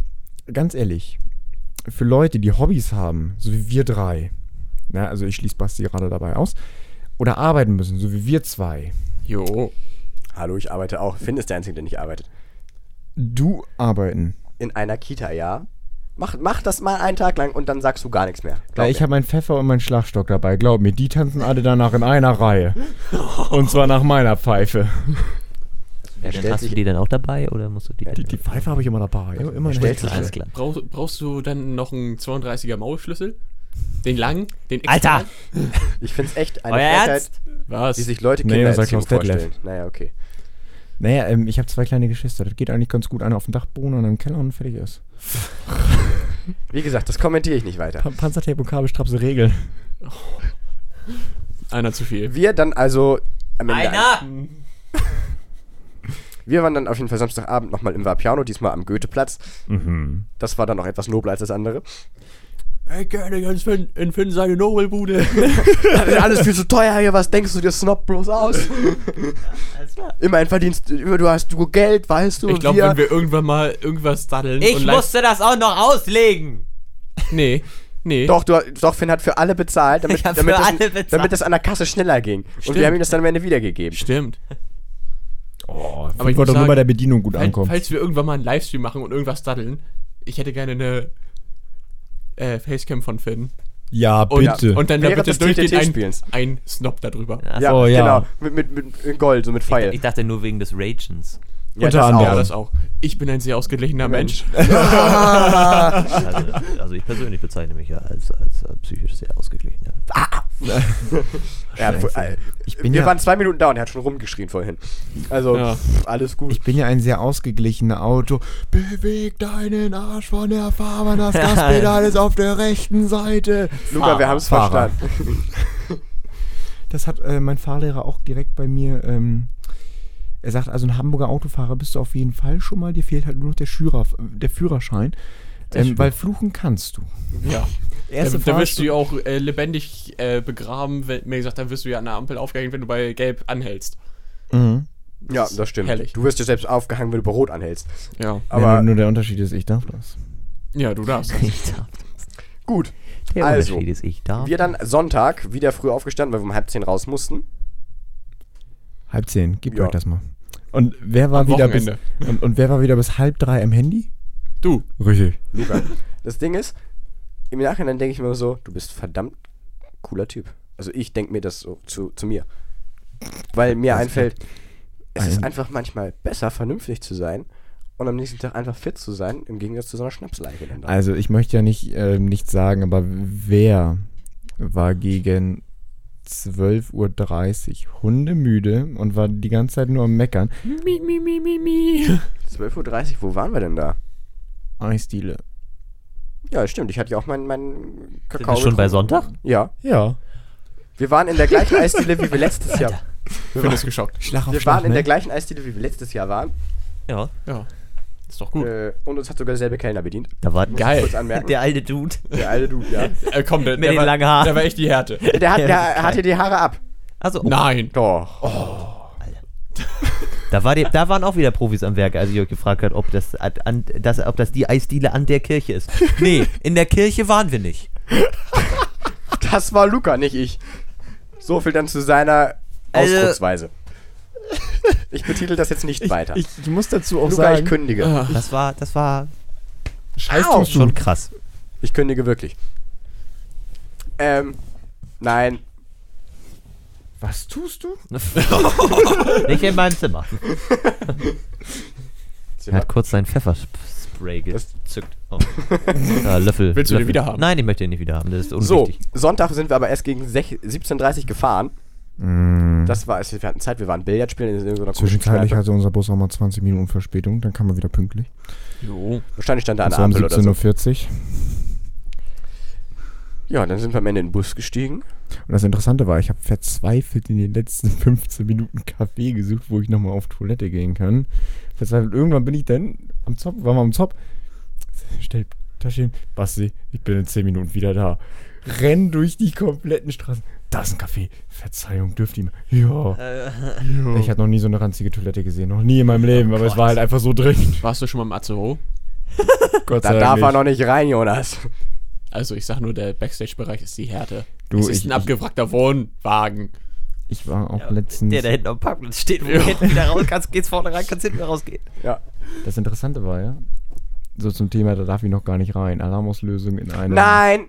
S4: ganz ehrlich, für Leute, die Hobbys haben, so wie wir drei, na, also ich schließe Basti gerade dabei aus, oder arbeiten müssen, so wie wir zwei.
S3: Jo.
S2: Hallo, ich arbeite auch. Finn ist der Einzige, der nicht arbeitet.
S4: Du arbeiten.
S2: In einer Kita, ja. Mach, mach das mal einen Tag lang und dann sagst du gar nichts mehr. Glaub
S4: Ja, ich
S2: mir.
S4: habe meinen Pfeffer und meinen Schlagstock dabei, glaub mir, die tanzen alle danach in einer Reihe. Und zwar nach meiner Pfeife.
S1: Ja,
S2: stellt
S1: dann hast du
S2: sich-
S1: die dann auch dabei oder musst du die...
S4: Die, die Pfeife habe ich immer dabei. Immer in der
S2: Stellt sich
S4: Hecke.
S1: Alles klar.
S3: Brauchst, brauchst du dann noch einen 32er Maulschlüssel? Den langen? Den extra?
S1: Alter!
S2: ich finde es echt eine
S1: Euer
S2: Frechheit,
S1: Ernst?
S3: Was?
S2: wie sich Leute
S4: Nee, das sagt
S2: Kindererziehung
S4: Klaus Detlef.
S2: vorstellen. Naja, okay.
S4: Naja, ähm, ich habe zwei kleine Geschwister. Das geht eigentlich ganz gut. Einer auf dem Dachboden, einer im Keller und fertig ist.
S2: Wie gesagt, das kommentiere ich nicht weiter.
S4: Pa Panzertape und Kabelstrapse regeln.
S3: Einer zu viel.
S2: Wir dann also. am Ende ein-
S1: Einer!
S2: Wir waren dann auf jeden Fall Samstagabend nochmal im Vapiano, diesmal am Goetheplatz.
S4: Mhm.
S2: Das war dann noch etwas nobler als das andere.
S3: Ich gerne ganz Finn, in Finn seine Nobelbude.
S2: Das ist alles viel zu teuer hier, was denkst du dir Snob bloß aus?
S1: Alles klar.
S2: Immerhin verdienst du, du hast du Geld, weißt du?
S3: Ich glaube,
S2: wir-
S3: wenn wir irgendwann mal irgendwas daddeln
S1: Ich
S3: leist-
S1: musste das auch noch auslegen!
S3: Nee, nee.
S2: Doch, du, doch, Finn hat für alle bezahlt, damit,
S1: Ich hab
S2: damit,
S1: für
S2: das,
S1: alle bezahlt.
S2: damit das an der Kasse schneller ging. Und wir haben ihm das dann am Ende wiedergegeben.
S3: Stimmt.
S4: Oh,
S3: Aber
S4: aber
S3: ich muss
S4: ich wollte doch
S3: sagen,
S4: nur bei der Bedienung gut
S3: Fall-
S4: ankommen.
S3: Falls wir irgendwann mal einen Livestream machen und irgendwas daddeln, ich hätte gerne eine äh, Facecam von Finn.
S4: ja,
S3: Und,
S4: bitte.
S3: Oh und dann da
S2: Während
S3: bitte
S2: des
S3: durchgeht ein,
S2: TTT-Spielens.
S3: ein Snob darüber.
S4: Ach so, ja.
S2: genau. Mit, mit, mit in Gold, so mit
S1: Ich
S2: Pfeil.
S1: dachte nur wegen des Ragens.
S2: Ja,
S4: Unter
S2: das auch.
S3: Ja,
S4: anderem.
S3: das auch. Ich bin ein sehr ausgeglichener Mensch.
S1: Also, also ich persönlich bezeichne mich ja als, als äh, psychisch sehr ausgeglichen. Ja.
S2: Ja, fu- äh,
S4: Ich bin
S2: wir
S4: ja-
S2: waren zwei Minuten da und er hat schon rumgeschrien vorhin. Also,
S3: Ja.
S2: pff, alles gut.
S4: ich bin ja ein sehr ausgeglichener Auto. Beweg deinen Arsch von der Fahrbahn. Das Gaspedal ist auf der rechten Seite.
S2: Luca, wir haben es
S4: Fahrer.
S2: verstanden.
S4: Das hat äh, mein Fahrlehrer auch direkt bei mir. Ähm, er sagt, also ein Hamburger Autofahrer bist du auf jeden Fall schon mal. Dir fehlt halt nur noch der, Schürer, der Führerschein. Ähm, weil fluchen kannst du.
S3: Ja.
S4: Erste
S3: da, da wirst du
S4: Fahrstunde-
S3: ja auch äh, lebendig äh, begraben. Wenn, mir gesagt, dann wirst du ja an der Ampel aufgehängt, wenn du bei Gelb anhältst.
S4: Mhm.
S2: Ja, das stimmt.
S3: Herrlich.
S2: Du wirst dir selbst aufgehangen, wenn du bei Rot anhältst.
S3: Ja.
S4: Aber
S2: Aber-
S4: ja, nur der Unterschied ist, ich darf das.
S3: Ja, du darfst.
S1: Ich darf.
S2: Gut.
S1: Der
S2: Also,
S1: Unterschied ist, ich darf.
S2: Wir dann Sonntag wieder früh aufgestanden, weil wir um halb zehn raus mussten.
S4: Halb zehn, gebt
S2: Ja.
S4: euch das mal. Und wer war
S3: Am
S4: wieder
S3: Wochenende.
S4: bis und, und wer war wieder bis halb drei am Handy?
S3: Du.
S4: Richtig.
S2: Luca. das Ding ist, im Nachhinein denke ich mir immer so, du bist verdammt cooler Typ. Also ich denke mir das so zu, zu mir. Weil mir einfällt, es ist
S1: Ein-
S2: einfach manchmal besser, vernünftig zu sein und am nächsten Tag einfach fit zu sein, im Gegensatz zu so einer Schnapsleiche. Dann da.
S4: Also ich möchte ja nicht, äh, nichts sagen, aber wer war gegen 12.30 Uhr hundemüde und war die ganze Zeit nur am Meckern?
S2: 12.30 Uhr, wo waren wir denn da?
S4: Eisdiele.
S2: Ja, stimmt, ich hatte ja auch meinen meinen
S1: Sind
S2: Kakao.
S1: wir schon bei
S2: getrunken.
S1: Sonntag?
S2: Ja,
S4: Ja.
S2: wir waren in der gleichen Eisdiele, wie wir letztes Jahr.
S3: Ich bin jetzt geschockt.
S4: Schlag auf
S2: Wir
S4: Schlag,
S2: waren in
S4: ne?
S2: der gleichen Eisdiele, wie wir letztes Jahr waren.
S1: Ja,
S3: Ja, ist doch gut.
S2: Äh, und uns hat sogar derselbe Kellner bedient.
S1: da war ein
S4: Äh,
S3: Geil.
S2: Kurz anmerken.
S1: Der alte Dude.
S2: Der alte Dude, ja.
S3: Äh, komm, der,
S1: Mit
S3: der,
S1: den
S3: war,
S1: langen Haaren.
S3: der war echt die Härte.
S2: Der hat, der
S1: Geil.
S2: hat dir die Haare ab.
S1: Also, oh,
S3: Nein.
S2: Doch.
S1: da, war die, da waren auch wieder Profis am Werk, als ich euch gefragt hat, ob das, ad- an, das, ob das die Eisdiele an der Kirche ist. Nee, in der Kirche waren wir nicht.
S2: Das war Luca, nicht ich. So viel dann zu seiner
S1: Also-
S2: Ausdrucksweise. Ich betitel das jetzt nicht weiter.
S4: Ich, ich muss dazu auch
S2: Luca, ich
S4: sagen, äh.
S2: kündige.
S3: Ah.
S1: Das war, das war
S4: scheiß
S2: Au,
S4: drauf,
S1: schon krass.
S2: Ich kündige wirklich. Ähm, nein.
S6: Was tust du?
S1: Nicht in meinem Zimmer. Er hat kurz seinen Pfefferspray
S2: Das-
S1: gezückt. Oh. Ja, Löffel.
S3: Willst du
S1: Löffel.
S3: den wieder haben?
S1: Nein, ich möchte den nicht wieder haben. Das ist
S2: So,
S1: unwichtig.
S2: Sonntag sind wir aber erst gegen sech- 17.30 Uhr gefahren.
S4: Mm.
S2: Das war, es- wir hatten Zeit, wir waren Billard spielen in so einer komischen
S4: Zwischenzeitlich
S2: Kneipe.
S4: hatte unser Bus auch mal 20 Minuten Verspätung, dann kam er wieder pünktlich.
S3: Jo.
S2: Wahrscheinlich stand da eine
S4: Das war um
S2: Ampel oder so.
S4: 17.40 Uhr.
S2: Ja, dann sind wir am Ende in den Bus gestiegen.
S4: Und das Interessante war, ich habe verzweifelt in den letzten 15 Minuten Café gesucht, wo ich nochmal auf Toilette gehen kann. Verzweifelt, irgendwann bin ich dann am Zopf, waren wir am Zopf. Stell Tasche hin, Basti, ich bin in 10 Minuten wieder da. Renn durch die kompletten Straßen. Da ist ein Café. Verzeihung, dürft ihr. Ja.
S2: Äh.
S4: ja. Ich hatte noch nie so eine ranzige Toilette gesehen. Noch nie in
S2: Oh
S4: meinem Leben, aber es war halt einfach so drin.
S3: Ah, Warst du schon mal im Azero?
S4: Gott
S2: Da darf er noch nicht rein, Jonas.
S3: Also ich sag nur, der Backstage-Bereich ist die Härte.
S4: Du,
S3: es ist
S4: ich-
S3: ein abgewrackter Wohnwagen.
S4: Ich war auch letztens.
S1: Der da hinten am Parkplatz steht, wo du
S3: Ja.
S1: hinten wieder raus kannst, geht's vorne rein, kannst hinten wieder rausgehen.
S2: Ja.
S4: Das Interessante war ja, so zum Thema, da darf ich noch gar nicht rein. Alarmauslösung in einem
S2: Nein!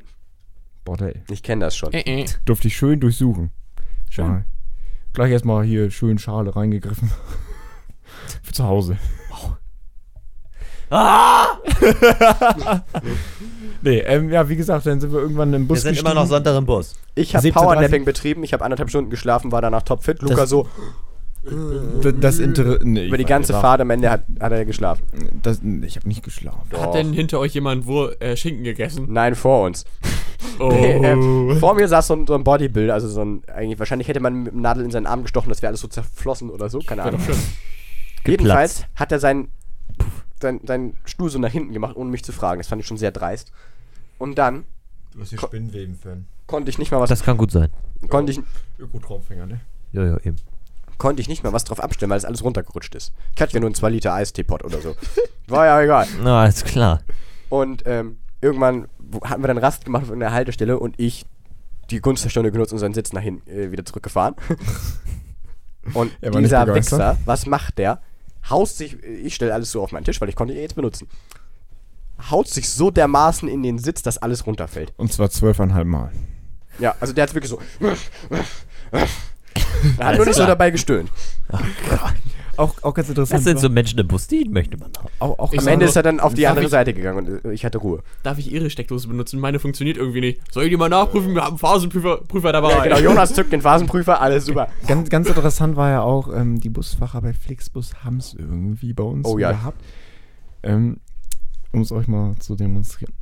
S4: Bordell.
S2: Ich kenne das schon.
S3: Äh, äh.
S4: Durfte ich schön durchsuchen.
S3: Schön.
S4: Ja. Gleich erstmal hier schön Schale reingegriffen. Für zu Hause.
S1: Ah!
S4: Nee, ähm, ja, wie gesagt, dann sind wir irgendwann im
S1: Wir
S4: Bus
S1: sind immer noch Sonntag im Bus.
S2: Ich habe
S4: 17:30.
S2: Powernapping betrieben, ich habe anderthalb Stunden geschlafen, war danach topfit. Luca
S4: Das-
S2: so
S4: Das, das Inter nee,
S2: über die
S4: ich
S2: ganze
S4: war-
S2: Fahrt am Ende hat, hat er geschlafen.
S4: Das, ich habe nicht geschlafen.
S2: Doch.
S3: Hat denn hinter euch jemand Wur äh, Schinken gegessen?
S2: Nein, vor uns.
S3: Oh.
S2: Nee, ähm, vor mir saß so ein, so ein Bodybuilder, also so ein, eigentlich, wahrscheinlich hätte man mit einem Nadel in seinen Arm gestochen, das wäre alles so zerflossen oder so, keine Ahnung. Jedenfalls hat er seinen, sein, seinen Stuhl so nach hinten gemacht, ohne mich zu fragen. Das fand ich schon sehr dreist. Und dann
S6: Du hast hier
S2: Ko-
S6: Spinnenweben für einen
S2: konnte ich nicht mal was,
S1: Das kann gut sein.
S2: konnte ich,
S6: Ökotraumfänger, ne?
S1: Ja, ja, eben.
S2: konnte ich nicht mal was drauf abstellen, weil es alles runtergerutscht ist. Ich hatte ja nur einen 2 Liter Eisteepot oder so. War ja egal.
S1: Na, ist klar.
S2: Und ähm, irgendwann wo- hatten wir dann Rast gemacht an der Haltestelle und ich die Gunst der Stunde genutzt und seinen Sitz nach hinten äh, wieder zurückgefahren. und
S4: Er war nicht
S2: dieser
S4: begeistert.
S2: Wichser, was macht der? Haust sich, ich stelle alles so auf meinen Tisch, weil ich konnte ihn jetzt benutzen. Haut sich so dermaßen in den Sitz, dass alles runterfällt.
S4: Und zwar zwölfeinhalb Mal.
S2: Ja, also der hat wirklich so. er hat nur nicht so dabei gestöhnt.
S4: Auch, auch ganz interessant.
S1: Das sind so Menschen im Bus, die möchte man haben.
S4: auch, auch
S3: Ich
S2: Am
S3: sag
S2: Ende
S3: nur,
S2: ist er dann auf die
S3: darf
S2: andere
S3: ich-
S2: Seite gegangen und äh, ich hatte Ruhe.
S3: Darf ich ihre Steckdose benutzen? Meine funktioniert irgendwie nicht. Soll ich die mal nachprüfen? Wir haben einen Phasenprüfer Prüfer dabei.
S2: Ja, genau, Jonas zückt den Phasenprüfer, alles super.
S4: Ganz, ganz interessant war ja auch, ähm, die Busfahrer bei Flixbus haben es irgendwie bei uns
S2: Oh ja.
S4: gehabt. Ähm, um es euch mal zu demonstrieren.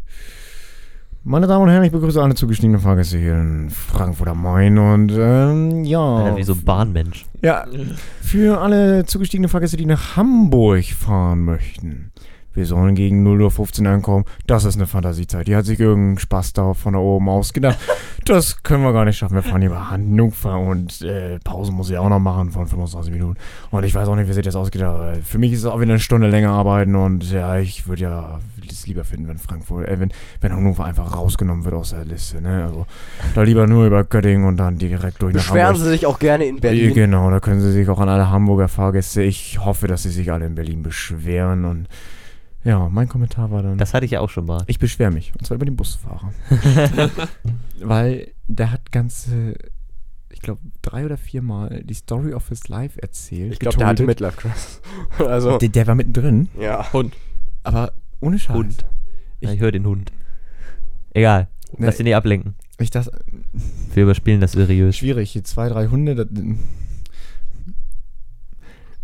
S4: Meine Damen und Herren, ich begrüße alle zugestiegenen Fahrgäste hier in Frankfurt am Main und ähm, ja.
S2: Äh,
S1: Alter, wie so ein Bahnmensch.
S4: ja. Für alle zugestiegenen Fahrgäste, die nach Hamburg fahren möchten. Wir sollen gegen 0.15 Uhr ankommen. Das ist eine Fantasiezeit. Die hat sich irgendein Spaß da von da oben ausgedacht. Das können wir gar nicht schaffen. Wir fahren über Hannover und äh, Pausen muss ich auch noch machen von 25 Minuten. Und ich weiß auch nicht, wie sich das ausgedacht hat. Für mich ist es auch wieder eine Stunde länger arbeiten und ja, ich würde ja es lieber finden, wenn Frankfurt, äh, wenn, wenn Hannover einfach rausgenommen wird aus der Liste. Ne? Also da lieber nur über Göttingen und dann direkt durch nach
S2: Beschweren
S4: Hamburg.
S2: Sie sich auch gerne in
S4: Ja,
S2: Berlin.
S4: Genau, da können Sie sich auch an alle Hamburger Fahrgäste. Ich hoffe, dass Sie sich alle in Berlin beschweren. Und ja, mein Kommentar war dann.
S1: Das hatte ich ja auch schon mal.
S4: ich beschwere mich. Und zwar über den Busfahrer. Weil der hat ganze ich glaube, drei oder viermal die Story of his life erzählt.
S2: Ich glaube, der hatte
S4: getötet.
S2: Midlife Crisis. also,
S4: Der, der war mittendrin.
S2: ja.
S3: Hund.
S4: Aber ohne Scheiß.
S1: Hund. Ich, ich höre den Hund. Egal.
S4: Ne,
S1: Lass dich nicht ablenken.
S4: Ich dachte,
S1: Wir überspielen das seriös.
S4: schwierig, hier zwei, drei Hunde. Das,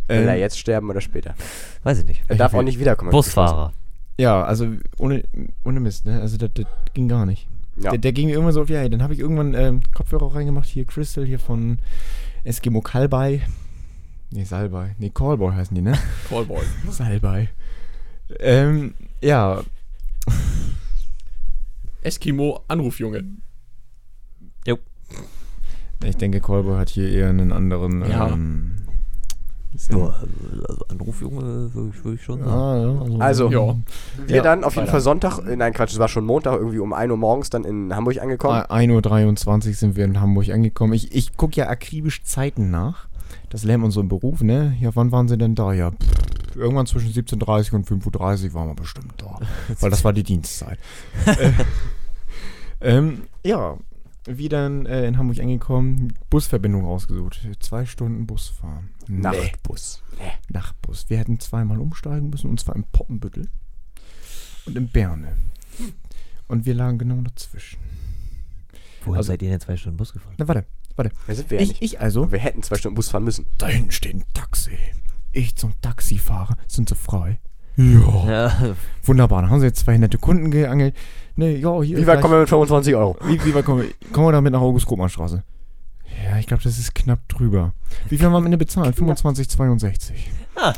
S2: Will er
S4: Ähm,
S2: jetzt sterben oder später?
S1: Weiß ich nicht.
S2: Er
S4: Ich
S2: darf auch
S4: will-
S2: nicht wiederkommen.
S1: Busfahrer.
S4: ja, also ohne, ohne Mist, ne? Also das, das ging gar nicht.
S2: Ja.
S4: Der, der ging mir irgendwann so, ja, dann habe ich irgendwann ähm, Kopfhörer reingemacht, hier Crystal, hier von Eskimo Kalbei. Nee, Salbei. Nee, Callboy heißen die, ne?
S3: Callboy.
S4: Salbei. Ähm, ja,
S3: Eskimo Anrufjunge.
S4: ich denke, Callboy hat hier eher einen anderen.
S3: Ja.
S4: Ähm,
S1: Ja, also Anrufjunge würde ich, würd ich schon sagen.
S4: Ah, ja,
S2: Also,
S3: Ja.
S2: wir
S4: Ja,
S2: dann auf jeden
S4: weiter.
S2: Fall Sonntag, äh, nein Quatsch, es war schon Montag, irgendwie um 1 Uhr morgens dann in Hamburg angekommen.
S4: 1.23 Uhr sind wir in Hamburg angekommen. Ich, ich gucke ja akribisch Zeiten nach. Das lernt man so im Beruf, ne? Ja, wann waren sie denn da? Ja, pff, irgendwann zwischen 17.30 und 5.30 Uhr waren wir bestimmt da. weil das war die Dienstzeit. Äh, ähm, ja, wir dann äh, in Hamburg angekommen, Busverbindung rausgesucht. Zwei Stunden Bus fahren.
S2: Nachtbus.
S4: Nachtbus. Wir hätten zweimal umsteigen müssen, und zwar in Poppenbüttel und in Berne. Und wir lagen genau dazwischen.
S1: Woher
S4: also-
S1: seid ihr denn zwei Stunden Bus gefahren?
S4: Na, warte.
S2: Wer sind wir ja
S4: Ich,
S2: nicht?
S4: ich also.
S2: Wir hätten zwei Stunden Bus fahren müssen.
S4: Da hinten steht ein Taxi. Ich zum Taxifahrer. Sind sie frei? Ja.
S1: Ja,
S4: Wunderbar. Dann haben sie jetzt zwei nette Kunden geangelt. Ne, ja, hier.
S2: Wie weit
S4: gleich-
S2: kommen wir mit 25 Euro?
S4: Wie, wie weit kommen wir? Kommen wir damit nach August-Kruppmann-Straße? Ja, ich glaube, das ist knapp drüber. Wie viel haben wir am Ende bezahlt? 25, 62.
S1: ah,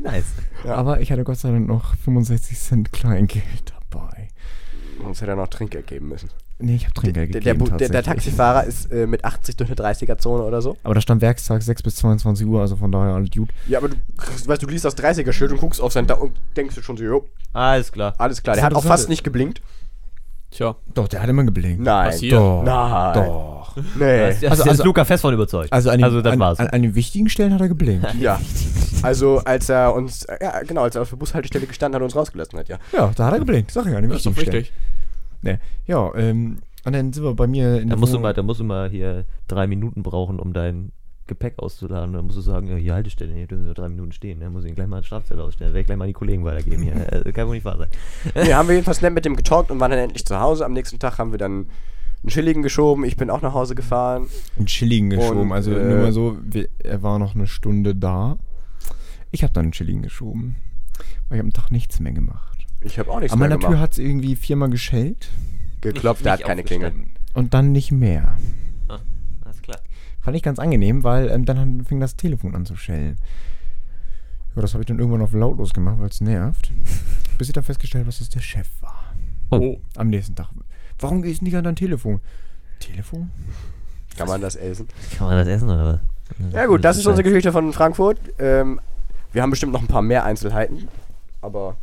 S1: nice.
S2: Ja.
S4: Aber ich hatte Gott sei Dank noch 65 Cent Kleingeld dabei.
S2: Sonst hätte er noch Trinkgeld geben müssen.
S4: Nee, ich habe Trinkgeld
S2: der, der,
S4: gegeben.
S2: Bu- der, der
S4: tatsächlich.
S2: Taxifahrer ist äh, mit 80 durch eine 30er-Zone oder so.
S4: Aber da stand Werkstag 6 bis 22 Uhr, also von daher alles gut.
S2: Ja, aber du, weißt, du liest das 30er-Schild und guckst auf sein Da und denkst du schon so, jo,
S1: Alles klar.
S2: alles klar.
S4: Das
S2: Der hat auch
S4: Interessante-
S2: fast nicht geblinkt.
S3: Tja,
S4: Doch, der hat immer geblinkt.
S2: Nein.
S3: passiert.
S4: Doch.
S2: Nein.
S4: Doch.
S1: Da
S2: Nee.
S1: ist, da
S4: Also-
S1: ist
S4: also-
S1: Luca fest von überzeugt.
S4: Also an den,
S1: also das
S4: an,
S1: war's.
S4: an, an den wichtigen Stellen hat er geblinkt.
S2: Ja. Also, als er uns, äh, ja, genau, als er auf der Bushaltestelle gestanden hat und uns rausgelassen hat, ja.
S4: ja, da hat er geblinkt. Sag ich ja, an den
S3: das ist doch
S4: wichtigen Stellen.
S3: richtig.
S4: Ja, ähm, und dann sind wir bei mir in
S1: da,
S4: der
S1: musst du
S4: Wohnung.
S1: mal, da musst du mal hier drei Minuten brauchen, um dein Gepäck auszuladen. Da musst du sagen, ja, hier Haltestelle, hier dürfen nur drei Minuten stehen. Da muss ich gleich mal einen Strafzettel ausstellen. Werde ich gleich mal an die Kollegen weitergeben hier. Äh, kann wohl nicht wahr sein.
S2: Nee, haben wir jedenfalls nett mit dem getalkt und waren dann endlich zu Hause. Am nächsten Tag haben wir dann einen Chilligen geschoben. Ich bin auch nach Hause gefahren.
S4: einen Chilligen geschoben.
S2: Und,
S4: also
S2: äh,
S4: nur mal so, wir, er war noch eine Stunde da. Ich habe dann einen Chilligen geschoben. Weil ich am Tag nichts mehr gemacht.
S2: Ich habe auch nichts
S4: An
S2: mehr
S4: meiner Tür
S2: gemacht.
S4: hat es irgendwie viermal geschellt
S2: Geklopft, der hat
S1: Nicht
S2: keine
S1: aufgestanden.
S2: Klingel.
S4: und dann nicht mehr.
S1: Alles klar.
S4: Fand ich ganz angenehm, weil ähm, dann hat- fing das Telefon an zu schellen. Ja, das habe ich dann irgendwann auf lautlos gemacht, weil es nervt. Bis ich dann festgestellt habe, dass es der Chef war.
S1: Oh.
S4: Am nächsten Tag. Warum gehst du nicht an dein Telefon? Telefon?
S2: Kann man das essen?
S1: Kann man das essen oder was?
S2: Ja gut, das ist
S1: halt-
S2: unsere Geschichte von Frankfurt. Ähm, wir haben bestimmt noch ein paar mehr Einzelheiten, aber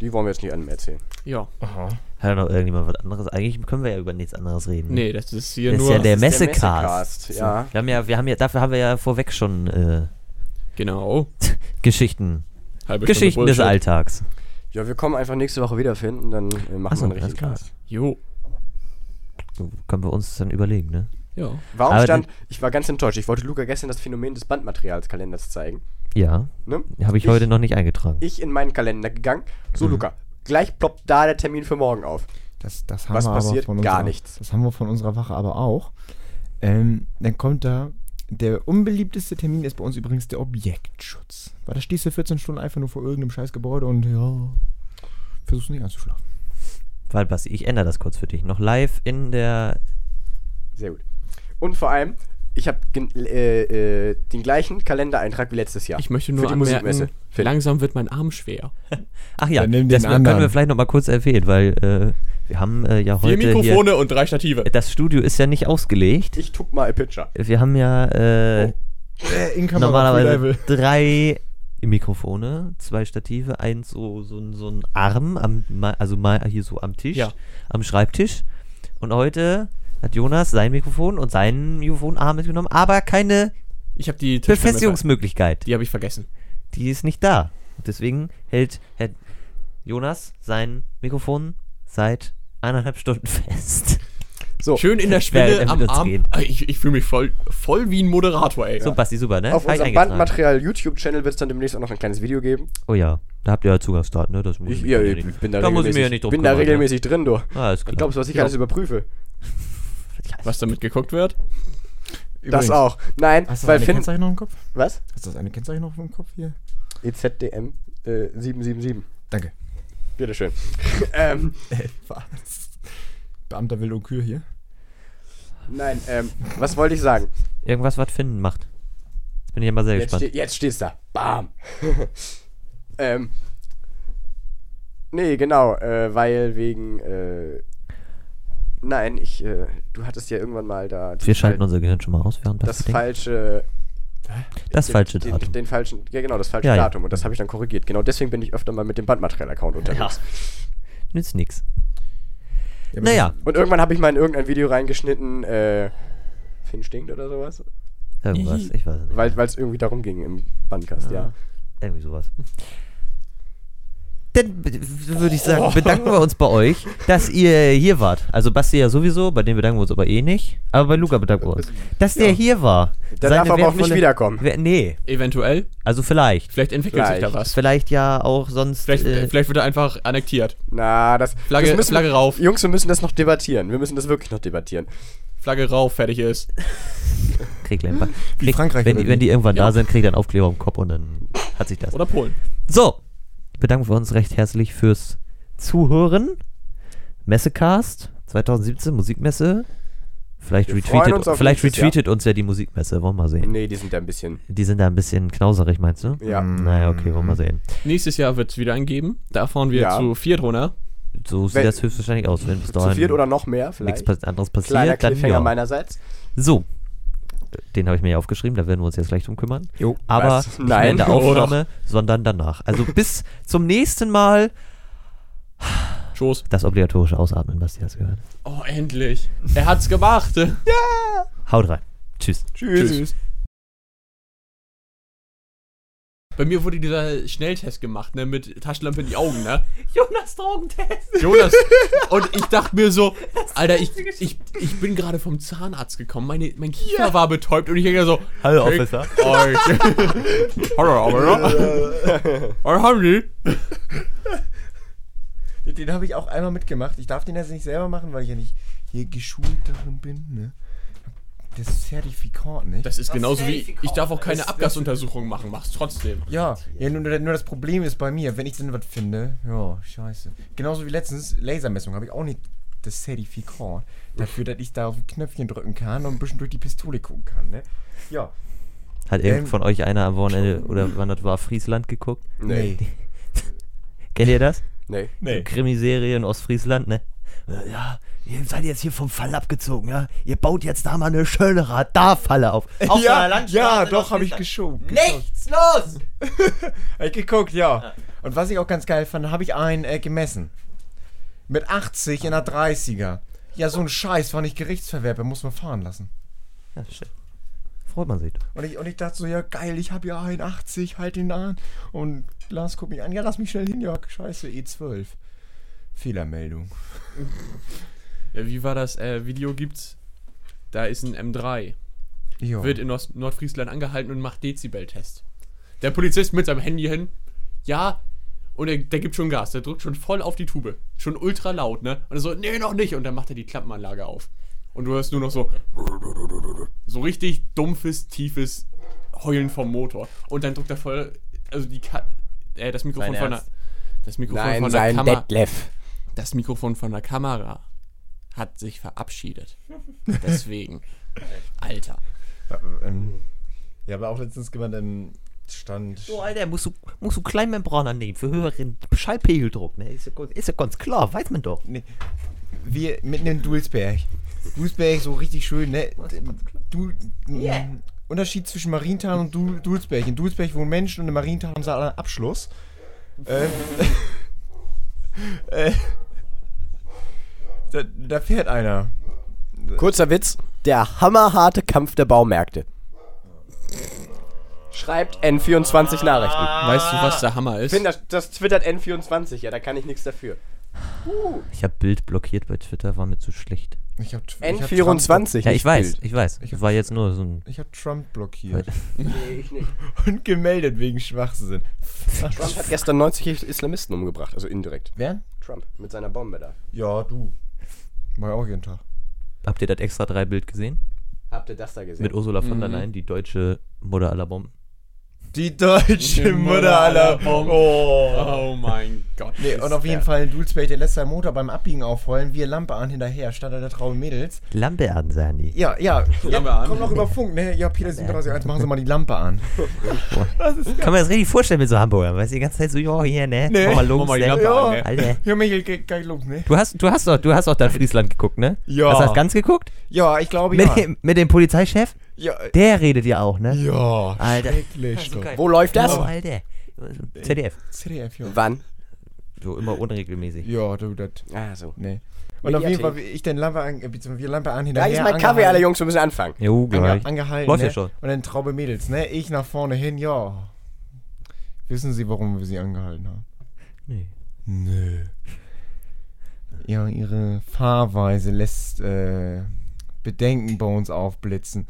S2: die wollen wir jetzt nicht einem erzählen.
S3: Ja.
S1: Hat noch irgendjemand was anderes? Eigentlich können wir ja über nichts anderes reden.
S3: Nee, das ist hier
S1: das ist
S3: nur.
S1: ja der
S2: Das ist der
S1: Messecast.
S2: Messecast, ja.
S1: Wir haben ja, wir haben ja, dafür haben wir ja vorweg schon äh,
S3: genau.
S1: Geschichten.
S3: Halbe
S1: Geschichten
S3: Stunde
S1: des
S3: Bullshit.
S1: Alltags.
S2: Ja, wir kommen einfach nächste Woche wieder, Finn, und dann äh, machen
S1: Ach so,
S2: wir einen richtigen
S1: alles
S2: Cast.
S3: Jo.
S1: So Können wir uns dann überlegen, ne?
S3: Ja.
S2: Warum
S1: Aber
S2: stand, ich war ganz enttäuscht, ich wollte Luca gestern das Phänomen des Bandmaterialskalenders zeigen.
S1: Ja.
S2: Ne?
S1: Habe ich,
S2: Ich-
S1: heute noch nicht eingetragen.
S2: Ich in meinen Kalender gegangen, so
S1: Mhm.
S2: Luca, gleich ploppt da der Termin für morgen auf.
S4: Das, das haben
S2: Was
S4: wir
S2: passiert?
S4: Aber von
S2: Gar
S4: unserer,
S2: nichts.
S4: Das haben wir von unserer Wache aber auch. Ähm, dann kommt da der unbeliebteste Termin ist bei uns übrigens der Objektschutz. Weil da stehst du 14 Stunden einfach nur vor irgendeinem scheiß Gebäude und ja, versuchst nicht einzuschlafen.
S1: Warte, Basti, ich ändere das kurz für dich. Noch live in der.
S2: Sehr gut. Und vor allem, ich habe äh, äh, den gleichen Kalendereintrag wie letztes Jahr.
S3: Ich möchte nur
S2: Für die
S3: anmerken,
S2: Musikmesse. Finn.
S3: langsam wird mein Arm schwer.
S1: Ach ja,
S4: Dann nimm den
S1: das können wir
S4: anderen.
S1: vielleicht noch mal kurz erwähnen, weil äh, wir haben äh, ja
S3: Vier
S1: heute hier.
S3: Mikrofone und drei Stative.
S1: Das Studio ist ja nicht ausgelegt.
S2: Ich tuck mal ein Picture.
S1: Wir haben ja äh,
S4: in
S1: normalerweise drei Mikrofone, zwei Stative, eins so, so, ein- so ein Arm, am, ma- also mal hier so am Tisch,
S3: Ja.
S1: am Schreibtisch. Und heute hat Jonas sein Mikrofon und seinen Mikrofonarm mitgenommen, aber keine
S3: Ich habe die Tischlampe-
S1: Befestigungsmöglichkeit.
S3: Die habe ich vergessen.
S1: die ist nicht da. Und deswegen hält Herr Jonas sein Mikrofon seit eineinhalb Stunden fest.
S2: So,
S3: Schön in der
S1: Wer
S3: Schwelle
S1: wird
S3: am
S1: uns
S3: Arm.
S1: gehen?
S3: Ah, Ich, ich fühle mich voll, voll wie ein Moderator, ey.
S1: So, Basti, super, ne?
S2: auf
S1: Hab ich
S2: unserem
S1: eingetragen.
S2: Bandmaterial YouTube-Channel wird es dann demnächst auch noch ein kleines Video geben.
S1: Oh ja, da habt ihr ja Zugangsdaten, ne? Das muss
S2: Ich,
S1: ich,
S2: ja,
S1: mir
S2: ich
S1: nicht-
S2: bin da,
S1: Da muss ich
S2: regelmäßig,
S1: mir ja nicht drum
S2: bin da
S1: kümmern,
S2: regelmäßig drin, du.
S1: Ne? Ah, ist klar.
S2: Glaubst du, was ich alles überprüfe?
S3: Was damit geguckt wird?
S2: Das auch. Nein,
S4: Hast du
S2: weil
S4: das eine
S2: Finn.
S4: Kennzeichnung im Kopf?
S2: Was?
S4: Hast du das eine Kennzeichnung im Kopf hier?
S2: E EZDM äh, 777.
S4: Danke.
S2: Bitteschön. ähm,
S4: Was? Beamter will und Kür hier?
S2: nein, ähm, was wollte ich sagen?
S1: Irgendwas, was Finn macht. Jetzt bin ich ja mal sehr
S2: Jetzt, ste
S1: gespannt.
S2: jetzt stehst du da. Bam. ähm, nee, genau, äh, weil wegen. Äh, nein, ich. Äh, du hattest ja irgendwann mal da. die
S1: Wir schalten
S2: Fal-
S1: unser Gehirn schon mal aus, während
S2: das
S1: das Ding.
S2: falsche.
S1: Das
S2: den-
S1: falsche
S2: den,
S1: Datum.
S2: Den falschen, ja, genau, das falsche
S1: Ja, ja.
S2: Datum. Und das habe ich dann korrigiert. Genau deswegen bin ich öfter mal mit dem Bandmaterial-Account unterwegs.
S1: Nützt nix.
S4: Ja,
S1: Naja,
S2: Und irgendwann habe ich mal in irgendein Video reingeschnitten, äh, Finn stinkt oder sowas.
S1: irgendwas, ich weiß es nicht.
S2: Weil es irgendwie darum ging im Bandcast,
S1: Ah,
S2: ja.
S1: Irgendwie sowas. Dann b- würde ich sagen, bedanken wir uns bei euch, dass ihr hier wart. Also Basti ja sowieso, bei dem bedanken wir uns aber eh nicht. Aber bei Luca bedanken wir uns. Dass der hier war.
S2: Der
S1: Seine
S2: darf aber auch nicht
S1: wertvolle-
S2: wiederkommen.
S1: Wer- Nee,
S3: Eventuell.
S1: also vielleicht.
S3: Vielleicht entwickelt
S2: Vielleicht.
S3: sich da was.
S1: Vielleicht ja auch sonst.
S3: Vielleicht,
S1: äh,
S3: vielleicht wird er einfach annektiert.
S2: Na, das.
S3: Flagge-
S2: das müssen,
S3: Flagge rauf.
S2: Jungs, wir müssen das noch debattieren. Wir müssen das wirklich noch debattieren.
S3: Flagge rauf, fertig ist.
S1: kriegt Lemper. Kriegt-
S4: Frankreich
S1: wenn,
S4: oder
S1: die-
S4: wie?
S1: wenn die irgendwann
S3: Ja.
S1: da sind, kriegt er einen Aufkleber im Kopf und dann hat sich das.
S3: Oder Polen.
S1: So, bedanken wir uns recht herzlich fürs Zuhören. Messecast 2017 Musikmesse. Vielleicht
S2: Wir freuen
S1: retweetet,
S2: uns auf
S1: vielleicht
S2: nächstes Jahr.
S1: retweetet uns ja die Musikmesse, wollen wir mal sehen.
S2: Nee, die sind da ein bisschen.
S1: Die sind da ein bisschen knauserig, meinst du?
S2: Ja.
S1: Naja, okay, wollen wir
S2: Mhm.
S1: sehen.
S3: Nächstes Jahr wird es wieder einen geben. Da fahren wir
S2: Ja.
S3: zu viert runter.
S1: So sieht
S2: Wenn-
S1: das höchstwahrscheinlich aus, wenn bis
S2: Zu
S1: dahin
S2: viert oder noch mehr,
S1: nichts
S2: vielleicht.
S1: pass- anderes
S2: Kleiner
S1: passiert. Dann,
S2: Cliffhanger
S1: ja.
S2: meinerseits.
S1: So, den habe ich mir ja aufgeschrieben, da werden wir uns jetzt gleich drum kümmern.
S4: Jo.
S1: Aber
S2: Was?
S1: nicht
S2: Nein.
S1: mehr in der
S2: Oh, doch.
S1: Aufnahme, sondern danach. Also bis zum nächsten Mal.
S3: Schoß.
S1: Das obligatorische Ausatmen, was ihr das gehört.
S3: Oh, endlich. Er hat's gemacht.
S1: Haut rein. Tschüss.
S2: Tschüss.
S3: Bei mir wurde dieser Schnelltest gemacht, ne? Mit Taschenlampe in die Augen, ne?
S1: Jonas Drogentest.
S3: Jonas. Und ich dachte mir so, Alter, ich, ich, ich bin gerade vom Zahnarzt gekommen. Meine, mein Kiefer war betäubt und ich denke so,
S1: Hallo,
S3: Hey.
S1: Officer.
S3: Hallo, Alter. Was haben die?
S4: Den, den habe ich auch einmal mitgemacht. Ich darf den jetzt nicht selber machen, weil ich ja nicht hier geschult darin bin. Ne? Das Zertifikat nicht.
S3: Das ist genauso wie, ich darf auch keine Abgasuntersuchung machen. Mach's trotzdem.
S4: ja, ja nur, nur das Problem ist bei mir, wenn ich denn was finde, ja, scheiße. Genauso wie letztens, Lasermessung, habe ich auch nicht das Zertifikat dafür, dass ich da auf ein Knöpfchen drücken kann und ein bisschen durch die Pistole gucken kann. Ne? Ja,
S1: Hat irgend
S4: Ähm.
S1: von euch einer am Wochenende oder wann das war, Friesland geguckt?
S2: Nee.
S1: Kennt ihr das?
S2: Nee.
S1: Nee. Krimiserie in Ostfriesland, ne? Ja, ihr seid jetzt hier vom Fall abgezogen, ja? Ihr baut jetzt da mal eine schöne Radarfalle auf. Auf
S4: ja,
S1: einer Landstraße
S4: ja,
S1: in
S4: doch, habe ich
S1: Ostfriesland.
S4: geschoben.
S1: Nichts los!
S4: Hab ich geguckt, ja. Und was ich auch ganz geil fand, habe ich einen äh, gemessen. Mit 80 in der 30er. Ja, so ein Scheiß war nicht Gerichtsverwerber, muss man fahren lassen.
S1: Ja, shit. Freut man sich. doch.
S4: Und ich, und ich dachte so, ja geil, ich habe ja einen 80, halt ihn an. Und Lars guckt mich an, ja lass mich schnell hin, Jörg. Scheiße, E12. Fehlermeldung.
S3: Ja, wie war das äh, Video gibt's? Da ist ein M3.
S4: Ja.
S3: Wird in Nord Nordfriesland angehalten und macht Dezibel-Test. Der Polizist mit seinem Handy hin. Ja. Und er, der gibt schon Gas. Der drückt schon voll auf die Tube. Schon ultra laut, ne? Und er so, nee, noch nicht. Und dann macht er die Klappenanlage auf. Und du hörst nur noch so. So richtig dumpfes, tiefes Heulen vom Motor. Und dann drückt er voll. Also die. Ka äh, das Mikrofon
S2: Sein
S3: von der.
S2: Ernst?
S3: Das Mikrofon
S2: Nein,
S3: von der
S2: sein
S3: Kamera.
S2: Detlef.
S3: Das Mikrofon von der Kamera hat sich verabschiedet. Deswegen. Alter.
S4: ähm, ja, aber auch letztens jemand im Stand.
S1: So, Alter, musst du, musst du Kleinmembran annehmen für höheren Schallpegeldruck, ne? Ist ja, ganz- ist ja ganz klar, weiß man doch.
S4: Nee. Wir mitten in Dulsberg. Dulsberg so richtig schön, ne? Du,
S1: Yeah.
S4: m, Unterschied zwischen Marienthal und du Dulsberg. In Dulsberg wohnen Menschen und in Marienthal haben sie alle einen Abschluss. Ähm, äh, da, da fährt einer.
S2: Kurzer Witz. Der hammerharte Kampf der Baumärkte. Schreibt N24 Nachrichten.
S4: Ah.
S3: Weißt du, was der Hammer ist?
S2: Finn, das, das twittert N24, ja, da kann ich nichts dafür.
S1: Ich habe Bild blockiert bei Twitter, war mir zu schlecht.
S4: Ich hab,
S2: N24.
S1: Ja, ich
S2: nicht
S1: weiß,
S2: Bild.
S1: ich weiß.
S4: Ich hab-
S1: Ich war jetzt nur so ein.
S4: Ich habe Trump blockiert.
S2: Nee, ich nicht.
S4: Und gemeldet wegen Schwachsinn.
S2: Trump hat gestern 90 Islamisten umgebracht, also indirekt.
S4: Wer?
S2: Trump mit seiner Bombe da.
S4: Ja, du. War ja auch jeden Tag.
S1: Habt ihr das extra 3 Bild gesehen?
S2: Habt ihr das da gesehen?
S1: Mit Ursula von der
S3: Mhm.
S1: Leyen, die deutsche Mutter aller Bomben.
S4: Die deutsche
S3: Die
S4: Mutter aller
S3: Bomben.
S4: Oh.
S3: Oh mein Gott.
S4: Nee, und auf jeden Fall Dulzberg, der lässt seinen Motor beim Abbiegen aufheulen, wir Lampe an hinterher, statt der trauen Mädels.
S1: Lampe an, sagen die.
S4: Ja, ja,
S3: Lampe
S4: ja
S3: an.
S4: komm noch über Funk, ne? Ja, Peter 731, machen Sie mal die Lampe an.
S1: Kann man das richtig vorstellen mit so Hamburgern, weißt du, die ganze Zeit so, ja, hier, ne?
S4: Nee.
S1: Mach mal
S3: Mach
S1: los,
S3: mal die
S1: ne?
S3: Lampe an,
S1: Ja.
S3: ne?
S1: Alter.
S4: Ja, Michael, ge- geil los, ne?
S1: Du hast, du hast doch, du hast auch dann Friesland geguckt, ne?
S4: Ja.
S1: Hast du das ganz geguckt?
S4: Ja, ich glaube,
S1: Mit,
S4: ja.
S1: dem, mit dem Polizeichef?
S4: Ja,
S1: Der redet ja auch, ne?
S4: ja
S1: Alter.
S4: schrecklich. doch.
S2: Wo läuft das?
S1: Oh, Alter. ZDF.
S4: CDF, ja.
S2: Wann?
S1: So immer unregelmäßig.
S4: Ja, du, das,
S2: Ah, so.
S4: ne. Und auf jeden Fall, wie ich dann Lampe an, äh, beziehungsweise wir Lampe an
S2: Da
S4: hinterher.
S2: ist mein
S4: angehalten.
S2: Kaffee, alle Jungs, wir müssen anfangen.
S1: Jo,
S4: ange
S1: gleich.
S4: angehalten.
S1: Läuft
S4: ne?
S1: ja schon.
S4: Und dann Traube Mädels, ne? Ich nach vorne hin, ja. Wissen Sie, warum wir sie angehalten haben?
S1: Nee.
S4: Nö. Ja, ihre Fahrweise lässt äh, Bedenken bei uns aufblitzen.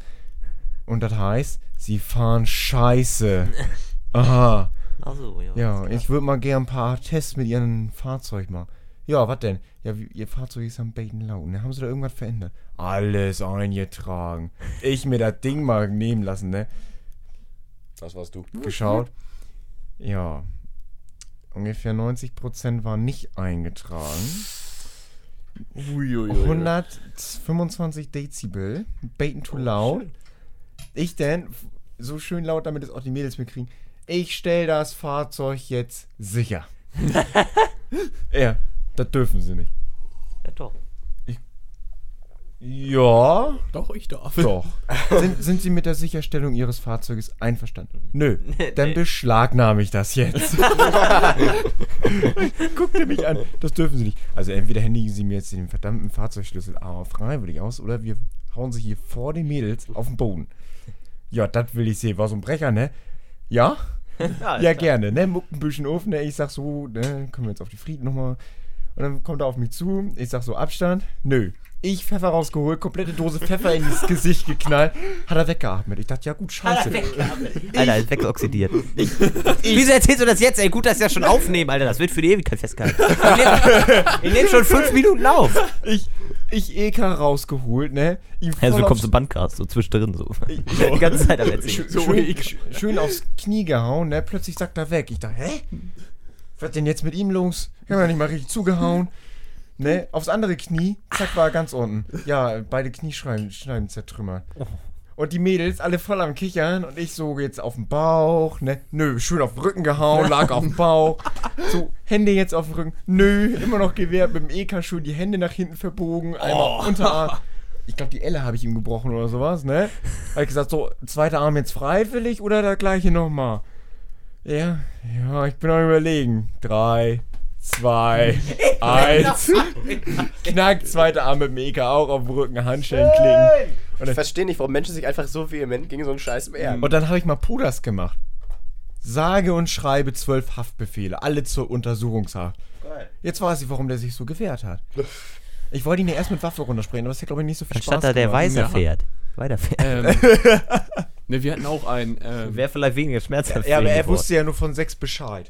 S4: Und das heißt, sie fahren scheiße. Aha.
S1: Achso,
S4: Ja, ich würde mal gerne ein paar Tests mit ihrem Fahrzeug machen. Ja, was denn? Ja, wie, ihr Fahrzeug ist am Baden Lauten. Ne? Haben sie da irgendwas verändert? Alles eingetragen. Ich mir das Ding mal nehmen lassen, ne?
S2: Das warst du.
S4: geschaut. Ja. Ungefähr 90% waren nicht eingetragen.
S3: Uiuiui.
S4: 125 Dezibel. Baiting
S1: Oh,
S4: too loud. Ich denn, f- so schön laut, damit es auch die Mädels mitkriegen. Ich stell das Fahrzeug jetzt sicher. ja, das dürfen sie nicht.
S1: Ja, doch.
S4: Ja,
S3: Doch, ich darf.
S4: doch. sind, sind sie mit der Sicherstellung ihres Fahrzeuges einverstanden? Nö, dann beschlagnahme ich das jetzt. Guckt ihr mich an. Das dürfen sie nicht. Also entweder händigen sie mir jetzt den verdammten Fahrzeugschlüssel A freiwillig aus oder wir hauen sie hier vor den Mädels auf den Boden. Ja, das will ich sehen. War so ein Brecher, ne? Ja? Ja, gerne, ne? Muckt ein bisschen auf, ne? Ich sag so, ne? Kommen wir jetzt auf die Frieden nochmal. Und dann kommt er auf mich zu. Ich sag so, Abstand. Nö. Ich Pfeffer rausgeholt, komplette Dose Pfeffer in das Gesicht geknallt. Hat er weggeatmet. Ich dachte, ja gut, scheiße.
S1: Alter, ist weggeoxidiert. Wieso erzählst du das jetzt, ey? Gut, dass ich das schon aufnehmen, Alter. Das wird für die Ewigkeit festgehalten. Ich nehm- Ich nehme schon fünf Minuten auf.
S4: Ich, ich Eka rausgeholt, ne? Ihm
S1: Ja, so
S4: voll
S1: kommst du
S4: aufs-
S1: Bandcast, so zwischendrin so. Die ganze Zeit am Erzählen.
S4: schön, schön, schön aufs Knie gehauen, ne? Plötzlich sagt er weg. Ich dachte, hä? Was denn jetzt mit ihm los? Ich hab ja nicht mal richtig zugehauen. Ne? Aufs andere Knie, zack, war er ganz unten. Ja, beide Kniescheiben Scheiben zertrümmert. Und die Mädels alle voll am Kichern und ich so jetzt auf den Bauch, ne? Nö, schön auf den Rücken gehauen, lag auf dem Bauch. So, Hände jetzt auf dem Rücken. Nö, immer noch gewehrt, mit dem EK schön die Hände nach hinten verbogen, einmal Unterarm. Ich glaube, die Elle habe ich ihm gebrochen oder sowas, ne? Habe ich gesagt, so, zweiter Arm jetzt freiwillig oder der gleiche nochmal? Ja, ja, ich bin am überlegen. Drei, zwei, eins. Knack, zweiter Arm mit dem EK auch auf dem Rücken, Handschellen klingen.
S2: Ich verstehe nicht, warum Menschen sich einfach so vehement gegen so einen Scheiß wehren.
S4: Und dann habe ich mal Puders gemacht. Sage und schreibe zwölf Haftbefehle, alle zur Untersuchungshaft. Jetzt weiß ich, warum der sich so gewehrt hat. Ich wollte ihn ja erst mit Waffe runtersprechen, aber das hat, glaube ich, nicht so viel
S1: Anstatt
S4: Spaß
S1: da der
S4: gemacht.
S1: Weiser
S3: Ja.
S1: fährt. Weiterfährt.
S3: Ähm, ne, wir hatten auch einen. ähm,
S1: Wäre vielleicht weniger schmerzhaft.
S4: Ja, aber
S1: für ihn
S4: er
S1: geworden.
S4: wusste ja nur von sechs Bescheid.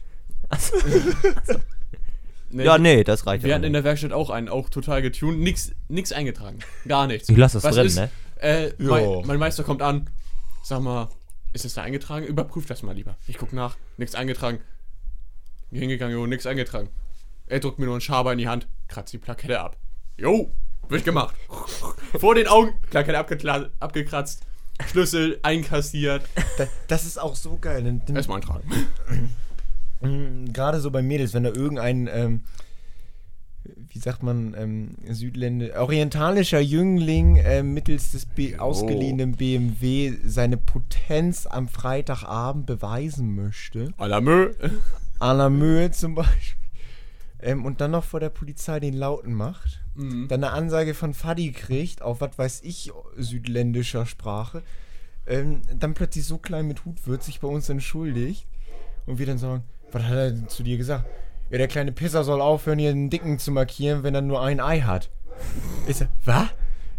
S3: ne,
S1: Ja, nee, das reicht
S3: Wir
S1: ja.
S3: hatten in der Werkstatt auch einen, auch total getuned, nix, nix eingetragen. Gar nichts.
S1: Ich lass das drin,
S3: ist,
S1: ne?
S3: Äh,
S4: Ja.
S3: mein, mein Meister kommt an, sag mal, ist das da eingetragen? Überprüf das mal lieber. Ich guck nach, nix eingetragen. Hingegangen, jo, nix eingetragen. Er drückt mir nur einen Schaber in die Hand, kratzt die Plakette ab. Jo, wird gemacht. Vor den Augen, Plakette abgekla- abgekratzt, Schlüssel einkassiert.
S4: Da- Das ist auch so geil. Dann- dann-
S3: Erstmal eintragen.
S4: Mm, Gerade so bei Mädels, wenn da irgendein, ähm, wie sagt man, ähm, Südländer, orientalischer Jüngling äh, mittels des B ausgeliehenen BMW seine Potenz am Freitagabend beweisen möchte,
S3: Alamö.
S4: à la Mühe zum Beispiel, ähm, und dann noch vor der Polizei den Lauten macht,
S1: Mhm.
S4: dann eine Ansage von Fadi kriegt, auf was weiß ich, südländischer Sprache, ähm, dann plötzlich so klein mit Hut wird, sich bei uns entschuldigt und wir dann sagen, was hat er denn zu dir gesagt? ja, der kleine Pisser soll aufhören, hier einen Dicken zu markieren, wenn er nur ein Ei hat. Ich sag, was?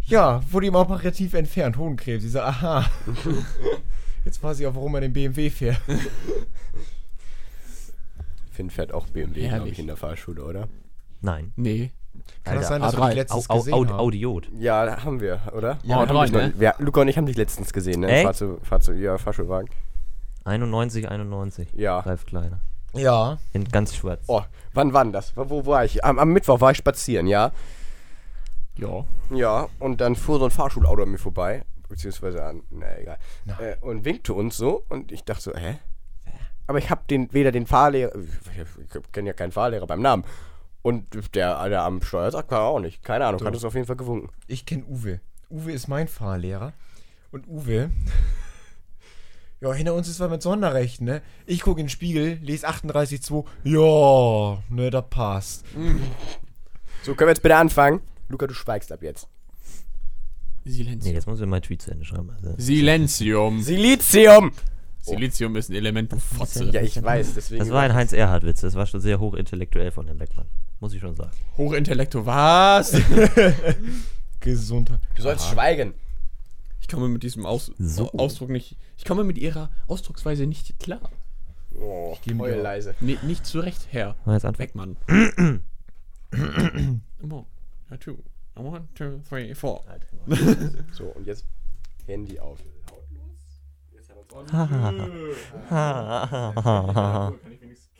S4: Ja, wurde ihm operativ entfernt, Hodenkrebs. Ich sag, aha. Jetzt weiß ich auch, warum er den BMW fährt.
S2: Finn fährt auch BMW, glaube
S3: Herrlich.
S2: ich, in der Fahrschule, oder?
S1: Nein.
S3: Nee.
S4: Kann das
S1: Alter,
S4: sein, dass wir
S3: A3,
S4: dich
S1: Au,
S4: letztens
S1: au,
S4: gesehen
S1: au,
S4: haben?
S1: Audiot.
S2: Ja, da haben wir, oder?
S3: Ja,
S2: haben
S3: drei,
S2: dich noch-
S3: ne?
S2: wir, Luca und ich haben dich letztens gesehen, ne?
S1: Echt?
S2: Fahrzeug, Fahrzeug, ja, Fahrschulwagen.
S1: 91, 91.
S2: Ja.
S1: Ralf Kleiner.
S4: Ja.
S1: In ganz schwarz.
S2: Oh, wann war denn das? Wo, wo war ich? Am, am Mittwoch war ich spazieren, ja?
S3: Ja.
S2: Ja, und dann fuhr so ein Fahrschulauto an mir vorbei, beziehungsweise an, na egal, äh, und winkte uns so und ich dachte so, hä? Aber ich habe den, weder den Fahrlehrer, ich kenne ja keinen Fahrlehrer beim Namen, und der, der am Steuer sagt, kann er auch nicht, keine Ahnung, hat uns auf jeden Fall gewunken.
S4: Ich kenne Uwe. Uwe ist mein Fahrlehrer. Und Uwe. Ja, hinter uns ist was mit Sonderrechten, ne? Ich gucke in den Spiegel, lese 38,2. Ja, ne, da passt.
S2: So, können wir jetzt bitte anfangen? Luca, du schweigst ab jetzt.
S1: Nee,
S3: Silenzium.
S1: jetzt muss ich mal Tweet zu Ende schreiben. Also,
S3: Silenzium.
S2: Silizium!
S3: Silizium ist ein Element, du Fotze.
S2: Ja, ich weiß, deswegen.
S1: das war ein Heinz-Erhard-Witz. Das war schon sehr hochintellektuell von Herrn Beckmann. Muss ich schon sagen.
S3: Hochintellektu. Was?
S4: Gesundheit.
S2: Du sollst schweigen.
S3: Ich komme mit diesem Aus
S1: So.
S3: Ausdruck nicht. Ich komme mit ihrer Ausdrucksweise nicht klar.
S2: Oh,
S4: geh mit
S2: heul
S4: dir.
S2: leise.
S3: Nee, nicht zurecht, Herr.
S1: Mal jetzt anfangen.
S3: Beckmann. One, two, one, two, three, four.
S2: So, und jetzt Handy auf.
S1: Ha, ha, ha. Ha, ha, ha, ha.
S3: Kann ich wenigstens-